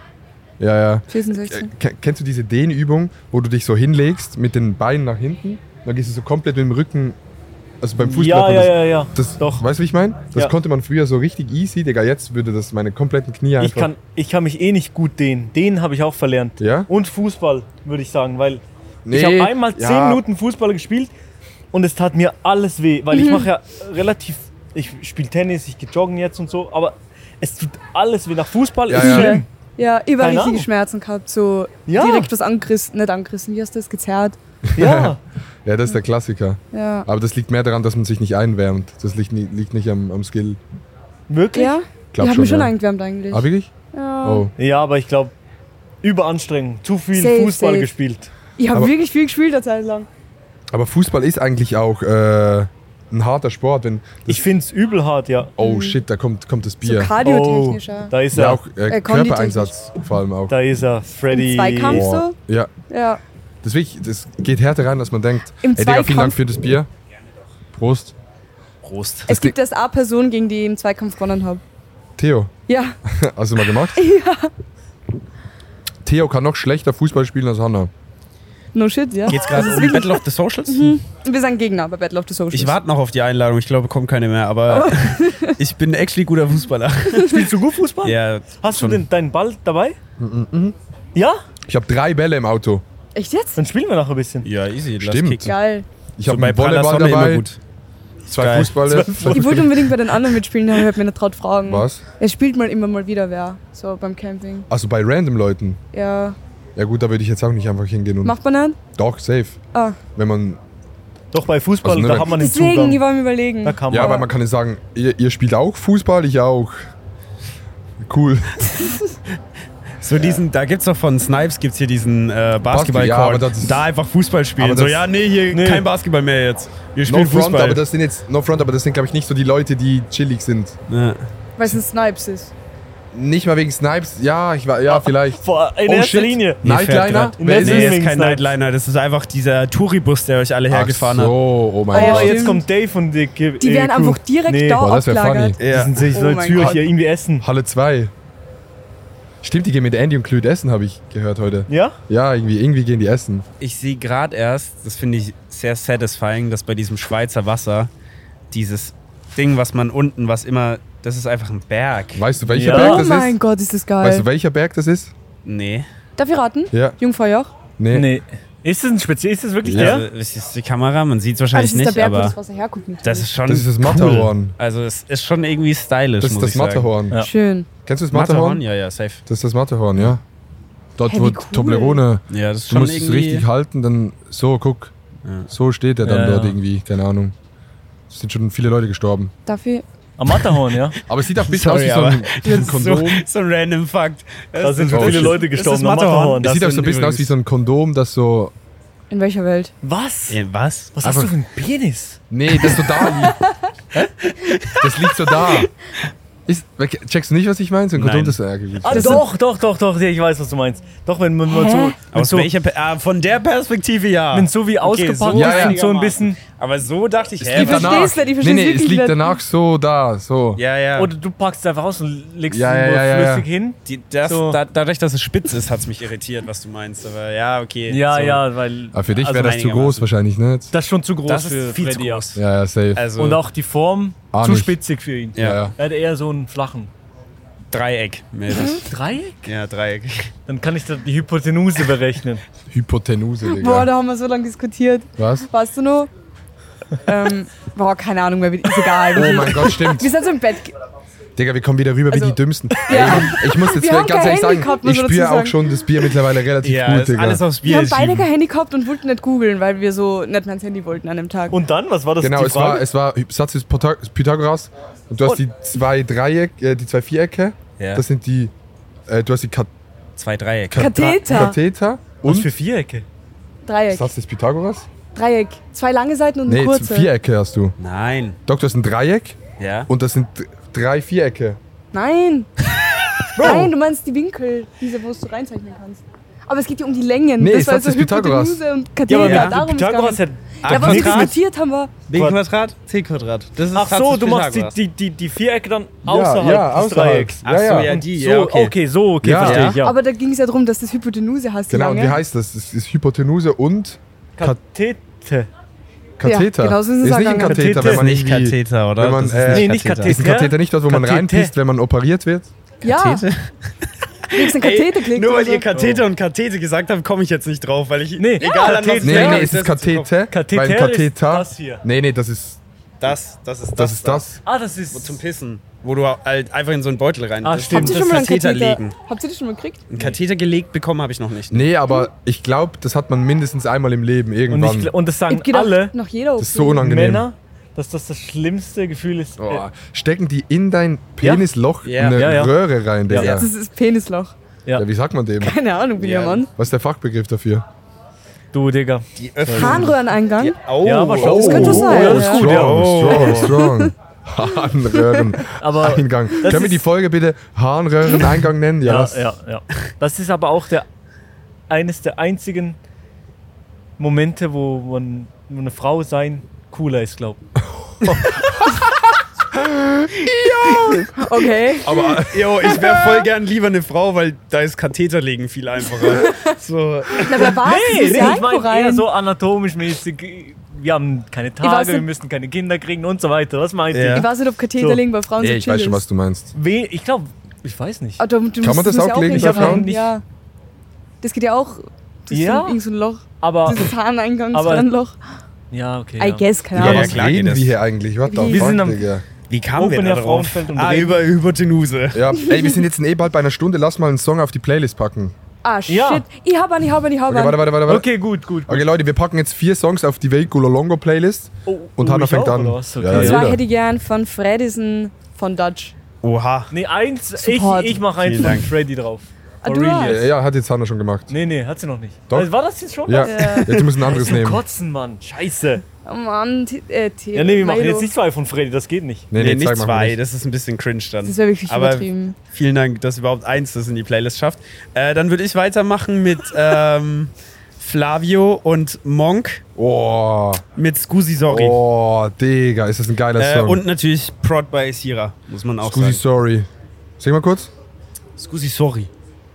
Speaker 1: Ja, ja.
Speaker 3: 14,
Speaker 1: Äh,
Speaker 3: 16.
Speaker 1: ke- Kennst du diese Dehnübung, wo du dich so hinlegst mit den Beinen nach hinten? Dann gehst du so komplett mit dem Rücken. Also beim Fußball.
Speaker 2: Ja, ja, ja, ja.
Speaker 1: Das,
Speaker 2: Doch.
Speaker 1: Weißt du, wie ich meine? Das
Speaker 2: Ja.
Speaker 1: konnte man früher so richtig easy, Digga. Jetzt würde das meine kompletten Knie einfach.
Speaker 2: Ich kann, ich kann mich eh nicht gut dehnen. Den habe ich auch verlernt.
Speaker 1: Ja?
Speaker 2: Und Fußball, würde ich sagen, weil
Speaker 1: Nee,
Speaker 2: ich habe einmal 10
Speaker 1: ja.
Speaker 2: Minuten Fußball gespielt und es tat mir alles weh, weil
Speaker 3: Mhm.
Speaker 2: ich mache ja relativ, ich spiele Tennis, ich gehe joggen jetzt und so, aber es tut alles weh. Nach Fußball
Speaker 1: Ja,
Speaker 2: ist
Speaker 1: ja.
Speaker 2: schlimm.
Speaker 3: Ja, ich war
Speaker 2: Keine
Speaker 3: richtige
Speaker 2: Ahnung.
Speaker 3: Schmerzen gehabt, so
Speaker 2: Ja.
Speaker 3: direkt was angerissen, nicht angerissen, wie hast du das, gezerrt.
Speaker 2: Ja.
Speaker 1: Ja, das ist der Klassiker.
Speaker 3: Ja.
Speaker 1: Aber das liegt mehr daran, dass man sich nicht einwärmt. Das liegt, nie- liegt nicht am, am Skill.
Speaker 2: Wirklich?
Speaker 3: Ja? Ich
Speaker 1: Glaub
Speaker 3: habe mich
Speaker 1: schon,
Speaker 3: schon
Speaker 1: ja.
Speaker 3: eingewärmt eigentlich.
Speaker 1: Ah, wirklich?
Speaker 3: ja.
Speaker 1: Oh.
Speaker 2: Ja, aber ich glaube, Überanstrengung, zu viel
Speaker 3: Safe,
Speaker 2: Fußball
Speaker 3: safe.
Speaker 2: gespielt.
Speaker 3: Ich habe
Speaker 1: Aber-
Speaker 3: wirklich viel gespielt eine Zeit lang.
Speaker 1: Aber Fußball ist eigentlich auch äh, ein harter Sport. Wenn das,
Speaker 2: Ich finde es übel hart, ja.
Speaker 1: oh shit, da kommt, kommt das
Speaker 3: Mhm. So
Speaker 1: Bier.
Speaker 2: Oh,
Speaker 3: kardiotechnisch, ja.
Speaker 2: da ist er,
Speaker 1: ja, auch äh,
Speaker 3: Äh, konditechnisch.
Speaker 1: Körpereinsatz vor allem auch.
Speaker 2: da ist er, Freddy.
Speaker 3: Im Zweikampf.
Speaker 2: Oh.
Speaker 1: Boah. Ja,
Speaker 3: Ja.
Speaker 1: deswegen, das geht härter rein, als man denkt.
Speaker 3: Im
Speaker 1: Ey, Digga, vielen Dank
Speaker 3: Zweikampf-
Speaker 1: für das Bier. Prost.
Speaker 4: Prost.
Speaker 3: Es gibt erst eine Person, gegen die ich im Zweikampf gewonnen habe.
Speaker 1: Theo,
Speaker 3: Ja,
Speaker 1: hast du mal gemacht? ja. Theo kann noch schlechter Fußball spielen als Hanna.
Speaker 3: no shit, ja.
Speaker 4: Geht's gerade um Battle of the Socials?
Speaker 3: Wir sind Gegner bei Battle of the Socials.
Speaker 4: Ich warte noch auf die Einladung. Ich glaube, kommt keine mehr. Aber ich bin actually guter Fußballer.
Speaker 2: Spielst du gut Fußball?
Speaker 4: ja,
Speaker 2: Hast
Speaker 4: schon.
Speaker 2: du denn deinen Ball dabei? Ja?
Speaker 1: Ich habe drei Bälle im Auto.
Speaker 3: Echt jetzt?
Speaker 2: Dann spielen wir noch ein bisschen.
Speaker 4: Ja, easy. Lass
Speaker 1: Stimmt.
Speaker 4: kicken.
Speaker 3: Geil.
Speaker 1: Ich habe
Speaker 4: bei
Speaker 1: einen Volleyball
Speaker 4: Pralasonne
Speaker 1: dabei,
Speaker 4: immer gut.
Speaker 1: zwei
Speaker 4: Geil.
Speaker 1: Fußballer. Zwei
Speaker 3: Ich wollte unbedingt bei den anderen mitspielen, aber ich habe mir nicht traut fragen.
Speaker 1: Was?
Speaker 3: Er spielt mal immer mal wieder wer, so beim Camping.
Speaker 1: Also bei random Leuten.
Speaker 3: Ja,
Speaker 1: Ja gut, da würde ich jetzt auch nicht einfach hingehen und...
Speaker 3: macht man nicht?
Speaker 1: Doch, safe.
Speaker 3: Ah,
Speaker 1: Wenn man...
Speaker 2: Doch bei Fußball,
Speaker 1: Also, ne,
Speaker 2: da
Speaker 1: ne.
Speaker 2: haben wir den
Speaker 3: deswegen, ich
Speaker 2: Zugang.
Speaker 3: war mir überlegen.
Speaker 2: Da kann man.
Speaker 1: Ja, aber man kann nicht sagen, ihr, ihr spielt auch Fußball, ich auch. Cool.
Speaker 4: So diesen, da gibt's doch von Snipes gibt's hier diesen äh, Basketball
Speaker 1: Basketball, ja, aber
Speaker 4: Court.
Speaker 1: das ist-
Speaker 4: da einfach Fußball spielen.
Speaker 1: Aber
Speaker 4: So
Speaker 1: das-
Speaker 4: ja, nee, hier
Speaker 2: Nee.
Speaker 4: kein Basketball mehr jetzt. Wir
Speaker 1: No
Speaker 4: spielen
Speaker 1: front,
Speaker 4: Fußball.
Speaker 1: aber das sind jetzt, no front, aber das sind, glaube ich, nicht so die Leute, die chillig sind.
Speaker 4: ja.
Speaker 3: Weil es ein Snipes ist.
Speaker 1: Nicht mal wegen Snipes, ja, ich war, ja, vielleicht.
Speaker 2: Vor, in
Speaker 1: Oh,
Speaker 2: erster
Speaker 1: shit.
Speaker 2: Linie.
Speaker 4: Nee,
Speaker 1: Nightliner?
Speaker 4: fährt
Speaker 2: grad.
Speaker 1: Wer
Speaker 2: In
Speaker 1: ist es?
Speaker 2: der
Speaker 4: Nee,
Speaker 2: Nähe.
Speaker 4: ist
Speaker 2: wegen
Speaker 4: kein
Speaker 2: Snipes.
Speaker 4: Nightliner, das ist einfach dieser Touribus, der euch alle
Speaker 1: Ach
Speaker 4: hergefahren hat.
Speaker 1: so, oh mein
Speaker 3: Oh,
Speaker 1: Gott.
Speaker 2: Oh, jetzt
Speaker 3: Stimmt.
Speaker 2: kommt Dave und die Ge-
Speaker 3: Die
Speaker 2: äh,
Speaker 3: werden
Speaker 2: Crew.
Speaker 3: einfach direkt
Speaker 2: Nee.
Speaker 3: da
Speaker 1: Boah, das wär funny.
Speaker 3: aufgelagert.
Speaker 2: Die
Speaker 4: Ja.
Speaker 2: sind sich
Speaker 3: Oh
Speaker 2: so in
Speaker 3: mein
Speaker 2: Zürich
Speaker 3: Gott.
Speaker 2: hier irgendwie essen.
Speaker 1: Halle 2. Stimmt, die gehen mit Andy und Clued essen, habe ich gehört heute.
Speaker 2: Ja?
Speaker 1: Ja, irgendwie, irgendwie gehen die essen.
Speaker 4: Ich sehe gerade erst, das finde ich sehr satisfying, dass bei diesem Schweizer Wasser dieses Ding, was man unten, was immer, das ist einfach ein Berg.
Speaker 1: Weißt du, welcher
Speaker 2: Ja.
Speaker 1: Berg
Speaker 3: Oh
Speaker 1: das
Speaker 3: mein
Speaker 1: ist?
Speaker 3: Gott, ist das geil.
Speaker 1: Weißt du, welcher Berg das ist?
Speaker 4: Nee.
Speaker 3: Darf ich raten?
Speaker 1: Ja,
Speaker 3: Jungfraujoch?
Speaker 1: nee.
Speaker 2: Nee. Ist das ein Spezial? Ist das wirklich
Speaker 1: Ja.
Speaker 2: der?
Speaker 4: Also, es ist die Kamera, man sieht
Speaker 3: Ah,
Speaker 4: es wahrscheinlich
Speaker 3: das ist der
Speaker 4: nicht,
Speaker 3: Berg, wo
Speaker 4: aber
Speaker 3: das Wasser herkommt. natürlich.
Speaker 4: das ist schon.
Speaker 1: Das ist das
Speaker 4: cool.
Speaker 1: Matterhorn.
Speaker 4: Also, es ist schon irgendwie stylisch.
Speaker 1: Das ist
Speaker 4: muss
Speaker 1: das
Speaker 4: ich sagen.
Speaker 1: Matterhorn.
Speaker 2: Ja.
Speaker 3: schön.
Speaker 1: Kennst du das
Speaker 4: Matterhorn?
Speaker 1: Matterhorn?
Speaker 4: Ja, ja, safe.
Speaker 1: Das ist das Matterhorn, ja. Dort,
Speaker 3: Hä,
Speaker 1: wo
Speaker 3: wie cool.
Speaker 1: Toblerone,
Speaker 4: Ja, das ist
Speaker 1: du
Speaker 4: schon
Speaker 1: musst es
Speaker 4: irgendwie.
Speaker 1: richtig halten, dann so, guck.
Speaker 4: Ja.
Speaker 1: So steht er dann
Speaker 2: Ja,
Speaker 1: dort
Speaker 2: ja.
Speaker 1: irgendwie, keine Ahnung. Es sind schon viele Leute gestorben.
Speaker 3: Darf ich?
Speaker 2: Am Matterhorn, ja.
Speaker 1: Aber es sieht auch ein bisschen
Speaker 4: Sorry,
Speaker 1: aus wie so ein, ein Kondom.
Speaker 4: So, so ein random Fakt.
Speaker 2: Da sind
Speaker 1: so
Speaker 2: viele
Speaker 1: schön.
Speaker 2: Leute
Speaker 4: Das ist
Speaker 2: gestorben. am
Speaker 4: Matterhorn.
Speaker 2: Matterhorn.
Speaker 1: Es
Speaker 4: Das
Speaker 1: sieht auch so ein
Speaker 4: sind
Speaker 1: bisschen aus wie
Speaker 4: übrigens-
Speaker 1: so ein Kondom, das so.
Speaker 3: In welcher Welt?
Speaker 2: Was?
Speaker 4: Äh, Was?
Speaker 2: Was hast
Speaker 1: Einfach-
Speaker 2: du für einen Penis?
Speaker 1: Nee, das so da liegt. das liegt so da. Ist, checkst du nicht, was ich meine? So ein Kondom,
Speaker 4: Nein.
Speaker 1: das. Äh,
Speaker 2: Ah,
Speaker 1: das-
Speaker 2: doch, doch, doch, doch, ja, ich weiß, was du meinst. Doch, wenn man
Speaker 3: Hä?
Speaker 2: so, wenn
Speaker 4: Aus
Speaker 2: so,
Speaker 4: welcher Per- ah, von der Perspektive ja.
Speaker 2: wenn so wie ausgepackt
Speaker 4: so
Speaker 2: ist und so ein
Speaker 4: einigermaßen.
Speaker 2: bisschen.
Speaker 4: Aber so dachte ich,
Speaker 1: liegt
Speaker 3: Ich
Speaker 4: was-
Speaker 3: versteh's nicht, ich versteh's
Speaker 1: nee, nee, es
Speaker 3: wirklich
Speaker 1: liegt
Speaker 3: nicht.
Speaker 1: danach so da, so.
Speaker 4: Ja, ja.
Speaker 2: Oder du packst es einfach aus und legst
Speaker 1: Ja,
Speaker 2: es
Speaker 1: ja,
Speaker 2: nur
Speaker 1: ja, ja, ja.
Speaker 2: flüssig hin.
Speaker 4: Die, das,
Speaker 2: So.
Speaker 4: da, dadurch, dass es spitz ist, hat es mich irritiert, was du meinst. Aber ja, okay. also
Speaker 2: Ja,
Speaker 4: so.
Speaker 2: ja, weil.
Speaker 1: Aber für dich
Speaker 2: also
Speaker 1: wäre das zu groß
Speaker 4: einigermaßen.
Speaker 1: wahrscheinlich, ne?
Speaker 2: Das ist schon zu groß
Speaker 4: Das
Speaker 2: für
Speaker 4: ist viel zu
Speaker 2: Freddy, ja.
Speaker 4: groß.
Speaker 1: Ja, ja, safe.
Speaker 4: Also
Speaker 2: Und auch die Form
Speaker 1: Ah,
Speaker 2: zu
Speaker 1: nicht.
Speaker 2: spitzig für ihn.
Speaker 1: ja,
Speaker 4: ja.
Speaker 1: ja.
Speaker 2: Er hat eher so einen flachen.
Speaker 4: Dreieck. mäßig.
Speaker 2: Dreieck?
Speaker 1: Mhm.
Speaker 4: ja, Dreieck.
Speaker 2: Dann kann ich da die Hypotenuse berechnen.
Speaker 1: Hypotenuse, Digga.
Speaker 3: Boah, da haben wir so lange diskutiert.
Speaker 1: was?
Speaker 3: Weißt du noch? ähm, boah, keine Ahnung mehr, ist egal.
Speaker 1: Oh mein Gott, stimmt.
Speaker 3: Wir sind so im Bett. ge-
Speaker 1: Digga, wir kommen wieder rüber
Speaker 3: Also-
Speaker 1: wie die Dümmsten.
Speaker 3: Ja.
Speaker 1: Ich muss jetzt
Speaker 3: Wir haben
Speaker 1: ganz
Speaker 3: kein
Speaker 1: ehrlich
Speaker 3: Handy
Speaker 1: sagen,
Speaker 3: gehabt, muss
Speaker 1: ich
Speaker 3: man dazu
Speaker 1: spüre auch
Speaker 3: sagen.
Speaker 1: schon das Bier mittlerweile relativ
Speaker 4: Ja,
Speaker 1: gut,
Speaker 4: ist
Speaker 1: Digga.
Speaker 4: alles aufs
Speaker 3: Wir
Speaker 4: Bier
Speaker 3: haben beide
Speaker 4: schieben.
Speaker 3: kein Handy gehabt und wollten nicht googeln, weil wir so nicht mehr ans Handy wollten an dem Tag.
Speaker 2: Und dann, was war das?
Speaker 1: Genau,
Speaker 2: die
Speaker 1: es war,
Speaker 2: Frage?
Speaker 1: es war Satz des Pythag- Pythagoras. Und du hast
Speaker 2: Und-
Speaker 1: die zwei Dreieck, äh, die zwei Vierecke.
Speaker 4: Ja.
Speaker 1: Das sind die. Äh, du hast die Kat
Speaker 4: Zwei Dreiecke.
Speaker 3: Katheter.
Speaker 1: Katheter
Speaker 2: was
Speaker 1: und
Speaker 2: für Vierecke?
Speaker 3: Dreieck.
Speaker 1: Satz des Pythagoras?
Speaker 3: Dreieck. Zwei lange Seiten und eine
Speaker 1: Nee,
Speaker 3: kurze.
Speaker 1: Vierecke hast du.
Speaker 4: Nein.
Speaker 1: Doch, du hast ein Dreieck
Speaker 4: Ja.
Speaker 1: und das sind d- drei Vierecke.
Speaker 3: Nein. Nein, du meinst die Winkel, diese, wo du reinzeichnen kannst. Aber es geht ja um die Längen.
Speaker 1: Nee,
Speaker 3: das
Speaker 1: es
Speaker 3: war
Speaker 1: hat
Speaker 3: so
Speaker 1: das Pythagoras.
Speaker 3: Hypotenuse und
Speaker 2: Ja,
Speaker 3: Katheter.
Speaker 2: aber
Speaker 4: Ja.
Speaker 2: mit dem
Speaker 3: darum
Speaker 2: Pythagoras
Speaker 3: ist
Speaker 2: hat.
Speaker 4: Ah,
Speaker 3: ja, aber wir
Speaker 2: Quadrat-
Speaker 3: diskutiert haben wir.
Speaker 4: B
Speaker 2: Quad-
Speaker 4: Quadrat, C Quadrat. Das ist
Speaker 2: Ach
Speaker 4: Satz
Speaker 2: so,
Speaker 4: des
Speaker 2: du machst die,
Speaker 4: Pythagoras.
Speaker 2: die, die, die Vierecke dann außerhalb
Speaker 1: ja,
Speaker 2: des
Speaker 1: außerhalb.
Speaker 2: Dreiecks.
Speaker 1: Ja,
Speaker 4: Ach so,
Speaker 1: ja.
Speaker 4: ja,
Speaker 2: Und
Speaker 4: die,
Speaker 2: so,
Speaker 4: ja, okay.
Speaker 2: so, okay,
Speaker 1: Ja.
Speaker 2: verstehe ich, ja.
Speaker 3: Aber da ging es ja darum, dass das Hypotenuse heißt. die
Speaker 1: Genau, und
Speaker 3: lange.
Speaker 1: wie heißt das? Das ist Hypotenuse und
Speaker 2: Kathete.
Speaker 1: Katheter.
Speaker 3: genau so ist es
Speaker 1: ist nicht
Speaker 3: gegangen.
Speaker 1: ein Katheter,
Speaker 2: Katheter
Speaker 1: wenn
Speaker 4: Das ist
Speaker 1: man
Speaker 4: nicht
Speaker 1: irgendwie-
Speaker 4: Katheter, oder?
Speaker 1: wenn man,
Speaker 4: das
Speaker 1: äh,
Speaker 2: Nee, nicht Katheter.
Speaker 1: Ist ein Katheter nicht dort, wo man
Speaker 2: Katheter.
Speaker 1: reinpisst, wenn man operiert wird?
Speaker 3: Ja,
Speaker 4: Kathete?
Speaker 3: kriegst einen
Speaker 4: Ey,
Speaker 3: Katheter klickt.
Speaker 4: Nur weil
Speaker 3: oder
Speaker 4: ihr
Speaker 3: so.
Speaker 4: Katheter und Kathete gesagt habt, komme ich jetzt nicht drauf, weil ich.
Speaker 2: Nee.
Speaker 4: egal an was
Speaker 2: Kathete.
Speaker 1: Nee,
Speaker 4: denke,
Speaker 1: nee,
Speaker 4: ich
Speaker 1: es ist
Speaker 4: das jetzt im Kopf.
Speaker 1: Katheter.
Speaker 2: Katheter
Speaker 1: weil ein
Speaker 2: ist
Speaker 1: Katheter.
Speaker 2: das hier.
Speaker 1: Nee, nee, das ist
Speaker 4: Das, das ist das.
Speaker 1: das. Ist
Speaker 4: da.
Speaker 1: das.
Speaker 2: Ah, das
Speaker 4: Wo
Speaker 2: ist.
Speaker 4: zum Pissen. Wo du halt einfach in so einen Beutel rein.
Speaker 2: Ah,
Speaker 4: das-
Speaker 2: stimmt.
Speaker 3: Habt ihr
Speaker 4: Das
Speaker 3: schon mal einen
Speaker 4: Katheter
Speaker 3: Katheter?
Speaker 4: legen.
Speaker 3: Habt ihr das schon mal gekriegt?
Speaker 4: Einen Katheter gelegt bekommen habe ich noch nicht.
Speaker 1: Nee, aber ich glaube, das hat man mindestens einmal im Leben
Speaker 2: Hm. Und,
Speaker 1: irgendwann.
Speaker 2: ich, und das
Speaker 3: Ich
Speaker 2: sagen
Speaker 3: hab gedacht,
Speaker 2: alle
Speaker 3: Noch jeder
Speaker 1: das ist so unangenehm.
Speaker 2: Männer, dass das das schlimmste Gefühl ist. Äh,
Speaker 1: Oh, stecken die in dein Penisloch
Speaker 4: Ja.
Speaker 1: eine
Speaker 2: Ja, ja.
Speaker 1: Röhre rein, Digga.
Speaker 2: Ja.
Speaker 1: Ja.
Speaker 3: Das ist Penisloch.
Speaker 1: wie sagt man dem?
Speaker 3: Keine Ahnung, bin ja
Speaker 4: Ja.
Speaker 3: Mann.
Speaker 1: Was ist der Fachbegriff dafür?
Speaker 2: Äh, du, Digga.
Speaker 4: Die Öffnung.
Speaker 3: Harnröhreneingang?
Speaker 4: Oh,
Speaker 2: Ja, aber schau,
Speaker 3: das könnte sein,
Speaker 2: Ja, das ist
Speaker 3: ja.
Speaker 2: gut, ja.
Speaker 1: oh, strong, strong, strong.
Speaker 2: Aber
Speaker 1: Harnröhreneingang.
Speaker 2: das
Speaker 1: Können wir
Speaker 2: ist-
Speaker 1: die Folge bitte Harnröhreneingang nennen? Ja,
Speaker 2: Ja,
Speaker 1: das-
Speaker 2: ja, ja. Das ist aber auch der, eines der einzigen Momente, wo, man, wo eine Frau sein cooler ist, glaube ich.
Speaker 3: Okay.
Speaker 4: Aber yo, ich wäre voll gern lieber eine Frau, weil da ist Katheter legen viel einfacher. so.
Speaker 3: Na, wer war nee, nee,
Speaker 2: ich meine eher so anatomisch mäßig. Wir haben keine
Speaker 3: weiß
Speaker 2: Tage,
Speaker 3: nicht-
Speaker 2: wir müssen keine Kinder kriegen und so weiter. Was meint
Speaker 4: Ja.
Speaker 2: ihr?
Speaker 3: Ich weiß nicht, ob Katheter
Speaker 2: So.
Speaker 3: legen bei Frauen
Speaker 1: Nee,
Speaker 3: so
Speaker 1: ich
Speaker 3: chill
Speaker 1: weiß schon, was
Speaker 3: ist.
Speaker 1: du meinst.
Speaker 2: We ich glaube, ich weiß nicht.
Speaker 3: Aber du, du
Speaker 1: Kann man
Speaker 3: musst-
Speaker 1: das
Speaker 3: du musst ja
Speaker 1: auflegen
Speaker 3: irgendwas
Speaker 2: bei Frauen?
Speaker 3: haben, Ja. Das geht ja auch. Das ist
Speaker 2: Ja.
Speaker 3: ja. irgend so ein Loch.
Speaker 2: Aber,
Speaker 3: Dieses
Speaker 2: Aber-
Speaker 3: Harneingangsröhrenloch.
Speaker 2: ja, okay.
Speaker 3: I
Speaker 2: ja.
Speaker 3: guess, keine
Speaker 1: Digga,
Speaker 4: ja,
Speaker 3: Ahnung.
Speaker 1: was
Speaker 4: klar geht
Speaker 1: reden wir
Speaker 4: das.
Speaker 1: hier eigentlich? What the
Speaker 3: Wir
Speaker 1: fuck,
Speaker 2: sind am-
Speaker 1: Digga?
Speaker 4: Wie kamen wir
Speaker 2: Open
Speaker 4: da
Speaker 2: Air
Speaker 4: drauf?
Speaker 2: Frauenfeld und
Speaker 4: Ah,
Speaker 2: Reden.
Speaker 4: über Hypotenuse.
Speaker 1: Ja, ey, wir sind jetzt in eh bald bei einer Stunde. Lass mal einen Song auf die Playlist packen.
Speaker 3: Ah, shit.
Speaker 2: Ja.
Speaker 3: Ich hab an, ich hab an, ich hab
Speaker 1: Okay, warte,
Speaker 3: an.
Speaker 1: warte, warte. warte.
Speaker 2: Okay, gut, gut. gut.
Speaker 1: Okay, Leute, wir packen jetzt vier Songs auf die Vehiculolongo Playlist.
Speaker 2: Oh,
Speaker 1: Und
Speaker 2: oh,
Speaker 1: Hanna
Speaker 2: ich
Speaker 1: fängt
Speaker 2: auch,
Speaker 1: an.
Speaker 2: oder was? Okay.
Speaker 1: Ja,
Speaker 3: Und
Speaker 1: ja.
Speaker 3: zwar
Speaker 1: jeder.
Speaker 3: hätte ich gern von Fredison von Dutch.
Speaker 4: Oha.
Speaker 2: Nee, eins, ich,
Speaker 3: Support.
Speaker 2: ich mache eins
Speaker 4: Vielen
Speaker 2: von
Speaker 4: Dank.
Speaker 2: Freddy drauf.
Speaker 3: Ah,
Speaker 2: For
Speaker 3: du
Speaker 2: real
Speaker 3: hast.
Speaker 2: jetzt.
Speaker 1: Äh, Ja, ja, hat jetzt Hanna schon gemacht.
Speaker 2: Nee, nee, hat sie noch nicht.
Speaker 1: Doch.
Speaker 2: Also, war das jetzt schon?
Speaker 1: Ja,
Speaker 3: Ja.
Speaker 1: jetzt müssen wir ein anderes
Speaker 2: Zum
Speaker 1: nehmen.
Speaker 2: Kotzen, Mann. Scheiße.
Speaker 3: Oh Mann, T äh, T
Speaker 2: Ja, nee, wir machen
Speaker 3: Milo.
Speaker 2: jetzt nicht zwei von Freddy, das geht nicht.
Speaker 4: Nee,
Speaker 1: zeig
Speaker 4: nicht
Speaker 1: mal
Speaker 4: zwei,
Speaker 1: nicht.
Speaker 4: das ist ein bisschen cringe dann.
Speaker 3: Das wäre wirklich
Speaker 4: Aber
Speaker 3: übertrieben.
Speaker 4: Vielen Dank, dass überhaupt eins das in die Playlist schafft. Äh, dann würde ich weitermachen mit ähm, Flavio und Monk
Speaker 1: Oh,
Speaker 4: mit Scusi Sorry.
Speaker 1: oh, Digga, ist das ein geiler
Speaker 4: äh,
Speaker 1: Song.
Speaker 4: und natürlich Prod by Sierra, muss man auch
Speaker 1: Scusi,
Speaker 4: sagen.
Speaker 1: sorry. Sing mal kurz.
Speaker 4: Scusi Sorry.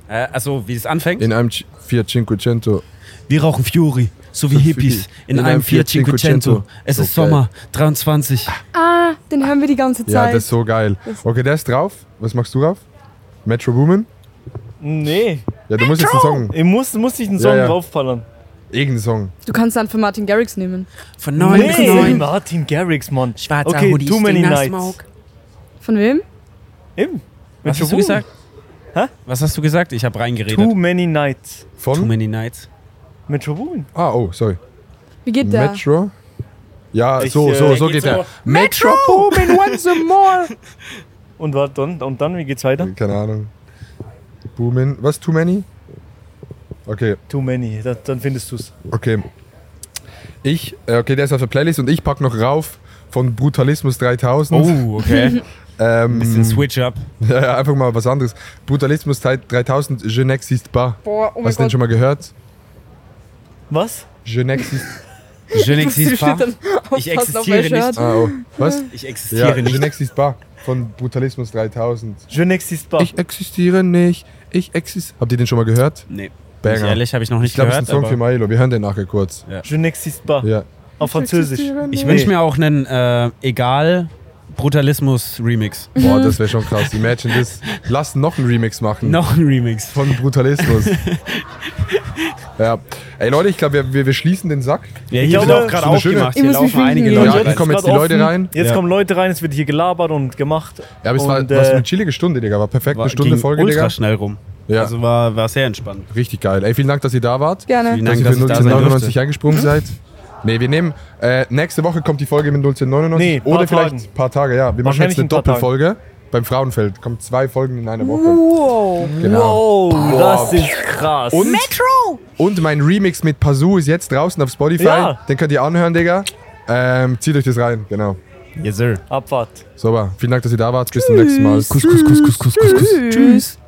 Speaker 4: Äh, also, wie es anfängt.
Speaker 1: In einem Ci- Fiat Cinquecento.
Speaker 4: Wir rauchen Fury, so wie
Speaker 1: So
Speaker 4: Hippies,
Speaker 1: Fury.
Speaker 4: in, einem Fiat Cinquecento. Es
Speaker 1: So
Speaker 4: ist Sommer, 23.
Speaker 3: Ah, den hören wir die ganze
Speaker 1: Ja,
Speaker 3: Zeit.
Speaker 1: das ist so geil.
Speaker 3: Das-
Speaker 1: Okay, der ist drauf. Was machst du drauf? Metro Woman?
Speaker 2: Nee,
Speaker 1: Ja, du musst jetzt einen Song.
Speaker 2: ich muss, muss ich einen Song
Speaker 1: ja.
Speaker 2: draufballern.
Speaker 1: Irgendeinen Song.
Speaker 3: du kannst dann für Martin Garrix nehmen.
Speaker 4: Von 9 bis
Speaker 2: nee,
Speaker 4: 9.
Speaker 2: Martin Garrix, Mann.
Speaker 4: Schwarzer
Speaker 2: okay,
Speaker 4: Hoodie,
Speaker 2: Too Many
Speaker 4: Stinger
Speaker 2: Nights.
Speaker 4: Smoke.
Speaker 3: Von wem?
Speaker 2: Eben.
Speaker 4: Was hast du
Speaker 2: Shabu.
Speaker 4: gesagt?
Speaker 2: Hä?
Speaker 4: Was hast du gesagt? Ich habe reingeredet.
Speaker 2: Too Many Nights.
Speaker 4: Too
Speaker 1: Von?
Speaker 4: Many Nights.
Speaker 2: Metro Boomin.
Speaker 1: Ah, oh, sorry.
Speaker 3: Wie geht der?
Speaker 1: Metro? Ja,
Speaker 2: Ich,
Speaker 1: so,
Speaker 2: äh,
Speaker 1: so, so
Speaker 4: geht's
Speaker 1: geht der.
Speaker 4: so.
Speaker 1: Metro Woman once more.
Speaker 2: Und, warte, und, und dann, wie geht's weiter?
Speaker 1: Keine Ahnung. Boomin. Was, Too Many? Okay,
Speaker 2: Too Many, da, dann findest du's.
Speaker 1: okay. Ich, äh, okay, der ist auf der Playlist und ich pack noch rauf von Brutalismus 3000.
Speaker 4: Oh, okay.
Speaker 1: ähm,
Speaker 4: Bisschen Switch-Up.
Speaker 1: Ja, ja, einfach mal was anderes. Brutalismus 3000, Je n'existe pas.
Speaker 3: Boah, oh mein
Speaker 1: Hast du den
Speaker 3: Gott.
Speaker 1: schon mal gehört?
Speaker 2: Was?
Speaker 1: Je n'existe...
Speaker 4: Je
Speaker 3: Sie
Speaker 4: n'existe pas.
Speaker 3: steht dann auf-
Speaker 4: Ich
Speaker 3: passt auf mein
Speaker 4: existiere nicht.
Speaker 3: Shirt.
Speaker 1: Ah, oh. Was?
Speaker 4: Ich
Speaker 1: Ja,
Speaker 4: existiere
Speaker 1: Je
Speaker 4: nicht.
Speaker 1: n'existe pas von Brutalismus 3000.
Speaker 2: Je n'existe pas.
Speaker 1: Oh. Ich existiere nicht, ich existiere... Habt ihr den schon mal gehört?
Speaker 4: Nee.
Speaker 1: Banger.
Speaker 4: Ganz ehrlich, habe ich noch nicht
Speaker 1: Ich glaube, es ist ein
Speaker 4: gehört.
Speaker 1: Song für
Speaker 4: aber
Speaker 1: Milo. Wir hören den nachher kurz.
Speaker 2: Je n'existe pas.
Speaker 1: Ja.
Speaker 2: Auf Französisch.
Speaker 4: ich
Speaker 2: Nee.
Speaker 4: wünsche mir auch einen äh, egal Brutalismus Remix.
Speaker 1: Boah, das wäre schon krass. Imagine das. Lass noch einen Remix machen.
Speaker 4: Noch ein Remix.
Speaker 1: Von Brutalismus. ja. Ey Leute, ich glaube, wir, wir, wir schließen den Sack.
Speaker 4: Ja,
Speaker 2: Ich
Speaker 4: hier wird
Speaker 2: glaube,
Speaker 4: auch gerade
Speaker 1: das ist eine
Speaker 3: schöne-
Speaker 4: aufgemacht. Hier
Speaker 3: Ich muss mich
Speaker 4: laufen einige
Speaker 3: wiegen
Speaker 1: Ja,
Speaker 4: Leute
Speaker 1: jetzt
Speaker 4: rein.
Speaker 1: kommen jetzt die
Speaker 2: grad
Speaker 1: Leute rein.
Speaker 2: Jetzt
Speaker 4: Ja.
Speaker 2: kommen Leute rein, es wird hier gelabert und gemacht.
Speaker 1: Ja, aber es war
Speaker 2: Und,
Speaker 1: was
Speaker 2: äh,
Speaker 1: eine chillige Stunde, Digga. War perfekt.
Speaker 4: War,
Speaker 1: eine Stunde
Speaker 4: ging
Speaker 1: Folge,
Speaker 4: ultra
Speaker 1: Digga.
Speaker 4: schnell rum.
Speaker 1: Ja.
Speaker 4: Also war, war sehr entspannt.
Speaker 1: Richtig geil. Ey, vielen Dank, dass ihr da wart.
Speaker 4: Vielen
Speaker 3: Gerne.
Speaker 1: Dass
Speaker 4: Dank,
Speaker 1: ihr
Speaker 4: dass
Speaker 1: für
Speaker 4: ich da sein
Speaker 1: 1999
Speaker 4: durfte. Hm?
Speaker 1: eingesprungen seid. Nee, wir nehmen. Äh, nächste Woche kommt die Folge mit 1999.
Speaker 2: Nee, paar
Speaker 1: Oder vielleicht
Speaker 2: Tagen.
Speaker 1: ein paar Tage, ja. Wir machen
Speaker 2: Wahrscheinlich
Speaker 1: jetzt eine
Speaker 2: in ein paar
Speaker 1: Doppelfolge beim Frauenfeld. Kommt zwei Folgen in einer Woche.
Speaker 3: Wow.
Speaker 1: Genau.
Speaker 2: Wow, das ist krass.
Speaker 1: Und, und mein Remix mit Pazu ist jetzt draußen auf Spotify.
Speaker 2: Ja.
Speaker 1: Den könnt ihr anhören, Digga. Ähm, zieht euch das rein, genau.
Speaker 4: Yes, sir.
Speaker 2: Abfahrt.
Speaker 1: Sauber. Vielen Dank, dass ihr da wart. Bis zum nächsten Mal. Kuss, kuss, kuss, kuss, kuss, kuss, kuss.
Speaker 3: Tschüss.